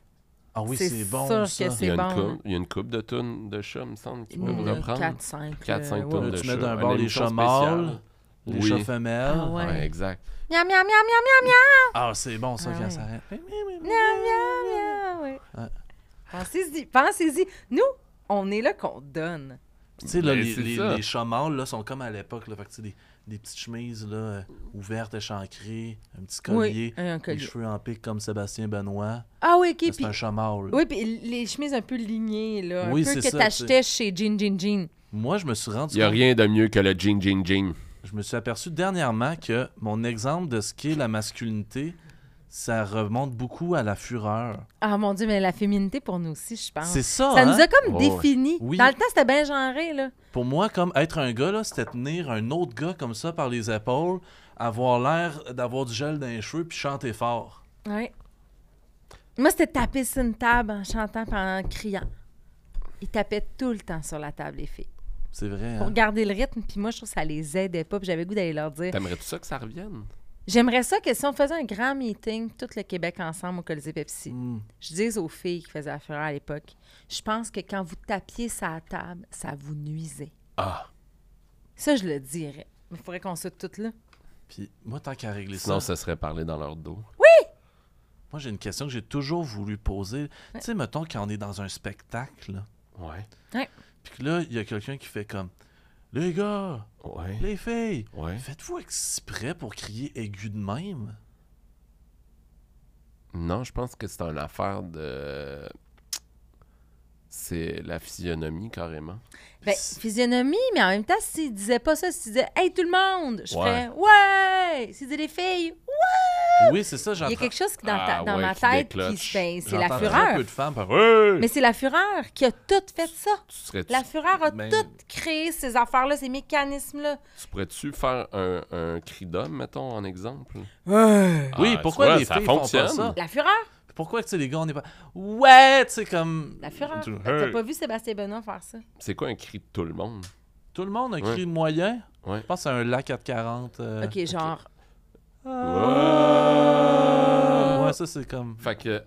[SPEAKER 2] Ah oui,
[SPEAKER 3] C'est
[SPEAKER 2] c'est bon,
[SPEAKER 3] sûr
[SPEAKER 2] ça.
[SPEAKER 3] que
[SPEAKER 1] Il y,
[SPEAKER 3] C'est
[SPEAKER 1] a une
[SPEAKER 3] bon, hein.
[SPEAKER 1] coupe, il y a une coupe de tonnes de chats, me semble, qui peuvent
[SPEAKER 3] Une,
[SPEAKER 1] reprendre.
[SPEAKER 3] 4, 5.
[SPEAKER 1] 4-5
[SPEAKER 3] euh,
[SPEAKER 1] tonnes
[SPEAKER 2] Là,
[SPEAKER 1] de
[SPEAKER 2] tu
[SPEAKER 1] chats.
[SPEAKER 2] mets d'un
[SPEAKER 1] Une
[SPEAKER 2] bord les
[SPEAKER 1] émission
[SPEAKER 2] chats
[SPEAKER 1] spéciale.
[SPEAKER 2] mâles, les
[SPEAKER 1] Oui.
[SPEAKER 2] chats femelles.
[SPEAKER 3] Ah
[SPEAKER 2] Ah,
[SPEAKER 3] ouais.
[SPEAKER 1] Ouais, exact.
[SPEAKER 3] Miam, miam, miam, miam, miam,
[SPEAKER 2] c'est bon, ça,
[SPEAKER 3] Ah
[SPEAKER 2] quand
[SPEAKER 3] ouais.
[SPEAKER 2] ça arrête.
[SPEAKER 3] miam, miam, miam, ouais.
[SPEAKER 2] Ouais.
[SPEAKER 3] Pensez-y, pensez-y. Nous, on est là qu'on donne.
[SPEAKER 2] Tu sais, là,
[SPEAKER 1] Mais Ben,
[SPEAKER 2] les,
[SPEAKER 1] c'est
[SPEAKER 2] les-
[SPEAKER 1] ça.
[SPEAKER 2] les chats mâles, là, sont comme à l'époque, là. Fait que, tu sais, des, des petites chemises, là, euh, ouvertes, échancrées, un petit collier,
[SPEAKER 3] oui, un
[SPEAKER 2] les
[SPEAKER 3] collier.
[SPEAKER 2] cheveux en pique comme Sébastien Benoît.
[SPEAKER 3] Ah oui,
[SPEAKER 2] Là,
[SPEAKER 3] OK,
[SPEAKER 2] C'est
[SPEAKER 3] puis...
[SPEAKER 2] un chat mâle.
[SPEAKER 3] Oui, puis les chemises un peu lignées, là. Un
[SPEAKER 2] Oui,
[SPEAKER 3] peu
[SPEAKER 2] c'est
[SPEAKER 3] que
[SPEAKER 2] ça,
[SPEAKER 3] t'achetais chez Jean Jean Jean.
[SPEAKER 2] Moi, je me suis rendu
[SPEAKER 1] Il n'y a
[SPEAKER 2] compte
[SPEAKER 1] rien de mieux que le jing jing jing.
[SPEAKER 2] Je me suis aperçu dernièrement que mon exemple de ce qu'est la masculinité, ça remonte beaucoup à la fureur.
[SPEAKER 3] Ah mon Dieu, mais la féminité pour nous aussi, je pense.
[SPEAKER 2] C'est ça,
[SPEAKER 3] Ah. Ça
[SPEAKER 2] hein?
[SPEAKER 3] nous a comme
[SPEAKER 1] Ouais,
[SPEAKER 3] défini.
[SPEAKER 2] Oui.
[SPEAKER 3] Dans le temps, c'était bien genré, là.
[SPEAKER 2] Pour moi, comme être un gars, là, c'était tenir un autre gars comme ça par les épaules, avoir l'air d'avoir du gel dans les cheveux, puis chanter fort.
[SPEAKER 3] Ouais. Moi, c'était taper sur une table en chantant et en criant. Ils tapaient tout le temps sur la table, les filles.
[SPEAKER 2] C'est vrai. hein?
[SPEAKER 3] Pour garder le rythme, puis moi, je trouve que ça les aidait pas, puis j'avais le goût d'aller leur dire.
[SPEAKER 1] T'aimerais-tu ça que ça revienne?
[SPEAKER 3] J'aimerais ça que si on faisait un grand meeting, tout le Québec ensemble au Colisée Pepsi,
[SPEAKER 2] Hmm.
[SPEAKER 3] je disais aux filles qui faisaient la fureur à l'époque, je pense que quand vous tapiez sa table, ça vous nuisait.
[SPEAKER 1] Ah!
[SPEAKER 3] Ça, je le dirais. Mais il faudrait qu'on soit toutes là.
[SPEAKER 2] Puis moi, tant qu'à régler
[SPEAKER 1] Sinon,
[SPEAKER 2] ça,
[SPEAKER 1] ça serait parlé dans leur dos.
[SPEAKER 2] moi, j'ai une question que j'ai toujours voulu poser. Tu sais, mettons, quand on est dans un spectacle, là,
[SPEAKER 1] Ouais.
[SPEAKER 2] puis que là, il y a quelqu'un qui fait comme Les gars,
[SPEAKER 1] Ouais.
[SPEAKER 2] les filles,
[SPEAKER 1] Ouais.
[SPEAKER 2] faites-vous exprès pour crier aigu de même
[SPEAKER 1] Non, je pense que c'est une affaire de. C'est la physionomie, carrément.
[SPEAKER 3] Ben,
[SPEAKER 2] C'est-
[SPEAKER 3] physionomie, mais en même temps, s'il disait pas ça, s'il disait Hey tout le monde, je
[SPEAKER 1] Ouais.
[SPEAKER 3] ferais Ouais! S'il disait les filles,
[SPEAKER 2] Oui, c'est ça, j'entends.
[SPEAKER 3] Il y a quelque chose qui, dans, ta-
[SPEAKER 1] Ah
[SPEAKER 3] dans
[SPEAKER 1] ouais,
[SPEAKER 3] ma
[SPEAKER 1] qui
[SPEAKER 3] tête qui
[SPEAKER 1] déclenche.
[SPEAKER 3] se fait. C'est la
[SPEAKER 2] J'entends très
[SPEAKER 3] fureur.
[SPEAKER 2] peu de femmes par- Ouais!
[SPEAKER 3] Mais c'est la fureur qui a tout fait ça.
[SPEAKER 1] Tu, serais-tu-
[SPEAKER 3] La fureur a
[SPEAKER 2] Ben-
[SPEAKER 3] tout créé, ces affaires-là, ces mécanismes-là.
[SPEAKER 1] tu pourrais-tu faire un, un cri d'homme, mettons, en exemple?
[SPEAKER 2] oui,
[SPEAKER 1] Ah,
[SPEAKER 2] pourquoi
[SPEAKER 1] tu vois,
[SPEAKER 2] les
[SPEAKER 1] ça
[SPEAKER 2] filles
[SPEAKER 1] fonctionne.
[SPEAKER 2] font pas ça
[SPEAKER 3] La fureur,
[SPEAKER 2] Pourquoi tu sais les gars on n'est pas Ouais, tu sais comme
[SPEAKER 3] la fureur.
[SPEAKER 2] tout,
[SPEAKER 1] Euh.
[SPEAKER 3] T'as
[SPEAKER 2] Hey.
[SPEAKER 3] pas vu Sébastien Benoît faire ça?
[SPEAKER 1] C'est quoi un cri de tout le monde?
[SPEAKER 2] Tout le monde a
[SPEAKER 1] Ouais.
[SPEAKER 2] cri moyen.
[SPEAKER 1] Ouais.
[SPEAKER 5] Je pense que c'est un La 440. euh,
[SPEAKER 3] Ok, genre.
[SPEAKER 5] ah, Ouais, ça, c'est comme.
[SPEAKER 1] Fait que.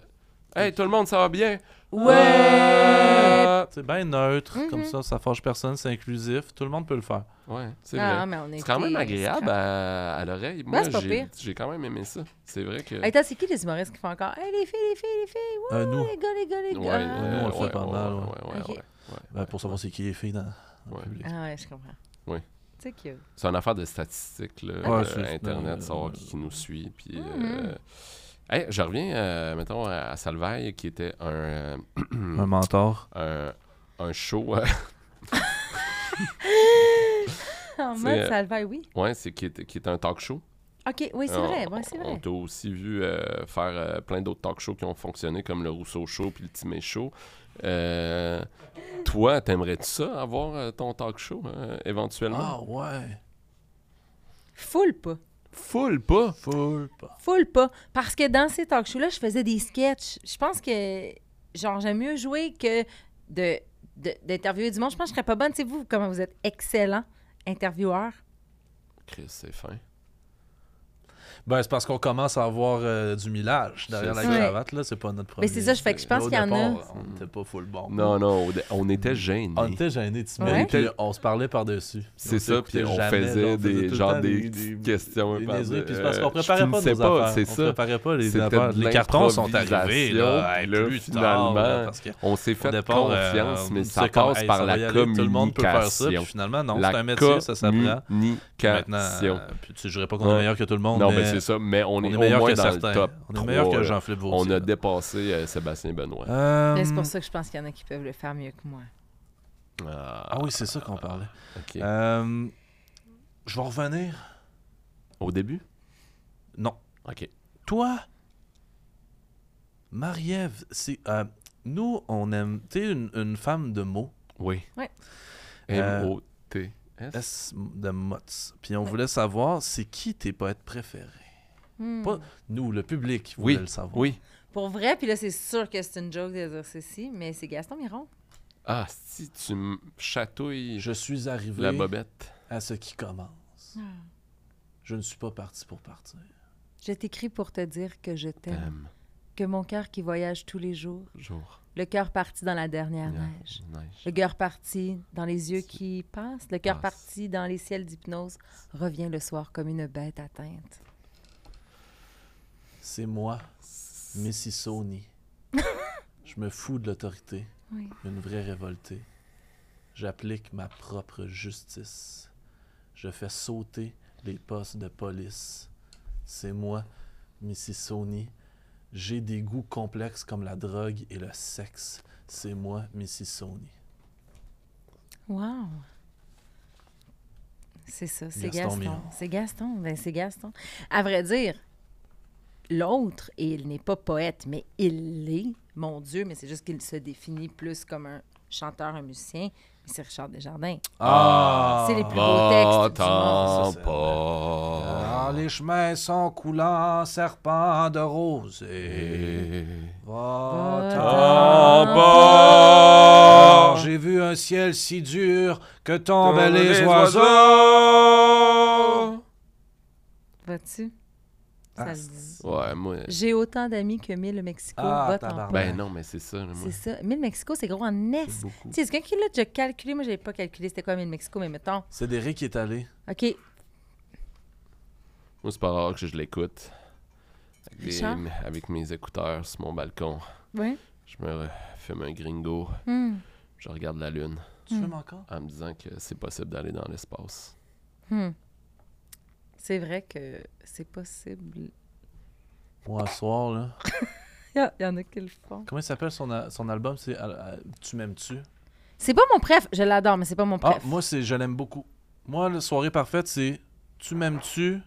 [SPEAKER 1] Hey, tout le monde, ça va bien?
[SPEAKER 3] Ouais!
[SPEAKER 1] Ah,
[SPEAKER 5] C'est bien neutre, comme
[SPEAKER 3] Mhm.
[SPEAKER 5] ça, ça fâche personne, c'est inclusif, tout le monde peut le faire.
[SPEAKER 1] Ouais, c'est
[SPEAKER 3] Ah,
[SPEAKER 1] vrai.
[SPEAKER 3] mais on
[SPEAKER 1] C'est
[SPEAKER 3] est
[SPEAKER 1] quand même
[SPEAKER 3] des-
[SPEAKER 1] agréable
[SPEAKER 3] c'est
[SPEAKER 1] à, à l'oreille.
[SPEAKER 3] Ouais,
[SPEAKER 1] Moi,
[SPEAKER 3] c'est pas
[SPEAKER 1] j'ai
[SPEAKER 3] pire.
[SPEAKER 1] j'ai quand même aimé ça. C'est vrai que.
[SPEAKER 3] quand- Hey, attends, c'est qui les humoristes qui font encore? Hey, les filles, les filles, les filles! Wouh,
[SPEAKER 5] Euh, nous.
[SPEAKER 3] les gars, les gars, les
[SPEAKER 1] Ouais,
[SPEAKER 3] gars!
[SPEAKER 1] euh,
[SPEAKER 5] Nous, on le fait
[SPEAKER 1] ouais,
[SPEAKER 5] pas
[SPEAKER 1] ouais,
[SPEAKER 5] mal,
[SPEAKER 1] ouais,
[SPEAKER 5] ouais.
[SPEAKER 1] ouais, ouais,
[SPEAKER 3] Ok.
[SPEAKER 1] ouais.
[SPEAKER 2] Ben, pour savoir c'est qui les filles dans,
[SPEAKER 1] Ouais.
[SPEAKER 2] dans le public.
[SPEAKER 3] Ah ouais, je comprends.
[SPEAKER 1] Ouais.
[SPEAKER 3] C'est cute.
[SPEAKER 1] C'est une affaire de statistiques, là,
[SPEAKER 5] Ouais,
[SPEAKER 1] euh,
[SPEAKER 5] c'est-
[SPEAKER 1] Internet,
[SPEAKER 5] euh,
[SPEAKER 1] savoir
[SPEAKER 5] euh,
[SPEAKER 1] qui, qui nous suit. Puis, euh,
[SPEAKER 3] Mhm.
[SPEAKER 1] hey, je reviens, euh, mettons, à, à Salvaille, qui était un, euh,
[SPEAKER 2] Mm.
[SPEAKER 5] Un mentor.
[SPEAKER 1] un, un show. euh,
[SPEAKER 3] En
[SPEAKER 1] C'est,
[SPEAKER 3] mode
[SPEAKER 1] euh,
[SPEAKER 3] Salvaille, oui.
[SPEAKER 1] ouais, c'est qui est, qui est un talk show.
[SPEAKER 3] Ok, oui, c'est
[SPEAKER 1] On-
[SPEAKER 3] vrai. Ouais, c'est
[SPEAKER 1] Ah, On
[SPEAKER 3] vrai.
[SPEAKER 1] t'a aussi vu euh, faire euh, plein d'autres talk shows qui ont fonctionné, comme le Rousseau Show puis le Timé Show. Euh, toi, t'aimerais-tu ça, avoir euh, ton talk show, euh, éventuellement?
[SPEAKER 2] Ah ouais.
[SPEAKER 3] Full pas.
[SPEAKER 1] Full pas!
[SPEAKER 2] Full pas.
[SPEAKER 3] Full pas. Parce que dans ces talk shows-là, je faisais des sketchs. Je pense que, genre, j'aime mieux jouer que de, de- d'interviewer du monde. Je pense que je serais pas bonne. Tu sais, vous, comment vous êtes excellent intervieweur.
[SPEAKER 1] Chris, c'est fin.
[SPEAKER 2] Ben, c'est parce qu'on commence à avoir euh, du millage derrière la
[SPEAKER 1] C'est
[SPEAKER 3] ça.
[SPEAKER 2] cravate, là. C'est pas notre premier. Mm.
[SPEAKER 3] Mais c'est ça, je fais que je pense
[SPEAKER 2] Au
[SPEAKER 3] qu'il y en a.
[SPEAKER 2] départ, On était pas full bon.
[SPEAKER 1] Non, non, on- on était gênés.
[SPEAKER 2] On était gênés, tu
[SPEAKER 3] Ouais.
[SPEAKER 2] On se parlait par-dessus.
[SPEAKER 1] C'est
[SPEAKER 2] On
[SPEAKER 1] ça,
[SPEAKER 2] s'écoutait
[SPEAKER 1] puis on
[SPEAKER 2] jamais, là,
[SPEAKER 1] faisait
[SPEAKER 2] on
[SPEAKER 1] des
[SPEAKER 2] tout le
[SPEAKER 1] genre
[SPEAKER 2] temps
[SPEAKER 1] des, petites questions.
[SPEAKER 2] des
[SPEAKER 1] par-
[SPEAKER 2] niaiseries, puis c'est
[SPEAKER 1] euh,
[SPEAKER 2] parce qu'on
[SPEAKER 1] je
[SPEAKER 2] préparait pas
[SPEAKER 1] finissais
[SPEAKER 2] nos affaires.
[SPEAKER 1] c'est
[SPEAKER 2] on
[SPEAKER 1] ça.
[SPEAKER 2] préparait pas les
[SPEAKER 1] C'était
[SPEAKER 2] affaires.
[SPEAKER 1] de
[SPEAKER 2] Les cartons sont arrivés là,
[SPEAKER 1] l'improvisation,
[SPEAKER 2] hey,
[SPEAKER 1] là,
[SPEAKER 2] plus tard, là,
[SPEAKER 1] finalement.
[SPEAKER 2] parce que
[SPEAKER 1] On s'est fait
[SPEAKER 2] au départ, euh,
[SPEAKER 1] confiance,
[SPEAKER 2] on
[SPEAKER 1] mais
[SPEAKER 2] disait
[SPEAKER 1] ça
[SPEAKER 2] comme,
[SPEAKER 1] passe
[SPEAKER 2] hey,
[SPEAKER 1] par
[SPEAKER 2] ça va y
[SPEAKER 1] la
[SPEAKER 2] aller,
[SPEAKER 1] communication.
[SPEAKER 2] Tout le monde peut faire ça, puis finalement, non, c'est un métier, ça s'apprend. Maintenant,
[SPEAKER 1] Communication.
[SPEAKER 2] euh, puis tu dirais pas qu'on est
[SPEAKER 1] Ouais.
[SPEAKER 2] meilleur que tout le monde,
[SPEAKER 1] Non,
[SPEAKER 2] mais,
[SPEAKER 1] mais c'est ça, mais on
[SPEAKER 2] on
[SPEAKER 1] est
[SPEAKER 2] est
[SPEAKER 1] au
[SPEAKER 2] meilleur
[SPEAKER 1] moins
[SPEAKER 2] que
[SPEAKER 1] dans le
[SPEAKER 2] certains.
[SPEAKER 1] top
[SPEAKER 2] On est meilleur que
[SPEAKER 1] trois,
[SPEAKER 2] Jean-Philippe Vautier.
[SPEAKER 1] On a
[SPEAKER 2] là.
[SPEAKER 1] dépassé euh, Sébastien Benoît.
[SPEAKER 2] Euh,
[SPEAKER 3] Mais c'est pour ça que je pense qu'il y en a qui peuvent le faire mieux que moi.
[SPEAKER 1] Ah,
[SPEAKER 2] Ah oui, c'est ça qu'on parlait.
[SPEAKER 1] ok.
[SPEAKER 2] Euh, Je vais revenir.
[SPEAKER 1] Au début?
[SPEAKER 2] Non.
[SPEAKER 1] OK.
[SPEAKER 2] Toi, Marie-Ève, c'est. euh, nous, on aime. T'es une, une femme de mots.
[SPEAKER 1] Oui.
[SPEAKER 3] Ouais.
[SPEAKER 1] M-O-T-S.
[SPEAKER 2] S de mots. Puis on voulait savoir, c'est qui tes poètes préférés?
[SPEAKER 3] Hmm.
[SPEAKER 2] Pas- Nous, le public,
[SPEAKER 1] Oui,
[SPEAKER 2] voulait le savoir.
[SPEAKER 1] Oui.
[SPEAKER 3] Pour vrai, puis là, c'est sûr que c'est une joke de dire ceci, mais c'est Gaston Miron.
[SPEAKER 1] Ah, si tu me chatouilles
[SPEAKER 2] Je suis arrivé
[SPEAKER 1] la bobette.
[SPEAKER 2] à ce qui commence.
[SPEAKER 3] Ah.
[SPEAKER 2] Je ne suis pas parti pour partir.
[SPEAKER 3] Je t'écris pour te dire que je t'aime,
[SPEAKER 1] T'aimes.
[SPEAKER 3] que mon cœur qui voyage tous les jours,
[SPEAKER 1] Jour.
[SPEAKER 3] le cœur parti dans la dernière
[SPEAKER 1] Yeah.
[SPEAKER 3] neige,
[SPEAKER 1] Neige.
[SPEAKER 3] le cœur parti dans les yeux qui passent, le cœur
[SPEAKER 1] Passe.
[SPEAKER 3] parti dans les ciels d'hypnose, revient le soir comme une bête atteinte.
[SPEAKER 2] C'est moi, Missy Sony. Je me fous de l'autorité.
[SPEAKER 3] Oui.
[SPEAKER 2] Une vraie révoltée. J'applique ma propre justice. Je fais sauter les postes de police. C'est moi, Missy Sony. J'ai des goûts complexes comme la drogue et le sexe. C'est moi, Missy Sony.
[SPEAKER 3] Wow! C'est ça, c'est
[SPEAKER 2] Gaston
[SPEAKER 3] Gaston.
[SPEAKER 2] Miron.
[SPEAKER 3] C'est Gaston, ben c'est Gaston. À vrai dire, l'autre, il n'est pas poète, mais il l'est, mon Dieu, mais c'est juste qu'il se définit plus comme un chanteur, un musicien, mais c'est Richard Desjardins.
[SPEAKER 2] Ah!
[SPEAKER 3] C'est les plus beaux textes du
[SPEAKER 1] Va-t'en
[SPEAKER 3] monde.
[SPEAKER 2] Ça, c'est-
[SPEAKER 1] pas.
[SPEAKER 2] Ah, les chemins sont coulants, serpents de rose.
[SPEAKER 1] Et-
[SPEAKER 3] Ah, Va-t'en
[SPEAKER 2] Ah,
[SPEAKER 3] Ah.
[SPEAKER 1] bas.
[SPEAKER 2] J'ai vu un ciel si dur que
[SPEAKER 1] Tombe
[SPEAKER 2] tombaient les oiseaux.
[SPEAKER 1] oiseaux.
[SPEAKER 3] Vas-tu? Ça
[SPEAKER 2] Ah,
[SPEAKER 3] se dit.
[SPEAKER 1] Ouais, moi.
[SPEAKER 3] J'ai autant d'amis que Mille Mexico.
[SPEAKER 2] Ah,
[SPEAKER 3] vote en
[SPEAKER 2] tabarnak.
[SPEAKER 3] pas.
[SPEAKER 1] Ben non, mais c'est ça, là, moi.
[SPEAKER 3] C'est ça. Mille Mexico, c'est gros en est.
[SPEAKER 1] C'est beaucoup.
[SPEAKER 3] Tu sais, c'est quelqu'un qui l'a déjà calculé. Moi, j'avais pas calculé c'était quoi Mille Mexico, mais mettons.
[SPEAKER 2] Cédric qui est allé.
[SPEAKER 3] OK,
[SPEAKER 1] Moi, c'est pas rare que je l'écoute. Avec, des-
[SPEAKER 3] Richard?
[SPEAKER 1] avec mes écouteurs sur mon balcon.
[SPEAKER 3] Ouais.
[SPEAKER 1] Je me re- fume un gringo.
[SPEAKER 3] Hmm.
[SPEAKER 1] Je regarde la lune.
[SPEAKER 2] Tu
[SPEAKER 3] Hmm.
[SPEAKER 2] fumes encore?
[SPEAKER 1] en me disant que c'est possible d'aller dans l'espace.
[SPEAKER 3] Hmm. C'est vrai que c'est possible.
[SPEAKER 2] Moi, ce soir, là.
[SPEAKER 3] Il y a- Ah, il y en a qui le font.
[SPEAKER 2] Comment il s'appelle son, a- son album? C'est euh, euh, Tu m'aimes-tu?
[SPEAKER 3] C'est pas mon préf. Je l'adore, mais c'est pas mon
[SPEAKER 2] Ah,
[SPEAKER 3] préf.
[SPEAKER 2] moi, c'est Je l'aime beaucoup. Moi, la soirée parfaite, c'est Tu m'aimes-tu?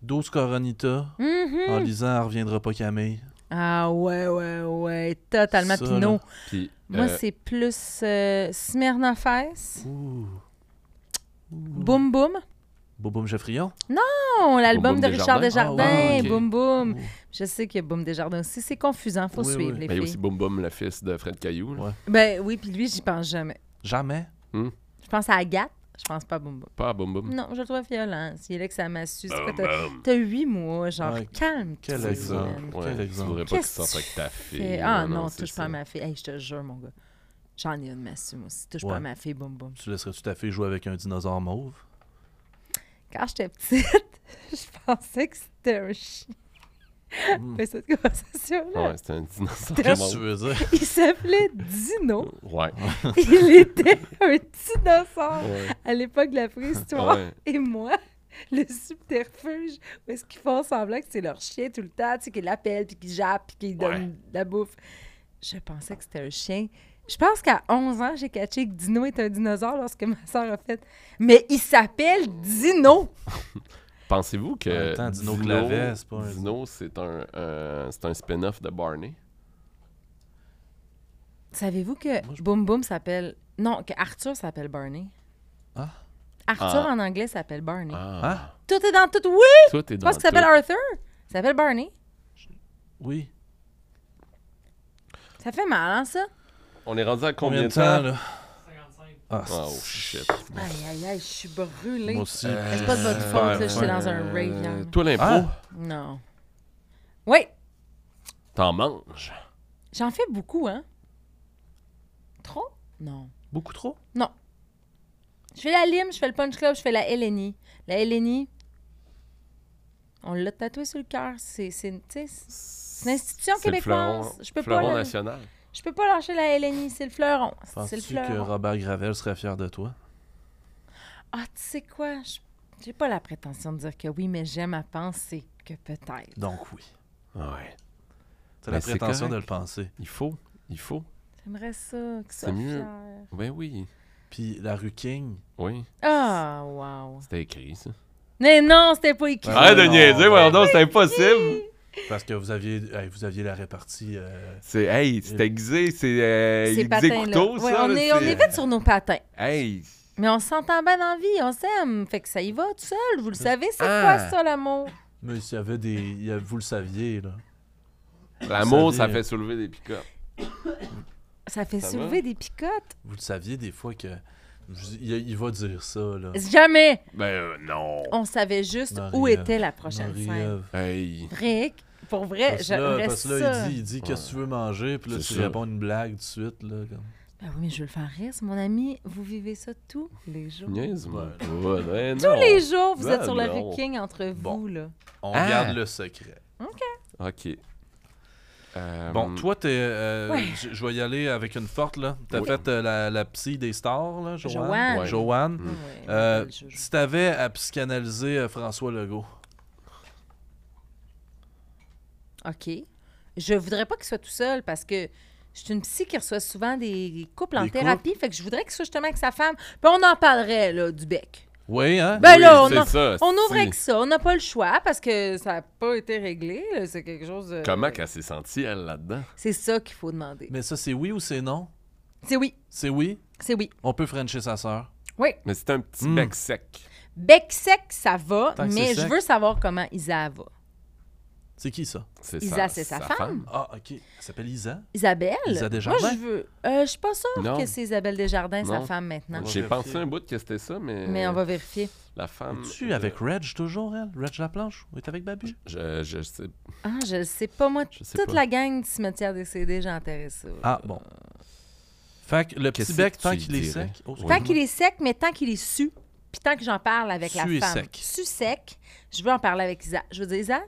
[SPEAKER 2] 12 Coronita.
[SPEAKER 3] Mhm.
[SPEAKER 2] En lisant, elle reviendra pas Camille.
[SPEAKER 3] Ah ouais, ouais, ouais. Totalement
[SPEAKER 2] Ça,
[SPEAKER 3] Pinot.
[SPEAKER 2] là.
[SPEAKER 1] Puis,
[SPEAKER 3] Moi,
[SPEAKER 1] euh,
[SPEAKER 3] c'est plus euh, Smirnoffès,
[SPEAKER 2] Ouh.
[SPEAKER 3] Boom Boom.
[SPEAKER 2] Boboum Geoffrion.
[SPEAKER 3] Non, Oh, l'album
[SPEAKER 1] Boum
[SPEAKER 3] de
[SPEAKER 1] Boum
[SPEAKER 3] Richard
[SPEAKER 2] Desjardins?
[SPEAKER 3] Desjardins,
[SPEAKER 1] Ah, ouais, ok.
[SPEAKER 3] Boom Boom.
[SPEAKER 2] Ouh.
[SPEAKER 3] Je sais qu'il y a Boom Desjardins aussi. C'est confusant, faut
[SPEAKER 2] Oui,
[SPEAKER 3] suivre
[SPEAKER 2] oui.
[SPEAKER 3] les
[SPEAKER 1] ben, il y a
[SPEAKER 3] filles.
[SPEAKER 1] aussi Boom Boom, le fils de Fred Caillou. là.
[SPEAKER 2] Ouais.
[SPEAKER 3] Ben oui, puis lui, j'y pense jamais.
[SPEAKER 2] Jamais.
[SPEAKER 3] Je pense à Agathe. Je pense pas à Boum Boum.
[SPEAKER 1] Pas à boum boum.
[SPEAKER 3] Non, je le trouve violent. S'il est là que ça m'a su, c'est quoi,
[SPEAKER 1] Boum
[SPEAKER 3] t'as-
[SPEAKER 1] boum.
[SPEAKER 3] T'as huit mois, genre,
[SPEAKER 2] Ouais,
[SPEAKER 3] calme.
[SPEAKER 2] quel
[SPEAKER 1] C'est ça.
[SPEAKER 2] exemple.
[SPEAKER 1] Ouais,
[SPEAKER 2] Quel
[SPEAKER 1] tu
[SPEAKER 2] exemple.
[SPEAKER 1] voudrais pas qu'il
[SPEAKER 3] Qu'est-ce
[SPEAKER 1] sorte avec ta fille.
[SPEAKER 3] Ah non, touche
[SPEAKER 1] c'est
[SPEAKER 3] pas à
[SPEAKER 1] ça.
[SPEAKER 3] ma fille. Hey, je te jure, mon gars. J'en ai une massue, moi aussi. Touche
[SPEAKER 6] Ouais.
[SPEAKER 3] pas à ma fille, boum boum.
[SPEAKER 6] Tu laisserais-tu ta fille jouer avec un dinosaure mauve?
[SPEAKER 3] Quand j'étais petite, je pensais que c'était un chien.
[SPEAKER 1] Mm.
[SPEAKER 3] Mais cette conversation-là,
[SPEAKER 1] Ouais, c'était un dinosaure.
[SPEAKER 3] Qu'est-ce
[SPEAKER 2] Qu'est-ce que tu veux dire?
[SPEAKER 3] il s'appelait Dino.
[SPEAKER 1] Ouais.
[SPEAKER 3] Il était un dinosaure
[SPEAKER 1] ouais.
[SPEAKER 3] à l'époque de la préhistoire.
[SPEAKER 1] ouais.
[SPEAKER 3] Et moi, le subterfuge, où est-ce qu'ils font semblant que c'est leur chien tout le temps, tu sais, qu'ils l'appellent, puis qu'ils jappent, puis qu'ils donnent
[SPEAKER 1] Ouais.
[SPEAKER 3] de la bouffe. Je pensais que c'était un chien. Je pense qu'à 11 ans, j'ai catché que Dino est un dinosaure lorsque ma soeur a fait. Mais il s'appelle Dino!
[SPEAKER 1] Pensez-vous
[SPEAKER 2] En
[SPEAKER 1] que
[SPEAKER 2] même temps, Dino Clavet, c'est pas un-
[SPEAKER 1] Dino, c'est un, euh, c'est un spin-off de Barney.
[SPEAKER 3] Savez-vous que Boom Boom s'appelle. Non, que Arthur s'appelle Barney.
[SPEAKER 2] Ah.
[SPEAKER 3] Arthur
[SPEAKER 1] Ah.
[SPEAKER 3] en anglais s'appelle Barney.
[SPEAKER 1] Ah.
[SPEAKER 3] Tout est dans tout. Oui!
[SPEAKER 1] Toi, t'es
[SPEAKER 3] Je
[SPEAKER 1] dans
[SPEAKER 3] pense qu'il Ah. s'appelle Arthur. Il s'appelle Barney.
[SPEAKER 2] Oui.
[SPEAKER 3] Ça fait mal, hein, ça?
[SPEAKER 1] tout. On est rendu à
[SPEAKER 2] Combien de temps, là?
[SPEAKER 7] 55.
[SPEAKER 2] Ah,
[SPEAKER 1] Oh
[SPEAKER 2] c'est-
[SPEAKER 1] shit.
[SPEAKER 3] Aïe, aïe, aïe, je suis brûlée.
[SPEAKER 2] Moi aussi.
[SPEAKER 3] Euh, C'est pas de votre faute, là, j'étais
[SPEAKER 2] ouais.
[SPEAKER 3] dans un rave hier.
[SPEAKER 1] Euh, toi, l'impro,
[SPEAKER 2] Ah.
[SPEAKER 3] Non. Oui,
[SPEAKER 1] t'en manges.
[SPEAKER 3] j'en fais beaucoup, hein. Trop? Non.
[SPEAKER 2] Beaucoup trop?
[SPEAKER 3] Je fais la lime, je fais le punch club, je fais la LNI. La LNI, on l'a tatoué sur le cœur. C'est c'est une, tu sais, c'est une institution
[SPEAKER 1] C'est le
[SPEAKER 3] québécoise.
[SPEAKER 1] fleuron,
[SPEAKER 3] je, peux pas
[SPEAKER 1] fleuron
[SPEAKER 3] la-
[SPEAKER 1] national.
[SPEAKER 3] je peux pas lâcher la LNI, c'est le fleuron. C'est le
[SPEAKER 2] Penses-tu que
[SPEAKER 3] fleuron.
[SPEAKER 2] Robert Gravel serait fier de toi?
[SPEAKER 3] Ah, tu sais quoi? Je- J'ai pas la prétention de dire que oui, mais j'aime à penser que peut-être.
[SPEAKER 2] Donc oui.
[SPEAKER 1] Ouais.
[SPEAKER 2] T'as
[SPEAKER 1] Mais
[SPEAKER 2] la
[SPEAKER 1] c'est
[SPEAKER 2] prétention
[SPEAKER 1] correct.
[SPEAKER 2] de le penser.
[SPEAKER 1] Il faut, il faut.
[SPEAKER 3] J'aimerais ça, que
[SPEAKER 1] C'est
[SPEAKER 3] soit
[SPEAKER 1] mieux.
[SPEAKER 3] fier.
[SPEAKER 1] Ben oui.
[SPEAKER 2] Puis la rue King.
[SPEAKER 1] Oui,
[SPEAKER 3] Ah, wow.
[SPEAKER 1] c'était écrit, ça.
[SPEAKER 3] Mais non, c'était pas écrit.
[SPEAKER 2] Ah,
[SPEAKER 1] Arrête de
[SPEAKER 2] non.
[SPEAKER 1] niaiser, voyons donc, c'est impossible.
[SPEAKER 2] Parce que vous aviez, hey, vous aviez la répartie. euh,
[SPEAKER 1] C'est, hey, c'est aiguisé, c'est euh,
[SPEAKER 3] Ces
[SPEAKER 1] aiguisé couteau,
[SPEAKER 3] Ouais,
[SPEAKER 1] ça.
[SPEAKER 3] on,
[SPEAKER 1] là,
[SPEAKER 3] est, on
[SPEAKER 1] c'est-
[SPEAKER 3] est vite sur nos patins.
[SPEAKER 1] Hey,
[SPEAKER 3] Mais on s'entend bien dans la vie, on s'aime. Fait que ça y va tout seul,
[SPEAKER 2] Hein?
[SPEAKER 3] vous le savez, c'est
[SPEAKER 1] Ah.
[SPEAKER 3] quoi ça, l'amour?
[SPEAKER 2] mais s'il y avait des. il y a- vous le saviez, là.
[SPEAKER 1] l'amour, ça
[SPEAKER 2] savez-
[SPEAKER 1] fait soulever des picottes.
[SPEAKER 3] Ça fait
[SPEAKER 1] Ça
[SPEAKER 3] soulever des picottes.
[SPEAKER 2] Vous le saviez des fois que. je- Il, il va dire ça, là.
[SPEAKER 3] Jamais!
[SPEAKER 1] Ben euh, non.
[SPEAKER 3] On savait juste où
[SPEAKER 2] Marie-Ève.
[SPEAKER 3] était la prochaine scène.
[SPEAKER 2] Marie-Ève.
[SPEAKER 1] Hey.
[SPEAKER 3] Rick, pour vrai,
[SPEAKER 2] Parce que là,
[SPEAKER 3] j'aimerais
[SPEAKER 2] parce que
[SPEAKER 3] ça.
[SPEAKER 2] là, il dit, il dit qu'est-ce que tu veux manger, puis là,
[SPEAKER 1] C'est
[SPEAKER 2] tu
[SPEAKER 1] ça.
[SPEAKER 2] réponds une blague tout de suite, là. Comme...
[SPEAKER 3] Ben oui, mais je veux le faire rire, c'est mon ami. Vous vivez ça tous les jours.
[SPEAKER 1] Niaise-moi
[SPEAKER 2] Ouais.
[SPEAKER 1] pas, ben
[SPEAKER 3] Tous
[SPEAKER 1] non.
[SPEAKER 3] les jours, vous
[SPEAKER 1] Ben
[SPEAKER 3] êtes sur le
[SPEAKER 1] non.
[SPEAKER 3] Rick King entre
[SPEAKER 2] Bon.
[SPEAKER 3] vous, là.
[SPEAKER 2] On
[SPEAKER 1] Ah!
[SPEAKER 2] garde le secret.
[SPEAKER 1] OK. Euh,
[SPEAKER 2] Bon, toi, t'es. euh,
[SPEAKER 3] Ouais.
[SPEAKER 2] Je je vais y aller avec une forte, là. T'as
[SPEAKER 1] Oui.
[SPEAKER 2] fait euh, la, la psy des stars, là, Joanne.
[SPEAKER 3] Joanne.
[SPEAKER 1] Ouais.
[SPEAKER 2] Joanne.
[SPEAKER 1] Mm.
[SPEAKER 3] Ouais, mais
[SPEAKER 2] Euh,
[SPEAKER 3] je-
[SPEAKER 1] Hum.
[SPEAKER 3] je-
[SPEAKER 2] si t'avais à psychanalyser euh, François Legault,
[SPEAKER 3] OK. Je voudrais pas qu'il soit tout seul parce que je suis une psy qui reçoit souvent des couples en
[SPEAKER 2] Des
[SPEAKER 3] thérapie. Fait que je voudrais qu'il soit justement avec sa femme. Puis on en parlerait, là, du bec.
[SPEAKER 2] oui, hein?
[SPEAKER 3] Ben
[SPEAKER 1] oui,
[SPEAKER 3] là, on,
[SPEAKER 1] c'est
[SPEAKER 3] en-
[SPEAKER 1] ça,
[SPEAKER 3] on
[SPEAKER 1] si.
[SPEAKER 3] ouvrait que ça. On n'a pas le choix parce que ça n'a pas été réglé. là. C'est quelque chose. de-
[SPEAKER 1] Comment qu'elle s'est sentie, elle, là-dedans?
[SPEAKER 3] C'est ça qu'il faut demander.
[SPEAKER 2] Mais ça, c'est oui ou c'est non?
[SPEAKER 3] C'est oui.
[SPEAKER 2] C'est oui?
[SPEAKER 3] C'est oui.
[SPEAKER 2] On peut frencher sa sœur.
[SPEAKER 1] Mais c'est un petit
[SPEAKER 2] Mm.
[SPEAKER 1] bec sec.
[SPEAKER 3] Bec sec, ça va,
[SPEAKER 2] Tant que
[SPEAKER 3] mais
[SPEAKER 2] c'est
[SPEAKER 3] je
[SPEAKER 2] sec.
[SPEAKER 3] veux savoir comment Isa va.
[SPEAKER 2] C'est qui, ça?
[SPEAKER 1] C'est
[SPEAKER 3] Isa,
[SPEAKER 1] sa-
[SPEAKER 3] c'est sa femme?
[SPEAKER 2] Ah, OK. Elle s'appelle Isa.
[SPEAKER 3] Isabelle?
[SPEAKER 2] Isa Desjardins?
[SPEAKER 3] Moi, je veux. Euh, je suis pas sûre
[SPEAKER 1] Non.
[SPEAKER 3] que c'est Isabelle Desjardins,
[SPEAKER 1] Non. Euh,
[SPEAKER 3] sa femme, maintenant.
[SPEAKER 2] On va
[SPEAKER 1] J'ai
[SPEAKER 2] vérifier.
[SPEAKER 1] pensé un bout que c'était ça, mais,
[SPEAKER 3] Mais on va vérifier.
[SPEAKER 1] la femme...
[SPEAKER 2] Es-tu avec Reg toujours, elle? Reg Laplanche? Ou est avec
[SPEAKER 1] Euh,
[SPEAKER 2] Babu?
[SPEAKER 1] Je, je sais,
[SPEAKER 3] Ah, je le sais pas, moi.
[SPEAKER 1] je sais
[SPEAKER 3] Toute
[SPEAKER 1] pas.
[SPEAKER 3] la gang du cimetière décédé, j'ai enterré ça.
[SPEAKER 2] Ah, bon. Fait que le petit
[SPEAKER 1] Qu'est-ce
[SPEAKER 2] bec,
[SPEAKER 1] que
[SPEAKER 2] tant
[SPEAKER 1] tu
[SPEAKER 2] qu'il est
[SPEAKER 1] dirais?
[SPEAKER 2] sec.
[SPEAKER 1] Tant
[SPEAKER 2] Oh,
[SPEAKER 3] Tant
[SPEAKER 2] excuse-moi.
[SPEAKER 3] qu'il est sec, mais tant qu'il est su, puis tant que j'en parle avec la
[SPEAKER 2] Su et
[SPEAKER 3] femme.
[SPEAKER 2] sec.
[SPEAKER 3] Su sec. Je veux en parler avec Isa. Je veux dire, Isa,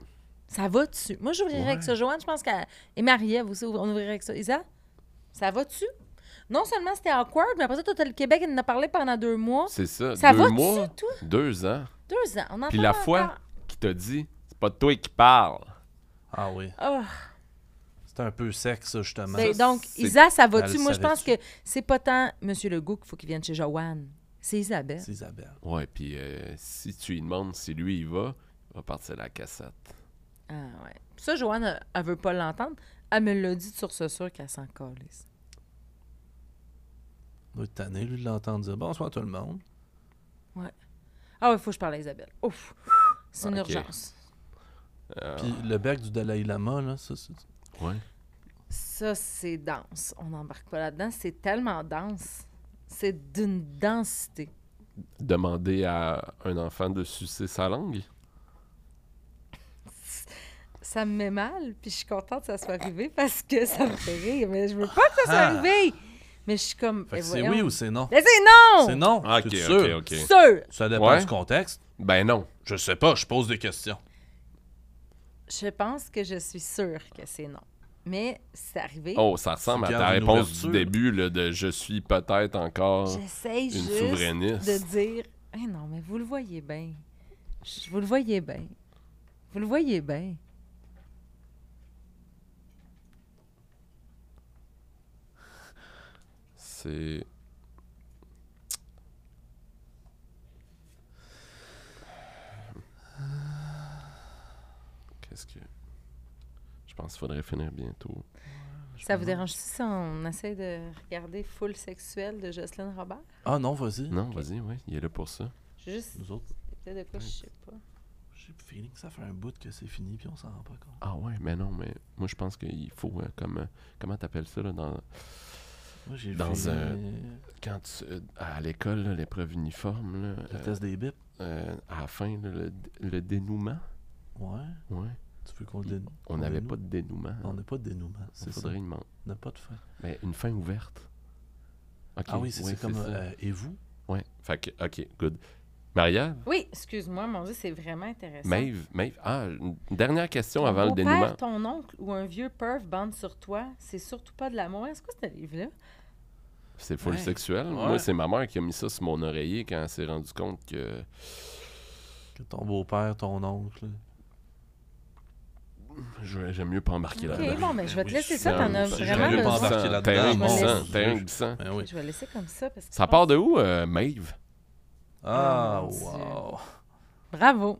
[SPEAKER 3] ça va dessus. Moi, j'ouvrirais avec ça. Joanne, je pense qu'elle. Et Marie-Ève aussi, on ouvrirait avec ça. Isa, ça va dessus? Non seulement c'était awkward, mais après ça, toi, t'as le Québec, il en a parlé pendant deux mois.
[SPEAKER 1] c'est ça.
[SPEAKER 3] Ça
[SPEAKER 1] deux
[SPEAKER 3] va
[SPEAKER 1] mois,
[SPEAKER 3] dessus, toi?
[SPEAKER 1] deux ans,
[SPEAKER 3] Deux ans. On en
[SPEAKER 1] Puis
[SPEAKER 3] parle
[SPEAKER 1] la
[SPEAKER 3] encore.
[SPEAKER 1] fois- qui t'a dit, c'est pas toi qui parle.
[SPEAKER 2] Ah oui.
[SPEAKER 3] Ah.
[SPEAKER 2] C'est un peu sec, ça, justement.
[SPEAKER 3] Ben,
[SPEAKER 1] Ça,
[SPEAKER 3] donc,
[SPEAKER 1] c'est-
[SPEAKER 3] Isa, ça
[SPEAKER 2] Elle
[SPEAKER 3] va-tu? Moi, je
[SPEAKER 2] savait
[SPEAKER 3] pense
[SPEAKER 2] dessus.
[SPEAKER 3] que c'est pas tant M. Legault qu'il faut qu'il vienne chez Joanne. C'est Isabelle.
[SPEAKER 2] C'est Isabelle.
[SPEAKER 1] Ouais, puis euh, si tu lui demandes si lui, il va, il va partir la cassette.
[SPEAKER 3] Ah, ouais. Ça, Joanne, elle, elle veut pas l'entendre. Elle me l'a dit sur ce sûr qu'elle s'en calisse.
[SPEAKER 2] Doit être tanné, lui, de l'entendre dire bonsoir tout le monde.
[SPEAKER 3] Ah, ouais, faut que je parle à Isabelle. Ouf! C'est une
[SPEAKER 2] Ah,
[SPEAKER 1] Ok.
[SPEAKER 3] urgence.
[SPEAKER 1] Euh,
[SPEAKER 2] Puis le bec du Dalai Lama, là, ça, c'est.
[SPEAKER 1] ouais.
[SPEAKER 3] Ça, c'est dense. On n'embarque pas là-dedans. C'est tellement dense. C'est d'une densité.
[SPEAKER 1] demander à un enfant de sucer sa langue?
[SPEAKER 3] Ça me met mal, puis je suis contente que ça soit arrivé parce que ça me fait rire. Mais je veux pas que ça soit arrivé. Mais je suis comme.
[SPEAKER 2] Ah. Fait
[SPEAKER 3] eh,
[SPEAKER 2] que c'est
[SPEAKER 3] voyons.
[SPEAKER 2] oui ou c'est non?
[SPEAKER 3] Mais c'est non!
[SPEAKER 2] C'est non,
[SPEAKER 1] Ah,
[SPEAKER 2] t'es sûr?
[SPEAKER 3] Sûr!
[SPEAKER 2] Ça dépend
[SPEAKER 1] Ouais.
[SPEAKER 2] du contexte.
[SPEAKER 1] Ben non.
[SPEAKER 2] Je sais pas, je pose des questions.
[SPEAKER 3] Je pense que je suis sûre que c'est non. Mais c'est arrivé.
[SPEAKER 1] Oh, ça ressemble à
[SPEAKER 2] Tu
[SPEAKER 1] ta
[SPEAKER 2] gardes une
[SPEAKER 1] réponse du
[SPEAKER 2] ouverture.
[SPEAKER 1] début là, de je suis peut-être encore
[SPEAKER 3] J'essaye
[SPEAKER 1] une
[SPEAKER 3] juste
[SPEAKER 1] souverainiste.
[SPEAKER 3] de dire Eh non, mais vous le voyez bien. Je- Vous le voyez bien. Vous le voyez bien.
[SPEAKER 1] C'est. Qu'est-ce que. Je pense qu'il faudrait finir bientôt.
[SPEAKER 3] Ça vous dérange si on essaie de regarder Full sexuel de Jocelyne Robert?
[SPEAKER 2] Ah non, vas-y.
[SPEAKER 1] Non, vas-y, oui, il est là pour ça.
[SPEAKER 3] J'ai juste.
[SPEAKER 2] Nous autres,
[SPEAKER 3] Peut-être de quoi, je sais pas.
[SPEAKER 2] j'ai le feeling que ça fait un bout que c'est fini puis on s'en rend pas compte.
[SPEAKER 1] Ah ouais, mais non, mais moi je pense qu'il faut, euh, comme. euh, comment t'appelles ça, là, dans.
[SPEAKER 2] Moi, j'ai
[SPEAKER 1] Dans
[SPEAKER 2] fait,
[SPEAKER 1] un-
[SPEAKER 2] euh,
[SPEAKER 1] Quand tu. euh, À l'école, là, l'épreuve uniforme, là,
[SPEAKER 2] le
[SPEAKER 1] euh,
[SPEAKER 2] test des bips.
[SPEAKER 1] euh, à la fin, là, le, le dénouement.
[SPEAKER 2] Ouais.
[SPEAKER 1] Ouais.
[SPEAKER 2] Tu veux qu'on le dénoue?
[SPEAKER 1] On n'avait pas de dénouement. hein.
[SPEAKER 2] On n'a pas de dénouement,
[SPEAKER 1] C'est
[SPEAKER 2] c'est ça. On n'a pas de fin.
[SPEAKER 1] Mais une fin ouverte. Ok,
[SPEAKER 2] Ah oui, c'est
[SPEAKER 1] ouais,
[SPEAKER 2] c'est comme...
[SPEAKER 1] ça.
[SPEAKER 2] euh, et vous?
[SPEAKER 1] Ouais. Fait que, ok, good. Maria,
[SPEAKER 3] Oui, excuse-moi, mon Dieu, c'est vraiment intéressant.
[SPEAKER 1] Maeve, Maeve. Ah, une dernière question
[SPEAKER 3] Ton
[SPEAKER 1] avant le
[SPEAKER 3] beau-père,
[SPEAKER 1] dénouement.
[SPEAKER 3] ton oncle ou un vieux perv bande sur toi, c'est surtout pas de l'amour. Est-ce que ce livre-là?
[SPEAKER 1] C'est full
[SPEAKER 2] Ouais.
[SPEAKER 1] sexuel.
[SPEAKER 2] Ouais.
[SPEAKER 1] Moi, c'est ma mère qui a mis ça sur mon oreiller quand elle s'est rendue compte que.
[SPEAKER 2] Que ton beau-père, ton oncle...
[SPEAKER 1] je- J'aime mieux pas embarquer
[SPEAKER 3] Ok,
[SPEAKER 1] là-dedans. Ben
[SPEAKER 3] bon, mais je vais te
[SPEAKER 2] Oui,
[SPEAKER 3] laisser
[SPEAKER 2] c'est
[SPEAKER 3] ça, t'en
[SPEAKER 2] un-
[SPEAKER 3] as
[SPEAKER 2] c'est
[SPEAKER 3] vraiment
[SPEAKER 2] un lieu
[SPEAKER 3] besoin.
[SPEAKER 2] pensant. embarquer
[SPEAKER 1] glissant.
[SPEAKER 2] là-dedans,
[SPEAKER 1] Terrain
[SPEAKER 3] mon
[SPEAKER 1] glissant.
[SPEAKER 2] Dieu.
[SPEAKER 1] terrain glissant.
[SPEAKER 2] Ben oui.
[SPEAKER 3] Je vais laisser comme ça parce que.
[SPEAKER 1] hein. Ça part de où, euh, Maeve?
[SPEAKER 2] Ah,
[SPEAKER 3] Oh mon Dieu.
[SPEAKER 2] wow.
[SPEAKER 3] Bravo!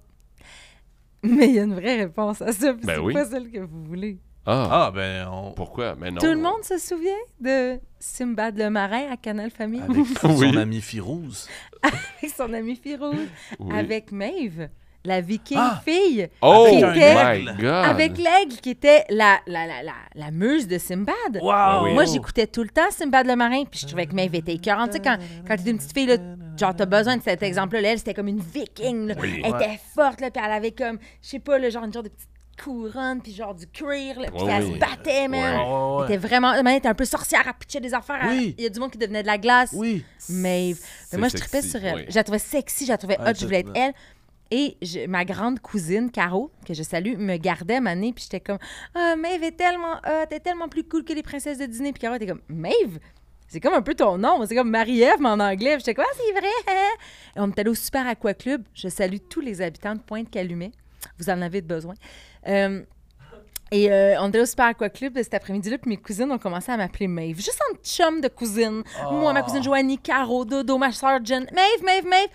[SPEAKER 3] Mais il y a une vraie réponse à ça, puis
[SPEAKER 1] Ben
[SPEAKER 3] c'est
[SPEAKER 1] oui.
[SPEAKER 3] pas celle que vous voulez.
[SPEAKER 1] Ah,
[SPEAKER 2] Ah, ben, on...
[SPEAKER 1] pourquoi? Mais non.
[SPEAKER 3] Tout le monde se souvient de Simbad le marin à Canal Famille
[SPEAKER 2] Avec son
[SPEAKER 1] Oui.
[SPEAKER 2] ami Firouz.
[SPEAKER 3] avec son ami Firouz,
[SPEAKER 1] Oui.
[SPEAKER 3] avec Maeve, la viking
[SPEAKER 2] Ah!
[SPEAKER 3] fille,
[SPEAKER 1] Oh
[SPEAKER 3] Avec un
[SPEAKER 1] my
[SPEAKER 2] aigle.
[SPEAKER 1] god!
[SPEAKER 3] avec l'aigle qui était la, la, la, la, la muse de Simbad.
[SPEAKER 2] Wow!
[SPEAKER 1] oui.
[SPEAKER 3] Moi, j'écoutais tout le temps Simbad le marin, puis je trouvais que Maeve était écœurante. Tu sais, quand, quand t'es une petite fille, là, genre, t'as besoin de cet exemple-là. Elle, c'était comme une viking. là.
[SPEAKER 1] Oui.
[SPEAKER 3] Elle était
[SPEAKER 2] Ouais.
[SPEAKER 3] forte, là, puis elle avait comme, je sais pas, le genre, une genre de petite couronne, puis genre du cuir, là, puis
[SPEAKER 1] Ouais,
[SPEAKER 3] elle
[SPEAKER 1] oui.
[SPEAKER 3] se battait, man.
[SPEAKER 1] Ouais.
[SPEAKER 2] Ouais,
[SPEAKER 3] Elle était
[SPEAKER 2] ouais.
[SPEAKER 3] vraiment... Elle était un peu sorcière, elle pitchait des affaires.
[SPEAKER 2] Oui.
[SPEAKER 3] Il y a du monde qui devenait de la glace.
[SPEAKER 2] Oui.
[SPEAKER 3] Maeve.
[SPEAKER 1] C'est
[SPEAKER 3] Mais moi, je
[SPEAKER 1] sexy,
[SPEAKER 3] tripais sur elle.
[SPEAKER 1] oui.
[SPEAKER 3] Je la trouvais sexy, je la trouvais
[SPEAKER 2] Ah,
[SPEAKER 3] hot, je voulais être
[SPEAKER 2] tout-
[SPEAKER 3] elle. Et je- ma grande cousine, Caro, que je salue, me gardait ma nez, puis j'étais comme « Ah, Maeve est tellement hot, elle est tellement plus cool que les princesses de Disney. » Puis Caro était comme « Maeve, c'est comme un peu ton nom, c'est comme Marie-Ève, mais en anglais. » Puis J'étais comme « Ah, c'est vrai! hein? » Et on est allé au Super Aqua Club. Je salue tous les habitants de Pointe-Calumet. Vous en avez de besoin. Euh, et euh, on était au Super Aqua Club cet après-midi-là, puis mes cousines ont commencé à m'appeler Maeve. Juste en chum de cousine. Moi, ma
[SPEAKER 1] Ah.
[SPEAKER 3] cousine Joanie, Caro, Dodo, ma soeur Jen. Maeve, Maeve, Maeve.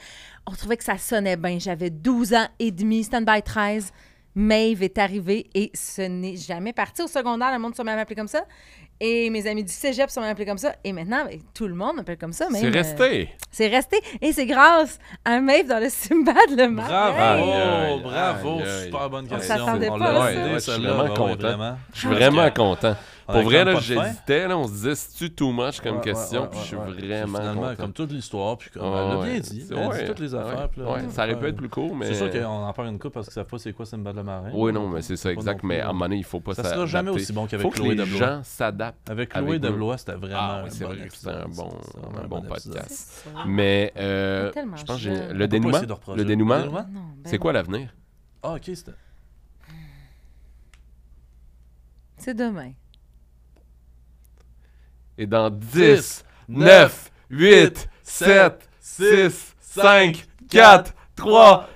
[SPEAKER 3] On trouvait que ça sonnait bien. J'avais 12 ans et demi, stand-by 13. Maeve est arrivée et ce n'est jamais parti. Au secondaire, le monde se met à m'appeler comme ça. Et mes amis du cégep se met à m'appeler comme ça. Et maintenant, ben, tout le monde m'appelle comme ça. même,
[SPEAKER 1] C'est
[SPEAKER 3] euh,
[SPEAKER 1] resté!
[SPEAKER 3] c'est resté. Et c'est grâce à Maeve dans le Simbad le matin.
[SPEAKER 2] Bravo,
[SPEAKER 1] Aïe, aïe,
[SPEAKER 2] bravo,
[SPEAKER 1] aïe, aïe.
[SPEAKER 2] super bonne
[SPEAKER 3] On
[SPEAKER 2] question.
[SPEAKER 3] s'attendait
[SPEAKER 2] On
[SPEAKER 3] pas
[SPEAKER 2] l'a
[SPEAKER 3] à
[SPEAKER 2] aidé,
[SPEAKER 3] ça.
[SPEAKER 1] Ouais, je suis
[SPEAKER 2] celle-là, Ah
[SPEAKER 1] vraiment
[SPEAKER 2] ouais,
[SPEAKER 1] content.
[SPEAKER 2] vraiment.
[SPEAKER 1] Je
[SPEAKER 3] Ah,
[SPEAKER 1] suis vraiment content.
[SPEAKER 2] On
[SPEAKER 1] Pour
[SPEAKER 2] a
[SPEAKER 1] vrai,
[SPEAKER 2] comme
[SPEAKER 1] là,
[SPEAKER 2] Ah, pas de fin.
[SPEAKER 1] j'hésitais, là, on se disait, c'est-tu too much comme
[SPEAKER 2] Ouais,
[SPEAKER 1] question?
[SPEAKER 2] ouais,
[SPEAKER 1] puis
[SPEAKER 2] ouais,
[SPEAKER 1] je suis
[SPEAKER 2] ouais.
[SPEAKER 1] vraiment
[SPEAKER 2] Finalement,
[SPEAKER 1] content.
[SPEAKER 2] comme toute l'histoire, puis comme
[SPEAKER 1] Ouais,
[SPEAKER 2] elle l'a
[SPEAKER 1] ouais.
[SPEAKER 2] bien dit,
[SPEAKER 1] C'est-
[SPEAKER 2] elle
[SPEAKER 1] ouais,
[SPEAKER 2] dit toutes les
[SPEAKER 1] ouais,
[SPEAKER 2] affaires. puis là,
[SPEAKER 1] ouais,
[SPEAKER 2] on
[SPEAKER 1] ça aurait
[SPEAKER 2] peut
[SPEAKER 1] pu
[SPEAKER 2] faire-
[SPEAKER 1] être plus court, mais...
[SPEAKER 2] C'est sûr qu'on en perd une coupe parce qu'ils savent pas c'est quoi Simba le marin.
[SPEAKER 1] Oui, non, mais c'est ça, exact.
[SPEAKER 2] non
[SPEAKER 1] Mais
[SPEAKER 2] plus,
[SPEAKER 1] à un
[SPEAKER 2] ouais.
[SPEAKER 1] moment donné, il faut pas
[SPEAKER 2] Ça sera
[SPEAKER 1] s'adapter.
[SPEAKER 2] jamais aussi bon qu'avec
[SPEAKER 1] faut que
[SPEAKER 2] Chloé
[SPEAKER 1] les
[SPEAKER 2] Deblois.
[SPEAKER 1] gens s'adaptent.
[SPEAKER 2] Avec
[SPEAKER 1] Avec nous.
[SPEAKER 2] Chloé Deblois, c'était vraiment.
[SPEAKER 1] Ah oui,
[SPEAKER 2] un
[SPEAKER 1] c'est
[SPEAKER 2] bon
[SPEAKER 1] vrai que c'était un
[SPEAKER 2] épisode.
[SPEAKER 1] bon,
[SPEAKER 2] C'était vraiment
[SPEAKER 1] un bon
[SPEAKER 2] épisode.
[SPEAKER 1] podcast.
[SPEAKER 3] C'est
[SPEAKER 1] Mais euh,
[SPEAKER 3] C'est Ah. tellement
[SPEAKER 1] je pense que j'ai-
[SPEAKER 3] jeune.
[SPEAKER 1] le
[SPEAKER 2] On peut pas
[SPEAKER 1] dénouement,
[SPEAKER 2] essayer de reproduire.
[SPEAKER 1] le dénouement,
[SPEAKER 3] ça.
[SPEAKER 2] dénouement?
[SPEAKER 3] Non, ben
[SPEAKER 1] c'est quoi l'avenir?
[SPEAKER 2] Ah, ok, c'était.
[SPEAKER 3] non. C'est demain.
[SPEAKER 1] Et dans 10,
[SPEAKER 2] Dix,
[SPEAKER 1] 9, 8, 7, 6, 5, 4, 3,